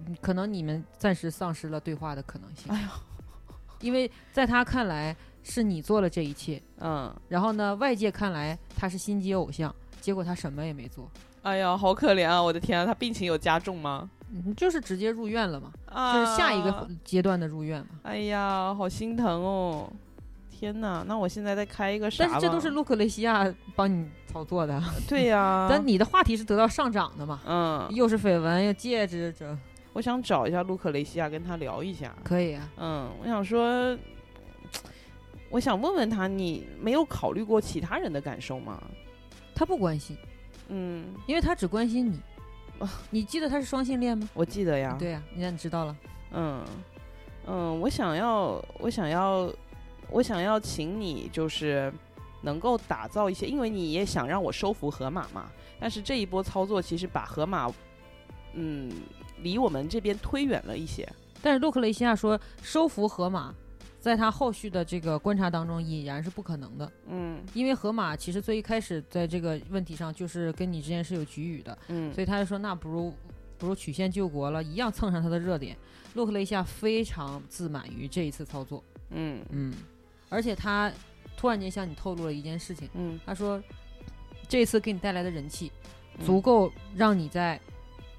嗯可能你们暂时丧失了对话的可能性。哎呀，因为在他看来是你做了这一切，嗯，然后呢，外界看来他是心机偶像，结果他什么也没做，哎呀，好可怜啊！我的天啊，他病情有加重吗？嗯，就是直接入院了嘛，啊，就是下一个阶段的入院嘛。哎呀，好心疼哦！天哪，那我现在再开一个啥但吧？啊是这都是路克雷西亚帮你操作的，对呀、 但你的话题是得到上涨的嘛，嗯，又是绯闻，又戒指，这我想找一下卢克雷西亚，跟他聊一下。可以啊。嗯，我想说，我想问问他，你没有考虑过其他人的感受吗？他不关心，嗯，因为他只关心你啊。你记得他是双性恋吗？我记得呀。对呀、啊你那你知道了。嗯嗯，我想要，我想要，我想要，请你就是能够打造一些，因为你也想让我收服河马嘛。但是这一波操作其实把河马，嗯，离我们这边推远了一些。但是洛克雷西亚说，收服河马，在他后续的这个观察当中，已然是不可能的，嗯因为河马其实最一开始在这个问题上，就是跟你之间是有局域的，嗯所以他就说，那不如不如曲线救国了，一样蹭上他的热点。洛克雷西亚非常自满于这一次操作，嗯嗯，而且他突然间向你透露了一件事情，嗯，他说，这次给你带来的人气，嗯足够让你在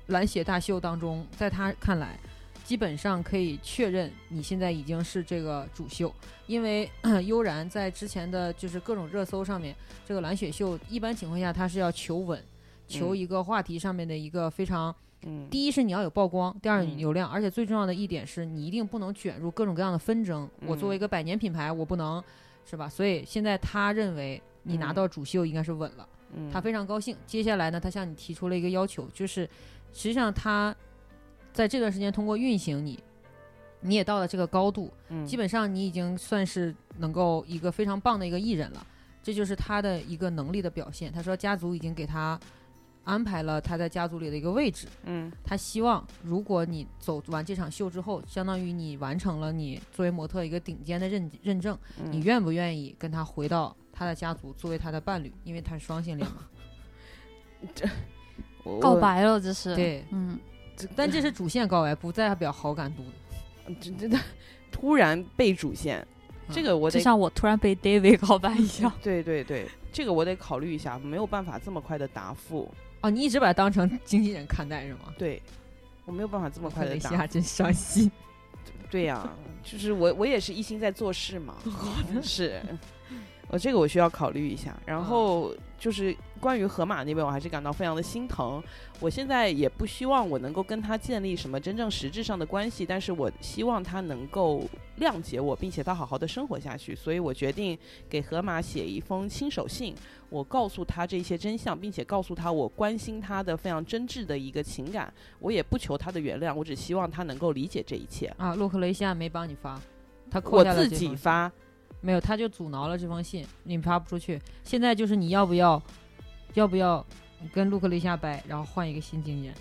蓝血大秀当中，在他看来，基本上可以确认你现在已经是这个主秀，因为 呃悠然在之前的就是各种热搜上面，这个蓝血秀一般情况下他是要求稳，求嗯一个话题上面的一个非常，嗯第一是你要有曝光，第二嗯流量，而且最重要的一点是你一定不能卷入各种各样的纷争。我作为一嗯个百年品牌，我不能，是吧？所以现在他认为你拿嗯到主秀应该是稳了。嗯他非常高兴。接下来呢，他向你提出了一个要求，就是实际上他在这段时间通过运行你，你也到了这个高度，嗯基本上你已经算是能够一个非常棒的一个艺人了。这就是他的一个能力的表现。他说，家族已经给他安排了他在家族里的一个位置。嗯他希望，如果你走完这场秀之后，相当于你完成了你作为模特一个顶尖的认认证，嗯你愿不愿意跟他回到他的家族作为他的伴侣？因为他是双性恋嘛。我告我白了，这是。对，嗯，但这是主线告白，不代表好感度。真真的突然被主线，这个我就得像我突然被 David 告白一样。 对对对，这个我得考虑一下，没有办法这么快的答复，哦，你一直把它当成 经纪人看待是吗？对我没有办法这么快克的雷西答亚真伤心。对呀、就是我我也是一心在做事嘛，是我这个我需要考虑一下。然后就是关于河马那边，我还是感到非常的心疼。我现在也不希望我能够跟他建立什么真正实质上的关系，但是我希望他能够谅解我，并且他好好的生活下去。所以我决定给河马写一封亲手信，我告诉他这些真相，并且告诉他我关心他的非常真挚的一个情感。我也不求他的原谅，我只希望他能够理解这一切。啊，洛克雷西亚没帮你发，他扣我下了自这封己信，发，没有，他就阻挠了这封信，你发不出去。现在就是你要不要，要不要跟洛克雷西亚掰，然后换一个新经纪人？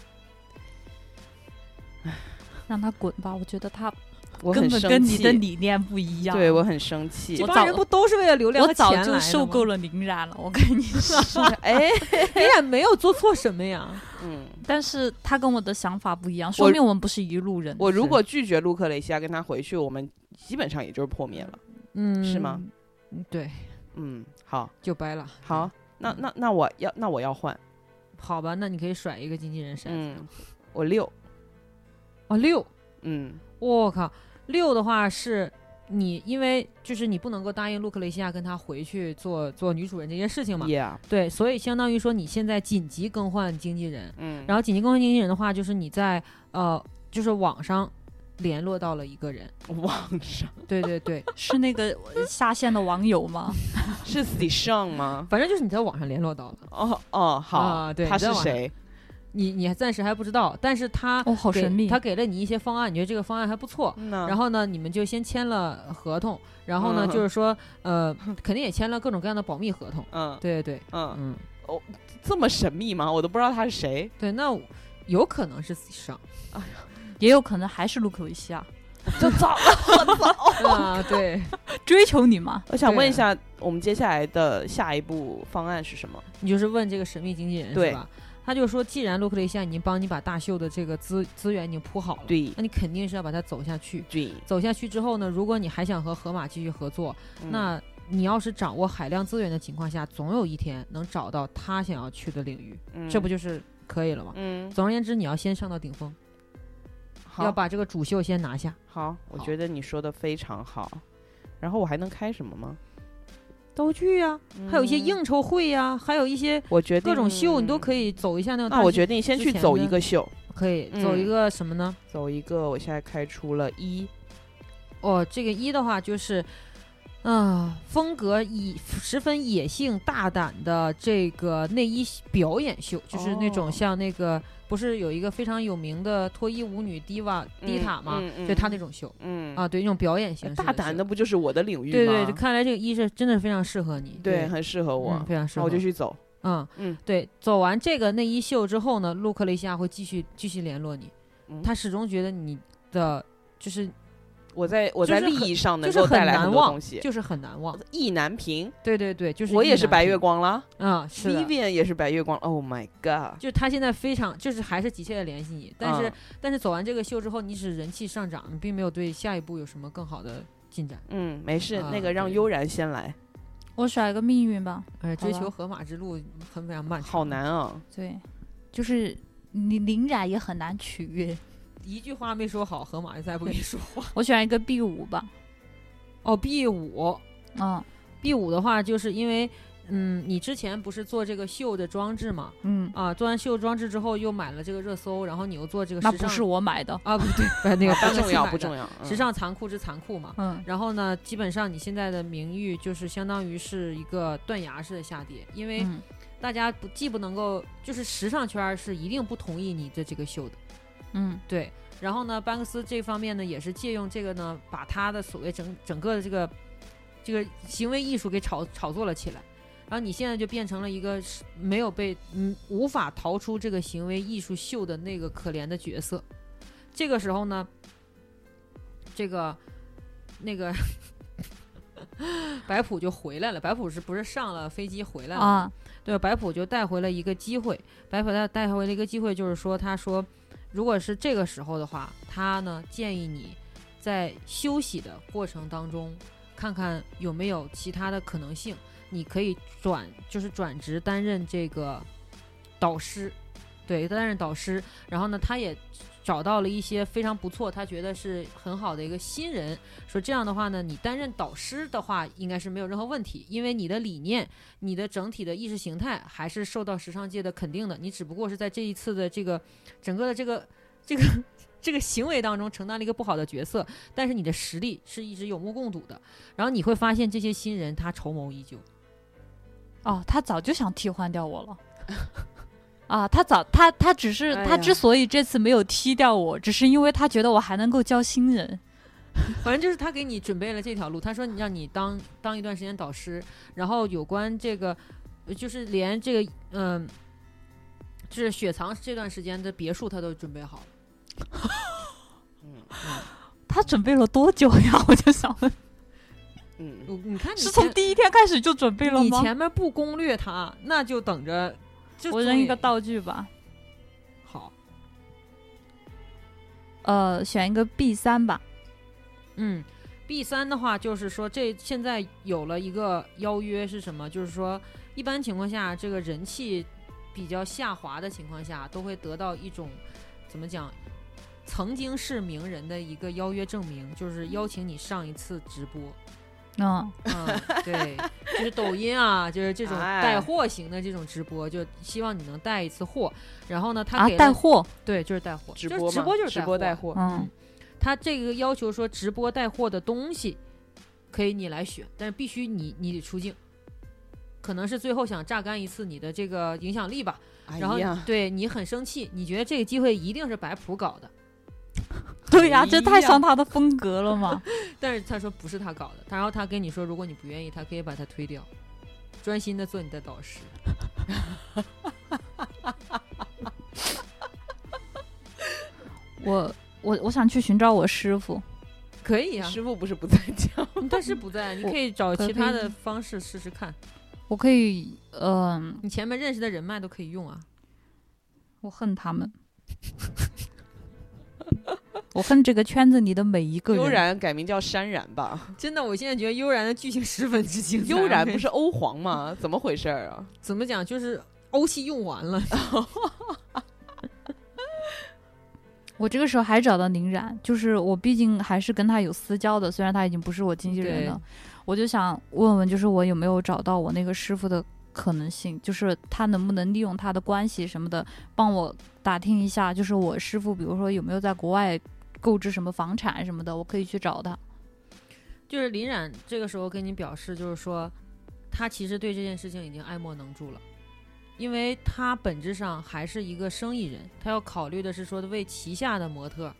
让他滚吧！我觉得他我根很本生跟你气的理念不一样。对我很生气这我。帮早人不都是为了流量我和钱早来的就吗受够， 了林然 了，我跟你说。哎，你也没有做错什么 呀。嗯，但是他跟我的想法不一样，说明我们不是一路人。我如是果拒绝卢克雷西亚跟他回去，我们基本上也就是破灭了。嗯，是吗？对，嗯，好，就掰了。好，那那那我要那我要换，好吧，那你可以甩一个经纪人谁？嗯，我六，哦，六。嗯我靠，六的话是你，因为就是你不能够答应路克雷西亚跟他回去做做女主人这件事情嘛， ，yeah，对，所以相当于说你现在紧急更换经纪人，嗯，然后紧急更换经纪人的话，就是你在呃，就是网上联络到了一个人，后网上对对对，是那个下线的网友 吗？是 s t 上吗？反正就是你在网上联络到了，哦哦，好啊，对他你在是网谁？你你还暂时还不知道，但是他哦，好给神秘。他给了你一些方案，你觉得这个方案还不错，那然后呢，你们就先签了合同，然后呢，嗯就是说，呃，肯定也签了各种各样的保密合同。嗯对对，嗯，嗯，这么神秘吗？我都不知道他是谁。对，那我有可能是死伤也有可能还是卢克维西亚 就早， 啊，对，追求你嘛？啊我想问一下，我们接下来的下一步方案是什么？你就是问这个神秘经纪人对是吧？他就说，既然洛克雷现在已经帮你把大秀的这个资资源已经铺好了，对那你肯定是要把它走下去。对，走下去之后呢，如果你还想和河马继续合作，嗯那你要是掌握海量资源的情况下，总有一天能找到他想要去的领域，这不就就是可以了吗？嗯总而言之，你要先上到顶峰，好要把这个主秀先拿下。好，我好觉得你说的非常好。然后我还能开什么吗？道具呀、还有一些嗯应酬会呀、还有一些我决定各种秀，你都以。可以走一下那种大嗯秀。那我决定先之去前走一的个秀，可以嗯走一个什么呢？走一个。我现在开出了一，哦，这个一的话就是，啊、风格以十分野性大胆的这个内衣表演秀，就是那哦种像那个、不是有一个非常有名的脱衣舞女迪瓦迪塔嘛，嗯嗯就她那嗯种秀、嗯啊，对，那种表演形式大胆秀的。不就是我的领域吗？对对，对看来这个一是真的非常适合你，对对，很适合我嗯，，非常适那合。我就去走。嗯嗯对，走完这个内衣秀之后呢，陆克雷西亚会继续继续联络你，嗯他始终觉得你的就是我在我就在是利很益上能就是够带很来很难多忘东，西，就是很难忘。意难平。对对对，就是我意也是难白平月光啦啊、是的。 ，Vivian 也是白月光。Oh my god！就是他现在非常，就是还是急切的联系你， 但是、嗯但是走完这个秀之后，你只是人气上涨，你并没有对下一步有什么更好的进展。嗯，没事，那啊个让对悠然先来，我甩个命运吧，而哎追好吧求河马之路很非常漫长，好，难啊。对，就是你林然也很难取悦。一句话没说好，河马就再不跟你 说话。我选一个 B 五吧，哦，B 五嗯，B 五的话，就是因为嗯，你之前不是做这个秀的装置嘛？嗯，啊，做完秀装置之后又买了这个热搜，然后你又做这个那时不尚是我买的，啊，不对，不是那个不重要，不要重。要。嗯时尚残酷之残酷嘛，嗯然后呢，基本上你现在的名誉就是相当于是一个断崖式的下跌，因为嗯大家不既不能够，就是时尚圈儿是一定不同意你的这个秀的，嗯对。然后呢，班克斯这方面呢，也是借用这个呢，把他的所谓整整个的这个这个行为艺术给炒炒作了起来。然后你现在就变成了一个是没有被嗯无法逃出这个行为艺术秀的那个可怜的角色。这个时候呢，这个那个 白普就回来了。白普是不是上了飞机回来了吗？啊，对，白普就带回了一个机会，白普带带回了一个机会，就是说，他说，如果是这个时候的话，他呢建议你在休息的过程当中，看看有没有其他的可能性，你可以转，就是转职担任这个导师，对，担任导师，然后呢，他也。找到了一些非常不错，他觉得是很好的一个新人。说这样的话呢，你担任导师的话，应该是没有任何问题，因为你的理念你的整体的意识形态还是受到时尚界的肯定的，你只不过是在这一次的这个整个的这个这个 这个行为当中承担了一个不好的角色，但是你的实力是一直有目共睹的。然后你会发现这些新人他筹谋已久，哦，他早就想替换掉我 了。啊，他早他他只是、哎呀他之所以这次没有踢掉我，只是因为他觉得我还能够教新人。反正就是他给你准备了这条路，他说你让你当当一段时间导师，然后有关这个呃就是连这个嗯。就是雪藏这段时间的别墅，他都准备好了。嗯他准备了多久呀？ 我就想问，嗯，我你看你是前从第一天开始就准备了你吗？前面不攻略他，那就等着。就我终扔一于个道具吧，好，呃，选一个 B 三吧。嗯。B 三的话，就是说这现在有了一个邀约是什么？就是说，一般情况下，这个人气比较下滑的情况下，都会得到一种怎么讲，曾经是名人的一个邀约证明，就是邀请你上一次直播。嗯， 嗯，对，就是抖音啊，就是这种哎带货型的这种直播，就希望你能带一次货。然后呢，他啊，给了带货，对，就是带货，直就是播直嘛播就是直播带带货。货。嗯他这个要求说直播带货的东西可以你来选，但是必须你你得出镜，可能是最后想榨干一次你的这个影响力吧。哎然后、呀，对你很生气，你觉得这个机会一定是白普搞的，对哎呀、这太一样像他的风格了嘛。但是他说不是他搞的，他然后他跟你说，如果你不愿意，他可以把他推掉，专心的做你的导师。我我我想去寻找我师傅，可以啊，师傅不是不在 家，但是不在，你可以找可其可他以的方式试试看，我可以，嗯、你前面认识的人脉都可以用啊。我恨他们，我恨这个圈子里的每一个悠人。然改名叫山然 吧。真的，我现在觉得悠然的剧情十分之 精彩。悠然不是欧皇吗？怎么回事儿啊？怎么讲，就是欧气用完了， 我这个时候还找到宁冉，就是我毕竟还是跟他有私交的，虽然他已经不是我经纪人了对，我就想问问，就是我有没有找到我那个师傅的可能性？就是他能不能利用他的关系什么的，帮我打听一下，就是我师傅，比如说有没有在国外购置什么房产什么的，我可以去找他。就是林冉这个时候跟你表示，就是说，他其实对这件事情已经爱莫能助了，因为他本质上还是一个生意人，他要考虑的是说为旗下的模特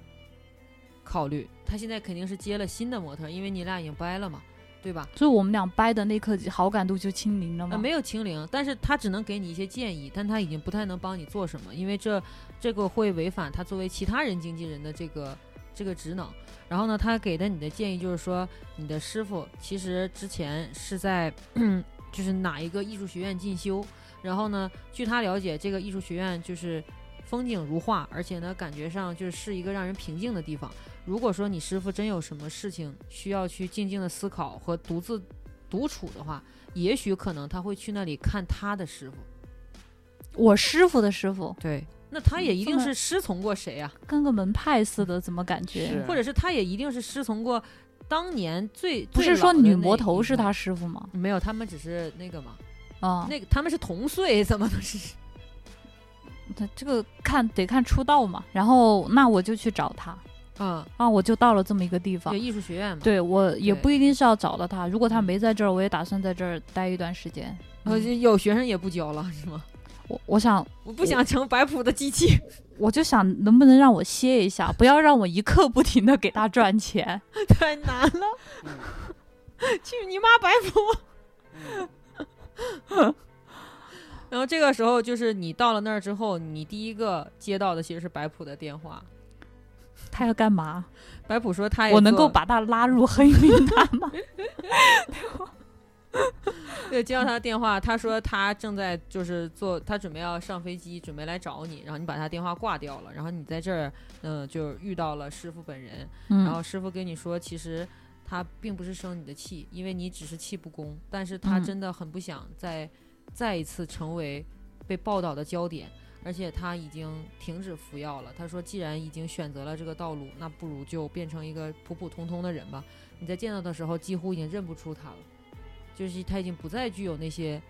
考虑。他现在肯定是接了新的模特，因为你俩已经掰了嘛，对吧？所以我们俩掰的那刻起，好感度就清零了吗？呃，没有清零，但是他只能给你一些建议，但他已经不太能帮你做什么，因为这这个会违反他作为其他人经纪人的这个这个职能。然后呢，他给的你的建议就是说，你的师傅其实之前是在 就是哪一个艺术学院进修，然后呢，据他了解，这个艺术学院就是风景如画，而且呢，感觉上就是是一个让人平静的地方。如果说你师傅真有什么事情需要去静静的思考和独自独处的话，也许可能他会去那里看他的师傅。我师傅的师傅对，那他也一定嗯这么是师从过谁啊？跟个门派似的，怎么感觉？是或者是他也一定是师从过当年最不最是老说的女那魔一头是代他师傅吗？没有，他们只是那个嘛，啊、那个他们是同岁，怎么能是？他这个看得看出道嘛，然后那我就去找他啊、 啊，我就到了这么一个地有方。艺术学院嘛。对我也对不一定是要找到他，如果他没在这儿，我也打算在这儿待一段时间。呃，嗯就有学生也不教了，是吗？我我想，我不想成摆谱的机器，我就想能不能让我歇一下，不要让我一刻不停的给他赚 钱。太难了嗯。去你妈摆谱！嗯 然后这个时候就是你到了那儿之后，你第一个接到的其实是白普的电话。他要干嘛？白普说他也我能做够把他拉入黑 名单吗？对接到他的电话，他说他正在就是坐，他准备要上飞机，准备来找你，然后你把他电话挂掉了，然后你在这儿，嗯、就遇到了师傅本人，然嗯后师傅跟你说，其实他并不是生你的气，因为你只是气不公，但是他嗯真的很不想再、再一次成为被报道的焦点，而且他已经停止服药了。他说，既然已经选择了这个道路，那不如就变成一个普普通通的人吧。你在见到的时候，几乎已经认不出他了，就是他已经不再具有那些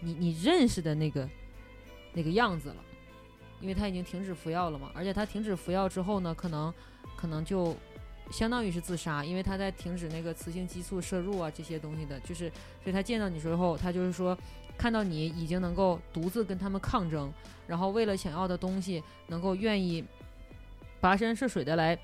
你你认识的那个那个样子了。因为他已经停止服药了嘛，而且他停止服药之后呢，可能可能就相当于是自杀，因为他在停止那个雌性激素摄入啊这些东西的，就是所以他见到你之后，他就是说看到你已经能够独自跟他们抗争，然后为了想要的东西能够愿意跋山涉水的来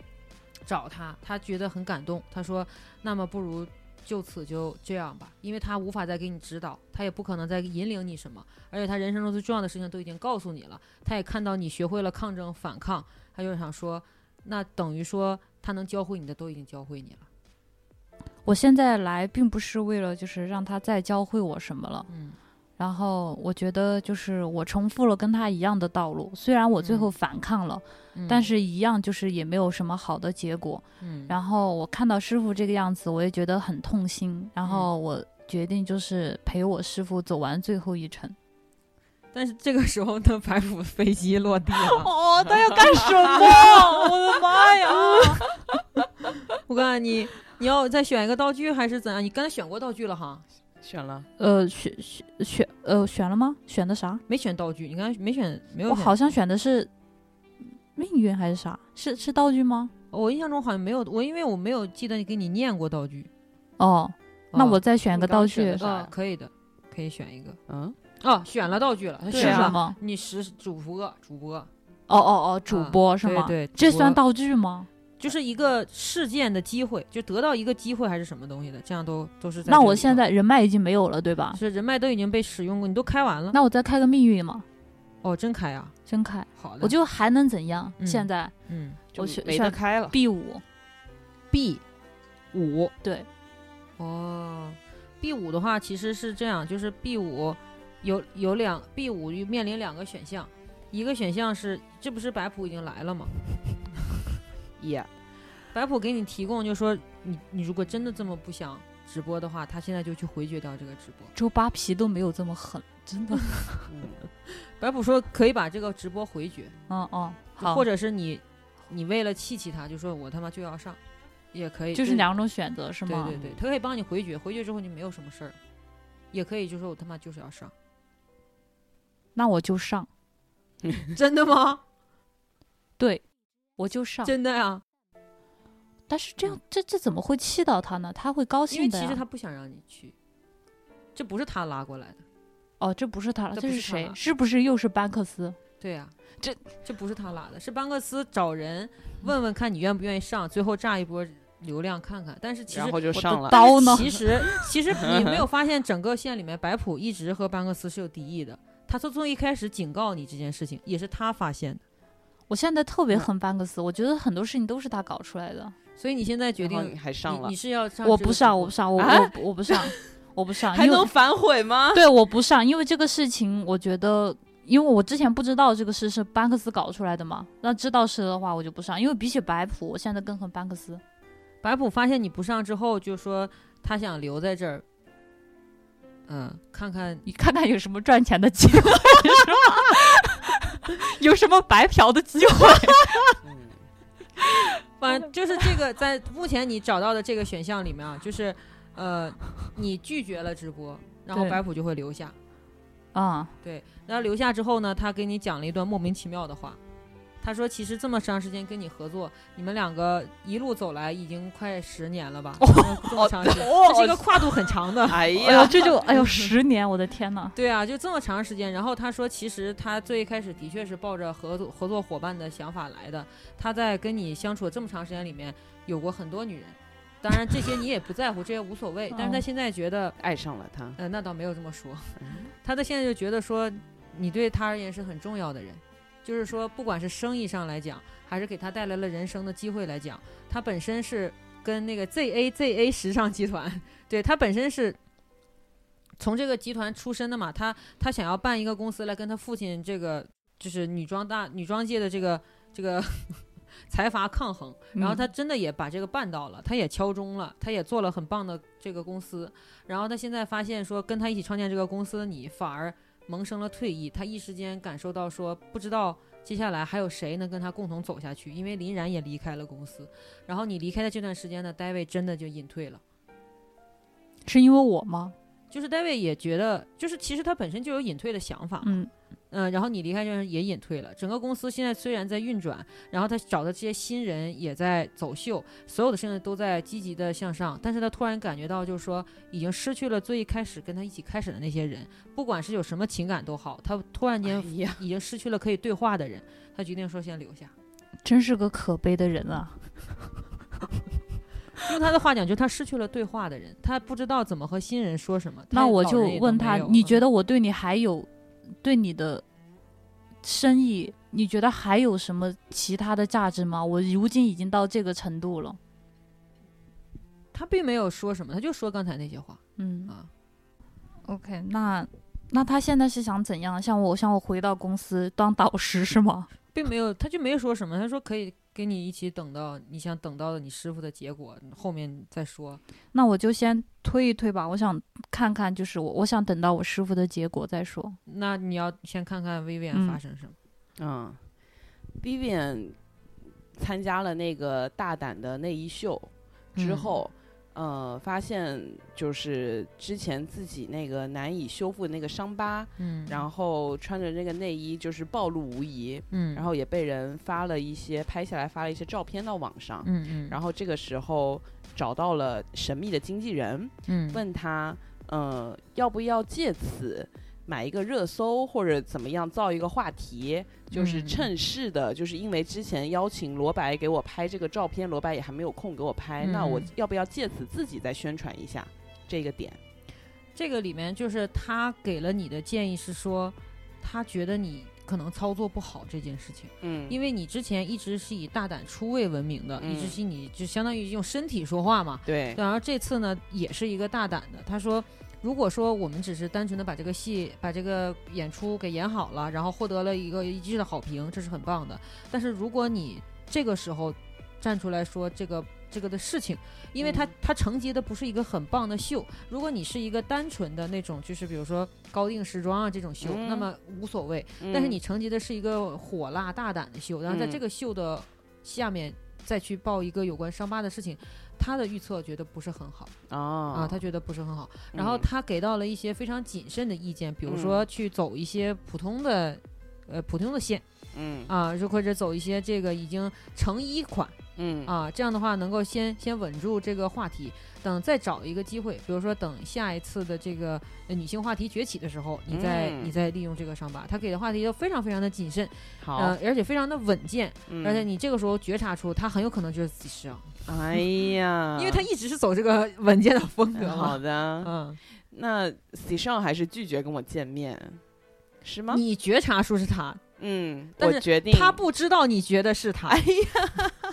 找他，他觉得很感动。他说：“那么不如就此就这样吧，因为他无法再给你指导，他也不可能再引领你什么，而且他人生中最重要的事情都已经告诉你了，他也看到你学会了抗争反抗，他就想说，那等于说他能教会你的都已经教会你了。我现在来并不是为了就是让他再教会我什么了，嗯，然后我觉得就是我重复了跟他一样的道路，虽然我嗯最后反抗了，但是一样就是也没有什么好的结果。嗯，然后我看到师傅这个样子，我也觉得很痛心。嗯然后我决定就是陪我师傅走完最后一程。但是这个时候呢，白虎飞机落 地了。哦，他要干什 么？我的妈呀！我告诉你，你要再选一个道具还是怎样？你刚才选过道具了哈，选了，呃，选选选呃选了吗？选的啥？没选道具，你刚才没选，没有我选好，像选的是命运还是啥？是是道具吗？我印象中好像没有，我因为我没有记得给你念过道具。哦，那哦我再选个你刚道选具的。啥啊，可以的，可以选一个。嗯，哦，选了道具了，他是对选啊什了。么？你实主播，主播哦哦哦，主啊播、是对吗？对，这主算播道具吗？就是一个事件的机会，就得到一个机会还是什么东西的，这样都都是在这里头。那我现在人脉已经没有了，对吧？是人脉都已经被使用过，你都开完了。啊那我再开个命运嘛，哦，真开啊，真开，好的，我就还能怎样？嗯现在嗯就我选没选得开了。 B 五 B 五。对，哦，B 五的话其实是这样，就是 B 五有有两 B 五面临两个选项，一个选项是这不是白普已经来了吗？也白普给你提供就说你你如果真的这么不想直播的话，他现在就去回绝掉这个直播。周扒皮都没有这么狠，真 的。嗯，白普说可以把这个直播回绝，嗯嗯，就好，或者是你你为了气气他，就说我他妈就要上，也可以，就是两种选择是对吗？对对，他可以帮你回绝，回绝之后你没有什么事儿，也可以就说我他妈就是 要上，那我就上，真的吗？对，我就上。 真的呀、但是这样，这这怎么会气到他呢？他会高嗯因为兴的其呀实他不想让你去，这不是他拉过来的，哦，这不是他了，这这不是是他谁？了是不是又是班克斯？对呀、这这不是他拉的，是班克斯找人问问看你愿不愿意上，最后炸一波流量看看。但是其实然后就的上了。刀呢？呃其 实其实你没有发现整个线里面，白普一直和班克斯是有敌意的。他从从一开始警告你这件事情，也是他发现的。我现在特嗯别恨班克斯，我觉得很多事情都是他搞出来的。所以你现在决然定后你还上了你，你，是要上我这个不直上，播我不上，我啊我不我不上，我不 上，还因为能反悔吗？对，我不上，因为这个事情，我觉得，因为我之前不知道这个事是班克斯搞出来的嘛，那知道是的话，我就不上，因为比起白普，我现在更恨班克斯。白普发现你不上之后，就说他想留在这儿，嗯，看看你看看有什么赚钱 的机会是吗？ 有什么白嫖的机会？嗯反正就是这个，在目前你找到的这个选项里面啊，就是，呃，你拒绝了直播，然后对白普就会留下。啊、对，然后留下之后呢，他给你讲了一段莫名其妙的话。他说：“其实这么长时间跟你合作，你们两个一路走来已经快十年了吧？这么长时间，这是一个跨度很长的。哎哎呦，呀，这就哎呦，十年，我的天呐！对啊，就这么长时间。然后他说，其实他最开始的确是抱着合作合作伙伴的想法来的。他在跟你相处这么长时间里面，有过很多女人，当然这些你也不在乎，这些无所谓。但是他哦现在觉得，爱上了他。呃，那倒没有这么说。嗯 他的现在就觉得说，你对他而言是很重要的人，就是说，不管是生意上来讲，还是给他带来了人生的机会来讲，他本身是跟那个 ZA ZA 时尚集团，对他本身是从这个集团出身的嘛，他他想要办一个公司来跟他父亲这个就是女装大女装界的这个这个 财阀抗衡，然后他真的也把这个办到了，他也敲钟了，他也做了很棒的这个公司。然后他现在发现说，跟他一起创建这个公司的你反而萌生了退意，他一时间感受到说，不知道接下来还有谁能跟他共同走下去，因为林然也离开了公司。然后你离开的这段时间呢，戴维真的就隐退了。 是因为我吗？就是戴维也觉得，就是其实他本身就有隐退的想法，嗯，嗯，然后你离开这儿也隐退了。整个公司现在虽然在运转，然后他找的这些新人也在走秀，所有的事情都在积极的向上。但是他突然感觉到，就是说已经失去了最一开始跟他一起开始的那些人，不管是有什么情感都好，他突然间哎呀，已经失去了可以对话的人。他决定说先留下，真是个可悲的人啊！用他的话讲，就是他失去了对话的人，他不知道怎么和新人说什么。他那我老就人也都问没他，有你嗯觉得我对你还有对你的生意，你觉得还有什么其他的价值吗？我如今已经到这个程度了。他并没有说什么，他就说刚才那些话嗯啊。 ，OK，那那他现在是想怎样？像我，像我回到公司当导师是吗？并没有，他就没说什么，他说可以跟你一起等到你想等到的你师傅的结果，后面再说。那我就先推一推吧，我想看看，就是我我想等到我师傅的结果再说。那你要先看嗯看 Vivian 发生什么。嗯，Vivian 参加了那个大胆的内衣秀之嗯后，呃，发现就是之前自己那个难以修复那个伤疤，嗯然后穿着那个内衣就是暴露无遗，嗯，然后也被人发了一些拍下来发了一些照片到网上，嗯嗯，然后这个时候找到了神秘的经纪人，嗯问他，呃，要不要借此买一个热搜或者怎么样造一个话题，就是嗯趁势的，就是因为之前邀请罗白给我拍这个照片，罗白也还没有空给我拍，那我嗯要不要借此自己再宣传一下这个点？这个里面就是他给了你的建议是说，他觉得你可能操作不好这件事情，嗯，因为为你之前一直是以大胆出位闻名的，一嗯直是你就相当于用身体说话嘛。对，然后这次呢，也是一个大胆的，他说。如果说我们只是单纯的把这个戏、把这个演出给演好了，然后获得了一个一致的好评，这是很棒的。但是如果你这个时候站出来说这个这个的事情，因为它嗯它承接的不是一个很棒的秀。如果你是一个单纯的那种，就是比如说高定时装啊这种秀，嗯那么无所谓。但是你承接的是一个火辣大胆的秀，嗯然后在这个秀的下面再去报一个有关伤疤的事情，他的预测觉得不是很好啊啊，啊他觉得不是很好。然后他给到了一些非常谨慎的意见，比如嗯说去走一些普通的。呃，普通的线嗯啊，就或者走一些这个已经成衣款嗯啊，这样的话能够先先稳住这个话题，等再找一个机会，比如说等下一次的这个呃女性话题崛起的时候，你再、嗯你再利用这个伤疤。他给的话题都非常非常的谨慎，好，呃，而且非常的稳健，嗯而且你这个时候觉察出他很有可能就是自己是啊，哎呀， 因为他一直是走这个稳健的风格好嘛。的，嗯，那 C 上还是拒绝跟我见面，是吗？嗯你觉察出是他，嗯，但我是决定他不知道你觉得是他。哎呀，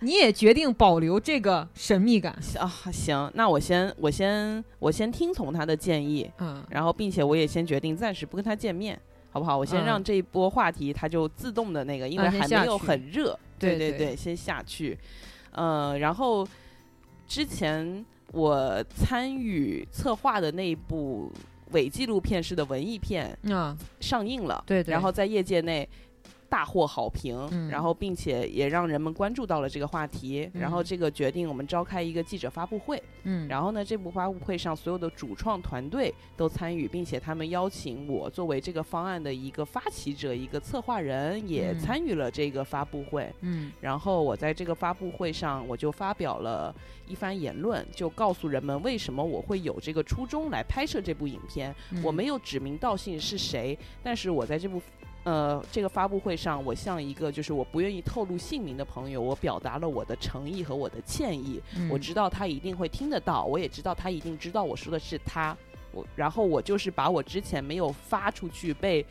你也决定保留这个神秘感。啊，行，那我先我先我先听从他的建议，嗯，然后并且我也先决定暂时不跟他见面，好不好？我先嗯让这一波话题它就自动的那个，因啊为先还下没有去很热，对对对先下去。呃，然后之前我参与策划的那一部伪纪录片式的文艺片啊，上映了，对对然后在业界内。大获好评，嗯然后并且也让人们关注到了这个话题，然后嗯这个决定我们召开一个记者发布会，嗯，然后呢，这部发布会上所有的主创团队都参与，并且他们邀请我作为这个方案的一个发起者、一个策划人，也嗯参与了这个发布会。嗯然后我在这个发布会上，我就发表了一番言论，就告诉人们为什么我会有这个初衷来拍摄这部影片。嗯我没有指名道姓是谁，但是我在这部。呃，这个发布会上，我向一个就是我不愿意透露姓名的朋友，我表达了我的诚意和我的歉意。嗯我知道他一定会听得到，我也知道他一定知道我说的是他。我然后我就是把我之前没有发出去被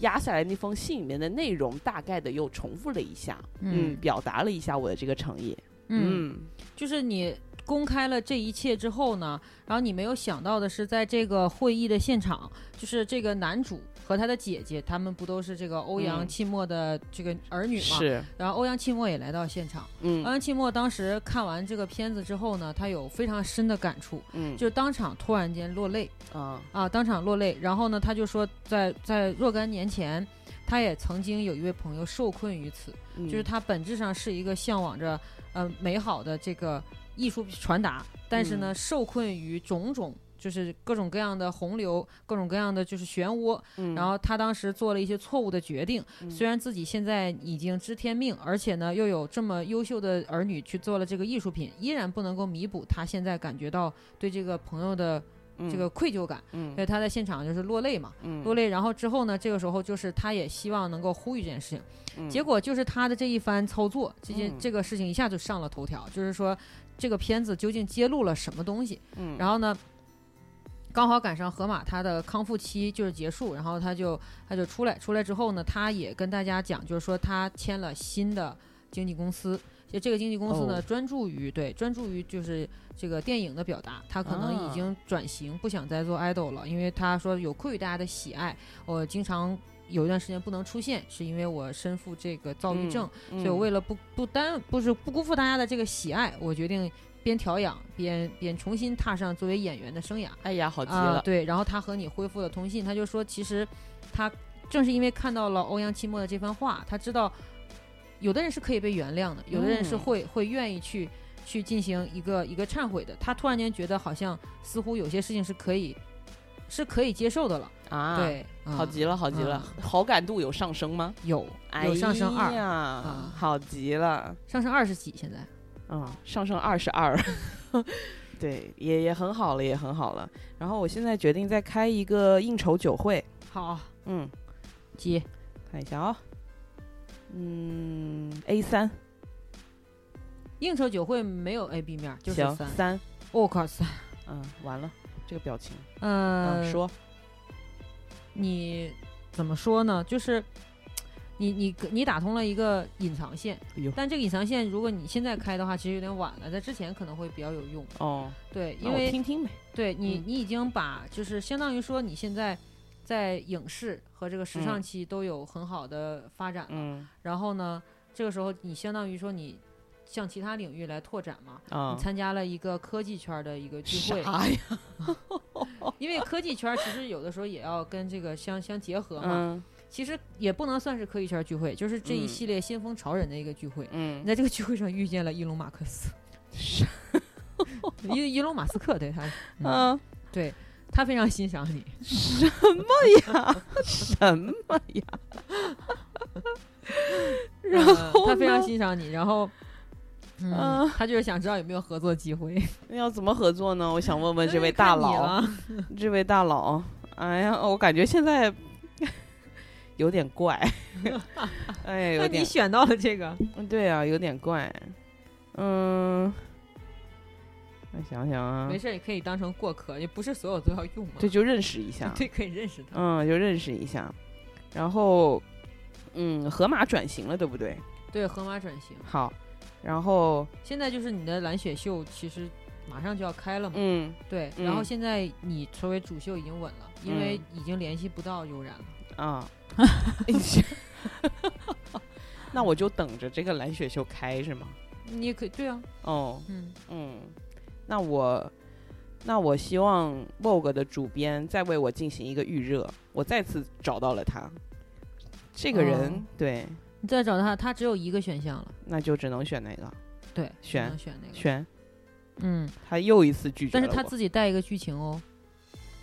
压下来那封信里面的内容，大概的又重复了一下，嗯，嗯表达了一下我的这个诚意。嗯就是你公开了这一切之后呢，然后你没有想到的是，在这个会议的现场，就是这个男主和他的姐姐，他们不都是这个欧阳嗯沁墨的这个儿女嘛？呃是，然后欧阳沁墨也来到现场。欧嗯阳沁墨当时看完这个片子之后呢，他有非常深的感触，嗯，就是当场突然间落泪啊，啊，当场落泪。然后呢，他就说在，在若干年前，他也曾经有一位朋友受困于此。就是嗯它本质上是一个向往着呃美好的这个艺术传达，但是呢，嗯受困于种种。就是各种各样的洪流，各种各样的就是漩涡，嗯然后他当时做了一些错误的决定，嗯虽然自己现在已经知天命，而且呢又有这么优秀的儿女去做了这个艺术品，依然不能够弥补他现在感觉到对这个朋友的这个愧疚感，嗯所以他在现场就是落泪嘛，嗯落泪。然后之后呢，这个时候就是他也希望能够呼吁这件事情，嗯结果就是他的这一番操作，这件、嗯这个事情一下就上了头条，就是说这个片子究竟揭露了什么东西。嗯然后呢，刚好赶上河马他的康复期就是结束，然后他就他就出来，出来之后呢，他也跟大家讲，就是说他签了新的经纪公司。就这个经纪公司呢，哦专注于对专注于就是这个电影的表达，他可能啊已经转型，不想再做 idol 了，因为他说有愧于大家的喜爱。我经常有一段时间不能出现，是因为我身负这个躁嗯郁症，所以我为了不不耽不是不辜负大家的这个喜爱，我决定边调养边边重新踏上作为演员的生涯。哎呀，好极啊、了，对，然后他和你恢复了通信，他就说，其实他正是因为看到了欧阳沁墨的这番话，他知道有的人是可以被原谅的，有的人是嗯会、会愿意去去进行一个一个忏悔的。他突然间觉得，好像似乎有些事情是可以是可以接受的了。啊，，对，好嗯极了，好极了，好感度有上升吗？有有上升哎二、啊呀，好极了。上升二十几现在。啊，上升二十二， 对，也也很好了，也很好了。然后我现在决定再开一个应酬酒会，好，嗯，接看一下啊、嗯，A 三，应酬酒会没有 A B 面，就是行，三。三，我靠三，嗯，完了，这个表情，呃，嗯，说，你怎么说呢？就是你你你打通了一个隐藏线哎呦，但这个隐藏线如果你现在开的话，其实有点晚了，在之前可能会比较有用。哦，对，那因我为听听呗。对你嗯你已经把就是相当于说你现在在影视和这个时尚嗯期都有很好的发展了，嗯然后呢，这个时候你相当于说你向其他领域来拓展嘛，啊你，参加了一个科技圈儿的一个聚会，啥呀？ 因为科技圈儿其实有的时候也要跟这个相相结合嘛，嗯其实也不能算是科技圈儿聚会，就是这一嗯系列新风潮人的一个聚会。你嗯，在这个聚会上遇见了伊隆马克思，是伊伊隆马斯克对他，嗯啊，对他非常欣赏你，什么呀？什么 呀？然呃后他非常呢欣赏你，然后，嗯，嗯他就是想知道有没有合作机会。那要怎么合作呢？我想问问 但这是位大看你佬，了，这位大佬，哎呀，我感觉现在 有点 怪，哎，有那你点，选到了这个，对啊，有点怪，嗯，我想想啊没，事儿，也可以当成过客，也不是所有都要用嘛。对，就认识一下， 对，可以认识他。啊嗯，就认识一下，然后，嗯，河马转型了，对不对？对，河马转型，好，然后，现在就是你的蓝雪秀，其实马上就要开了嘛。嗯对，然后嗯现在你成为主秀已经稳了，因为已经联系不到悠然了。啊， 那我就等着这个蓝雪秀开是吗？你也可以，对啊，哦，嗯，嗯，那我那我希望 Vogue 的主编再为我进行一个预热。我再次找到了他，这个人、哦对，你再找他，他只有一个选项了，那就只能选哪个？对，只选能选那个，选嗯，他又一次拒绝但了是我。他自己带一个剧情哦，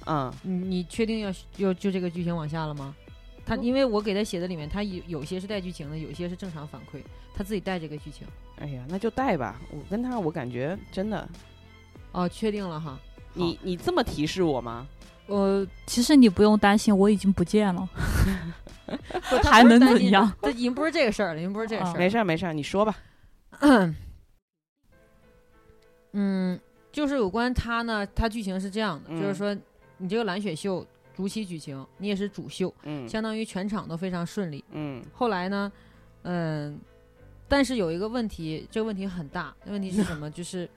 嗯你你确定要要就这个剧情往下了吗？他嗯因为我给他写的里面，他有有些是带剧情的，有些是正常反馈，他自己带这个剧情。哎呀，那就带吧。我跟他，我感觉真的，哦，确定了哈。你你这么提示我吗？呃，其实你不用担心，我已经不见了，不 他不还是能担怎心样？这已经不是这个事儿了，已经不是这个啊事儿了。没事儿没事儿，你说吧。 嗯，就是有关他呢，他剧情是这样的，就是嗯说你这个蓝雪秀如期举行，你也是主秀，嗯相当于全场都非常顺利。嗯后来呢，嗯，但是有一个问题，这个问题很大，问题是什么？就是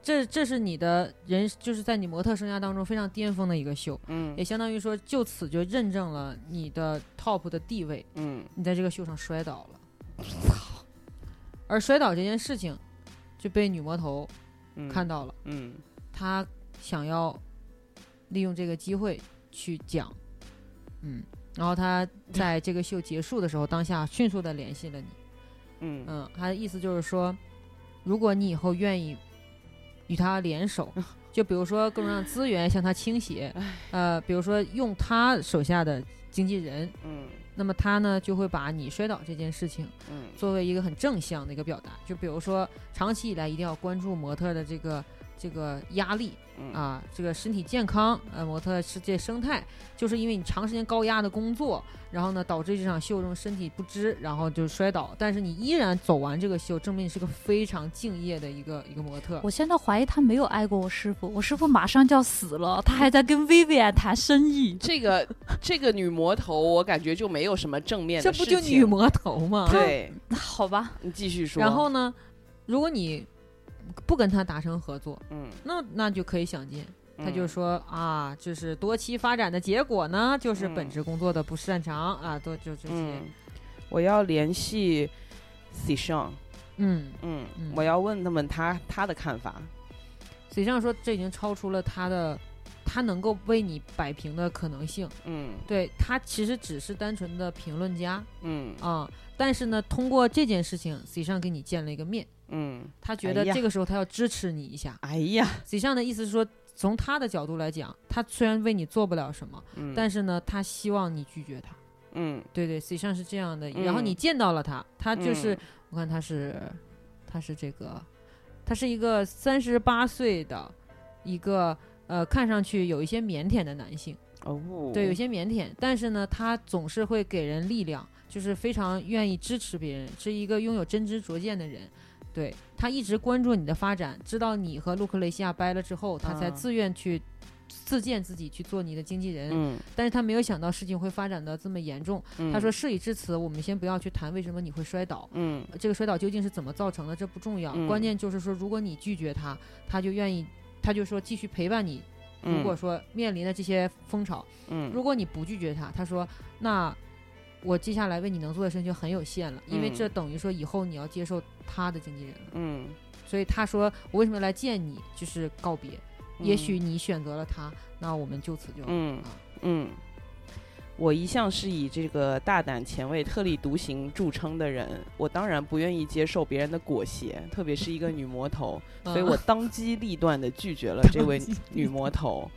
这这是你的人，就是在你模特生涯当中非常巅峰的一个秀，也嗯相当于说就此就认证了你的 top 的地位。嗯你在这个秀上摔倒了，而摔倒这件事情就被女魔头嗯，看到了，嗯她想要利用这个机会去讲，嗯，然后她在这个秀结束的时候，当下迅速的联系了你，嗯嗯嗯，她的意思就是说，如果你以后愿意与她联手。就比如说各种各样的资源向她倾斜，呃，比如说用她手下的经纪人，嗯那么她呢就会把你摔倒这件事情嗯作为一个很正向的一个表达。就比如说，长期以来一定要关注模特的这个这个压力嗯，啊，这个身体健康，呃，模特世界生态，就是因为你长时间高压的工作，然后呢导致这场秀中身体不支，然后就摔倒，但是你依然走完这个秀，证明你是个非常敬业的一个一个模特。我现在怀疑他没有爱过我师傅，我师傅马上就要死了，他还在跟 Vivian 谈生意。 这个这个女魔头，我感觉就没有什么正面这的不事情。就女魔头吗？对，好吧，你继续说。然后呢，如果你不跟他达成合作，嗯，那那就可以想见，嗯，他就说啊，就是多期发展的结果呢，就是本嗯职工作的不擅长啊，都就这些，嗯，我要联系 C 上，嗯，嗯，嗯我要问他们他他的看法。嘴上说这已经超出了他的，他能够为你摆平的可能性，嗯对他其实只是单纯的评论家嗯啊，但是呢，通过这件事情，嘴上跟你见了一个面，嗯，他觉哎得呀这个时候他要支持你一下，哎呀，嘴上的意思是说。从他的角度来讲，他虽然为你做不了什么，嗯但是呢，他希望你拒绝他。嗯对对，实际上是这样的。然后嗯你见到了他，他就是、嗯我看他是他是这个，他是一个三十八岁的一个呃，看上去有一些腼腆的男性，哦，对，有些腼腆，但是呢，他总是会给人力量，就是非常愿意支持别人，是一个拥有真知灼见的人。对他一直关注你的发展，知道你和洛克雷西亚掰了之后，他才嗯自愿去自荐自己去做你的经纪人，嗯，但是他没有想到事情会发展的这么严重。嗯他说，事已至此，我们先不要去谈为什么你会摔倒，嗯这个摔倒究竟是怎么造成的，这不重要，嗯关键就是说，如果你拒绝他，他就愿意，他就说继续陪伴你。嗯，如果说面临的这些风潮，嗯，如果你不拒绝他，他说那我接下来为你能做的事情就很有限了，因为这嗯等于说以后你要接受他的经纪人了。嗯，所以他说我为什么来见你，就是告别。嗯也许你选择了他，那我们就此就嗯嗯，我一向是以这个大胆、前卫、特立独行著称的人，我当然不愿意接受别人的裹挟，特别是一个女魔头，呃所以我当机立断的拒绝了这位女魔头，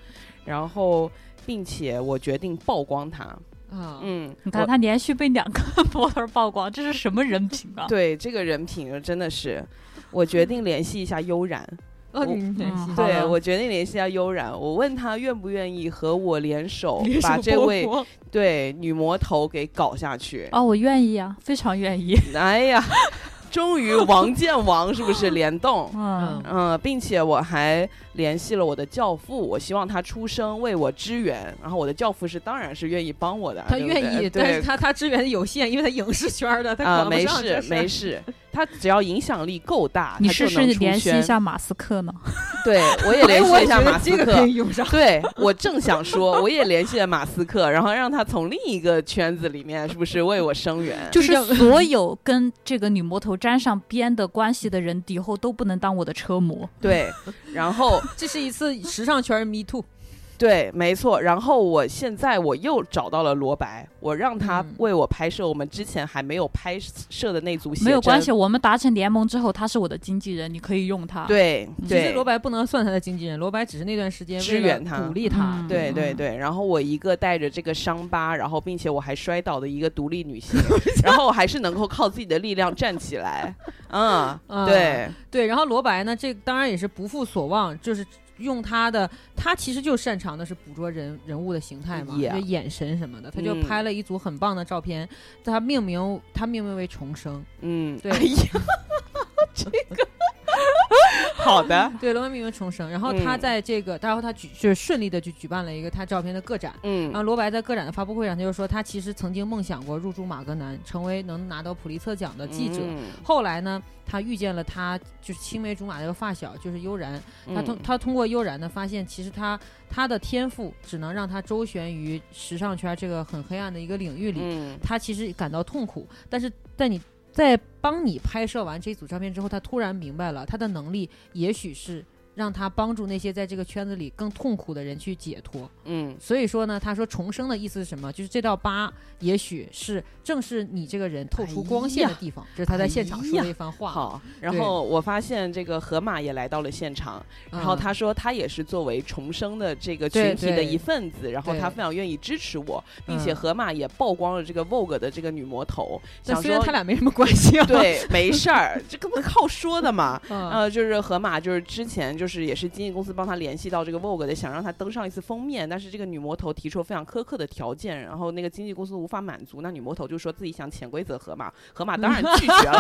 然后。并且我决定曝光她。啊，嗯，你看我他连续被两个 模特曝光，这是什么人品啊？对这个人品真的是，我决定联系一下悠然。哦，我你联嗯系好对了我决定联系一下悠然，我问他愿不愿意和我联手把这位对女魔头给搞下去。哦，我愿意啊，非常愿意。哎呀，终于王见王是不是联动？嗯嗯嗯，并且我还联系了我的教父，我希望他出声为我支援。然后我的教父是当然是愿意帮我的，啊他对不愿对意，但是他他支援有限，因为他影视圈的，他啊、管不没上这事事儿没事，他只要影响力够 大，你他试就试能出联系圈一下马斯克 呢？对，我也联系哎了一下 我也觉得马斯这克。个可以 用上。对我正想说，我也联系了马斯克，然后让他从另一个圈子里面，是不是为我声援？就是这样是所有跟这个女魔头沾上边的关系的人，以后都不能当我的车模。对，然后这是一次时尚圈 me too，对，没错，然后我现在我又找到了罗白，我让他嗯为我拍摄我们之前还没有拍摄的那组写真。没有关系，，我们达成联盟之后，他是我的经纪人，你可以用他。，对其实对罗白不能算他的经纪人，罗白只是那段时间支为了援他鼓励他嗯，对对嗯对，然后我一个带着这个伤疤，然后并且我还摔倒的一个独立女性，然后我还是能够靠自己的力量站起来，嗯，啊对，对。然后罗白呢，这当然也是不负所望，就是。用他的，他其实就擅长的是捕捉人人物的形态嘛 Yeah 就眼神什么的，他就嗯拍了一组很棒的照片，他命名他命名为重生，嗯，对哎呀，这个好的，对，罗白命名为重生，然后嗯他在这个，然后他举就是顺利的就举办了一个他照片的个展，嗯然后罗白在个展的发布会上，他就说他其实曾经梦想过入驻马格南，成为能拿到普利策奖的记者。嗯后来呢，他遇见了他就是青梅竹马的一个发小，就是悠然。他通嗯他通过悠然呢，发现其实他他的天赋只能让他周旋于时尚圈这个很黑暗的一个领域里。嗯他其实感到痛苦，但是在你在帮你拍摄完这组照片之后，他突然明白了他的能力也许是让他帮助那些在这个圈子里更痛苦的人去解脱。嗯所以说呢，他说重生的意思是什么？就是这道疤，也许是正是你这个人透出光哎线的地方。这是他在现场说的一番话。好，然对后我发现这个河马也来到了现场，嗯，然后他说他也是作为重生的这个对群体的对一份子，然后他对非常愿意支持我，并且嗯河马也曝光了这个 Vogue 的这个女魔头，但想虽然说他俩没什么关系啊。，对没事儿，这个不靠说的嘛。嗯，呃，就是河马，就是之前就是也是经纪公司帮他联系到这个 Vogue 的，想让他登上一次封面，但是这个女魔头提出了非常苛刻的条件，然后那个经纪公司无法满足，那女魔头就说自己想潜规则河马，河马当然拒绝 了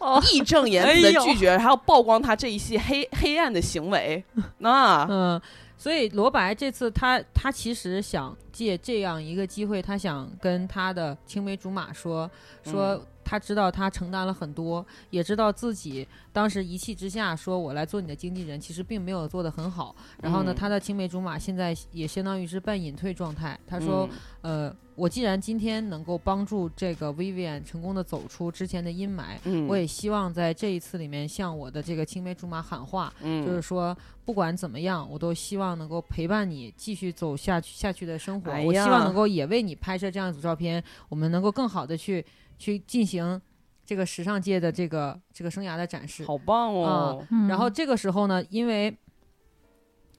哦，义正言辞哎的呦拒绝，还要曝光他这一系黑黑暗的行为，啊那嗯，所以罗白这次他他其实想借这样一个机会，他想跟他的青梅竹马说说嗯，他知道他承担了很多，也知道自己当时一气之下说我来做你的经纪人，其实并没有做得很好。然后呢，嗯他的青梅竹马现在也相当于是半隐退状态。他说，嗯呃，我既然今天能够帮助这个 Vivian 成功的走出之前的阴霾。嗯，我也希望在这一次里面向我的这个青梅竹马喊话，嗯就是说，不管怎么样，我都希望能够陪伴你继续走下去下去的生活。哎我希呀望能够也为你拍摄这样一组照片，我们能够更好的去去进行这个时尚界的这个这个生涯的展示。好棒哦，嗯然后这个时候呢，因为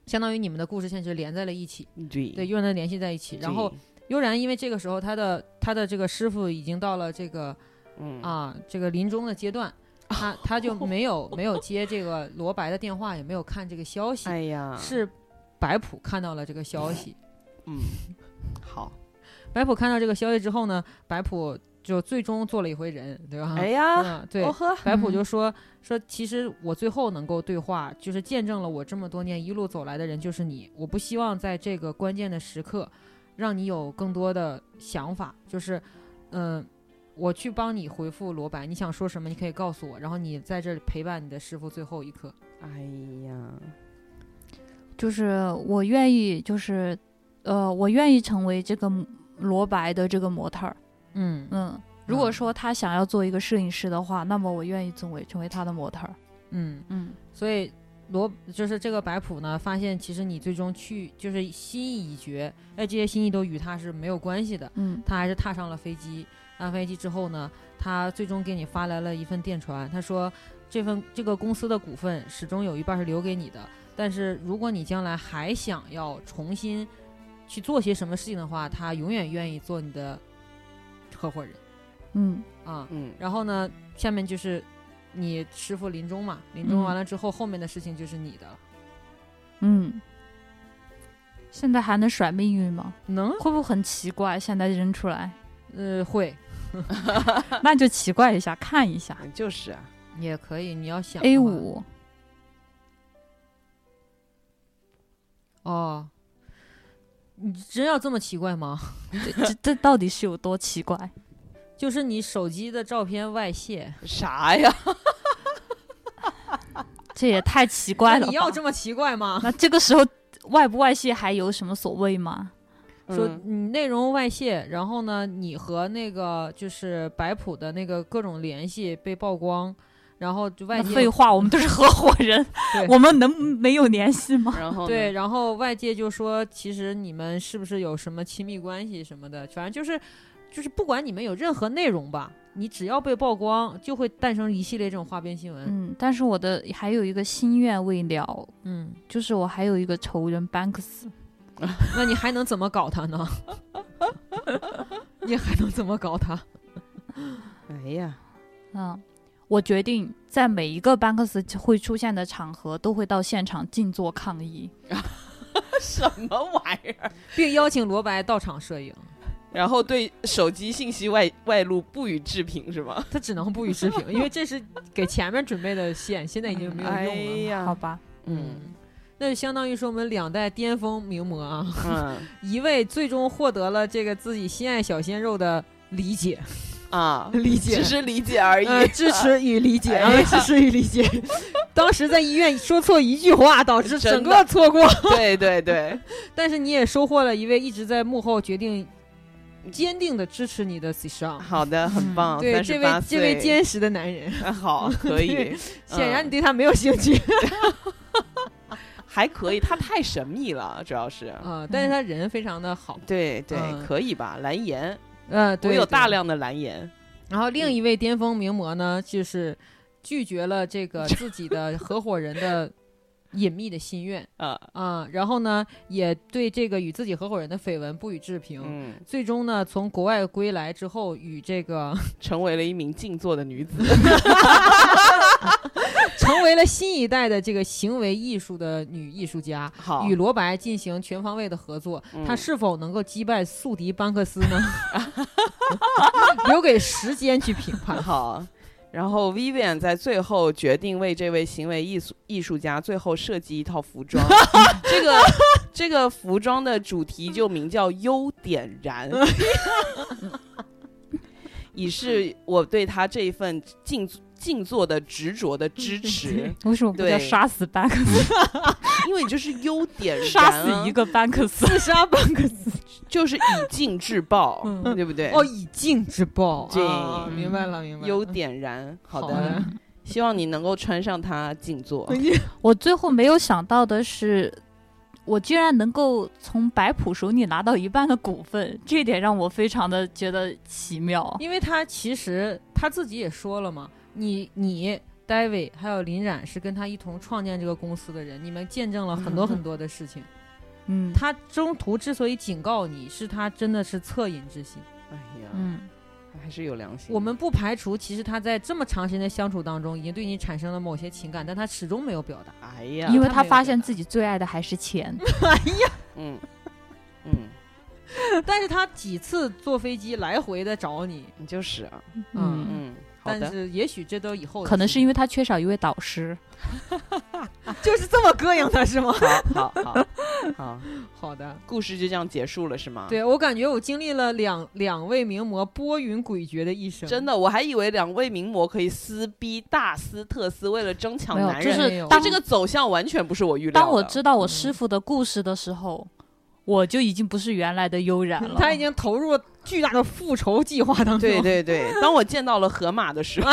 相当于你们的故事线是连在了一起，对对，，悠然地联系在一起。然后嗯对悠然因为这个时候他的他的这个师傅已经到了这个嗯哦啊这个临终的阶段。他他 就没有没有接这个罗白的电话，也没有看这个消息，哎呀，是白普看到了这个消息。嗯，好，白普看到这个消息之后呢，白普就最终做了一回人，对吧？哎呀，嗯，对哦，呵，白普嗯就说说，其实我最后能够对话，就是见证了我这么多年一路走来的人就是你。我不希望在这个关键的时刻，让你有更多的想法，就是，嗯、我去帮你回复罗白，你想说什么，你可以告诉我，然后你在这里陪伴你的师傅最后一刻。哎呀，就是我愿意，就是呃，我愿意成为这个罗白的这个模特儿。嗯嗯，如果嗯说他想要做一个摄影师的话，那么我愿意成为成为他的模特儿。嗯，嗯，所以罗就是这个白普呢，发现其实你最终去就是心意已决，哎，这些心意都与他是没有关系的。嗯他还是踏上了飞机。上飞机之后呢，他最终给你发来了一份电传，他说这份这个公司的股份始终有一半是留给你的，但是如果你将来还想要重新去做些什么事情的话，他永远愿意做你的合伙人嗯啊。嗯，然后呢，下面就是你师傅临终嘛，临终嗯完了之后，后面的事情就是你的了。嗯，现在还能甩命运吗？能， 会不会很奇怪？现在扔出来，呃，会那就奇怪一下，看一下。 就是啊，也可以，你要想 A 的话五，哦，你真要这么奇怪吗？ 这这这到底是有多奇怪？就是你手机的照片 外泄，啥呀？这也太奇怪那了。你要这么奇怪吗？那这个时候外不外泄还有什么所谓吗？说嗯你内容外泄，然后呢，你和那个就是白普的那个各种联系被曝光，然后就外那界废话，我们都是合伙人对，我们能没有联系吗？然后呢对，，然后外界就说，其实你们是不是有什么亲密关系什么的？反正就是，就是不管你们有任何内容吧，你只要被曝光，就会诞生一系列这种花边新闻。嗯，但是我的还有一个心愿未了，嗯，就是我还有一个仇人班克斯。那你还能怎么搞他呢？ 你还能怎么搞他？哎呀，嗯，我决定在每一个班克斯会出现的场合，都会到现场静坐抗议。什么玩意儿？并邀请罗白到场摄影，然后对手机信息外外露不予置评是吗？他只能不予置评，因为这是给前面准备的线，现在已经没有哎用了。好呀，吧，嗯，那就相当于是我们两代巅峰名模啊，嗯一位最终获得了这个自己心爱小鲜肉的理解、啊， 理只是理解而已呃，支持与理解，哎哎呀支持与理 解。当时在医院说错一句话，导致真整个错过。 对对对，但是你也收获了一位一直在幕后决定、坚定的支持你的 C 上。好的，很棒，嗯对哦三这十位八这岁，位坚实的男人，啊 好，可 以对，显然嗯你对他没有兴趣。还可以，他太神秘了，主要是。啊、但是他人非常的好，对对，嗯可以吧？蓝颜，嗯、对，我有大对。量的蓝颜，然后另一位巅峰名模呢，就是拒绝了这个自己的合伙人的隐秘的心愿 啊，啊、然后呢，也对这个与自己合伙人的绯闻不予置评。嗯，最终呢，从国外归来之后，与这个 成为了一名静坐的女子。成为了新一代的这个行为艺术的女艺术家，好，与罗白进行全方位的合作，嗯她是否能够击败宿敌班克斯呢？ 留给时间去评判。好。然后 Vivian 在最后决定为这位行为艺术艺术家最后设计一套服装， 这个这个服装的主题就名叫“优点 燃”，以示我对他这一份静静坐的执着的支持。嗯 为什么不叫对杀死班克 斯？因为你就是优点燃、啊，杀死一个班克斯，自杀班克斯。就是以静制暴，嗯对不对？哦，以静制暴，对啊明白了，明白了。优点燃，好好的的，希望你能够穿上它静坐。我最后没有想到的是，我居然能够从白普手里拿到一半的股份，这一点让我非常的觉得奇妙。因为他其实他自己也说了嘛，你你。David 还有林冉是跟他一同创建这个公司的人，你们见证了很多很多的事情。嗯他中途之所以警告你，是他真的是恻隐之心。哎呀，嗯还是有良心。我们不排除其实他在这么长时间的相处当中，已经对你产生了某些情感，但他始终没有表 达。哎呀，因为他他啊没有发表现达自己最爱的还是钱。嗯嗯嗯，但是他几次坐飞机来回的找你，你就是啊，嗯嗯，嗯，好但的，是也许这都以后的可能事是因为他缺少一位导师。就是这么膈应他是吗？ 好 好好好，好的，故事就这样结束了是吗？，啊对我感觉我经历了两两位名模波云诡谲的一生，真的的，我还以为两位名模可以撕逼大撕特撕，为了争抢没有，男就人，没是有嗯当这个走向完全不是我预料的。当我知道我师傅的故事的时候，我就已经不是原来的悠然了。 他已经投入巨大的复仇计划当中。对 对对，当我见到了河马的哎时候，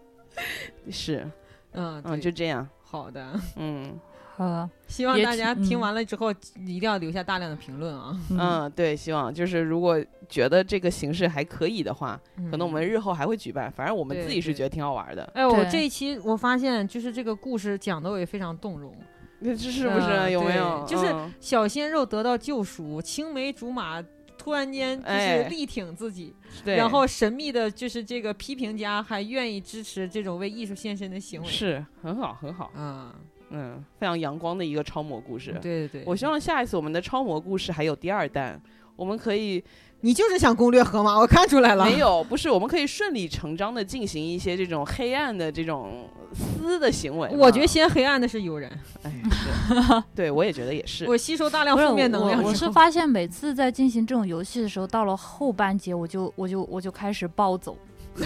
是，嗯嗯，就对这样，好的。嗯呃，希望也大挺家听嗯完了之后，一定要留下大量的评论啊。嗯，嗯，对，希望就是如果觉得这个形式还可以的话，可能我嗯们日后还会举办，反正我们对自己是对觉得挺好玩的，嗯哎，我对这一期我发现，就是这个故事讲的我也非常动容。那这是不是嗯有没对有？就是嗯小鲜肉得到救赎，青梅竹马突然间就是哎力挺自己，对，然后神秘的就是这个批评家还愿意支持这种为艺术献身的行为。是很好很好，啊，嗯，非常阳光的一个超模故事。嗯对对对，我希望下一次我们的超模故事还有第二弹，我们可以你就是想攻略河马，我看出来了。没有，不是，我们可以顺理成章的进行一些这种黑暗的这种撕的行 为嘛。我觉得先黑暗的是友人，哎， 是对我也觉得也是。我吸收大量不是负我面能量之后。我 是发现每次在进行这种游戏的时候，到了后半节，我就我就我就开始暴走，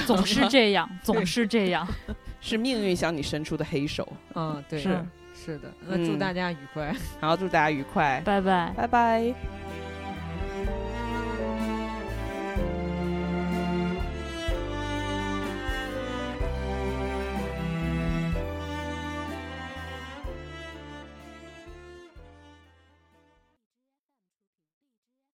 总是这 样，总是这样。是命运向你伸出的黑手。嗯，对，是是的。那祝嗯大家愉快。然后祝大家愉快，拜拜。拜拜。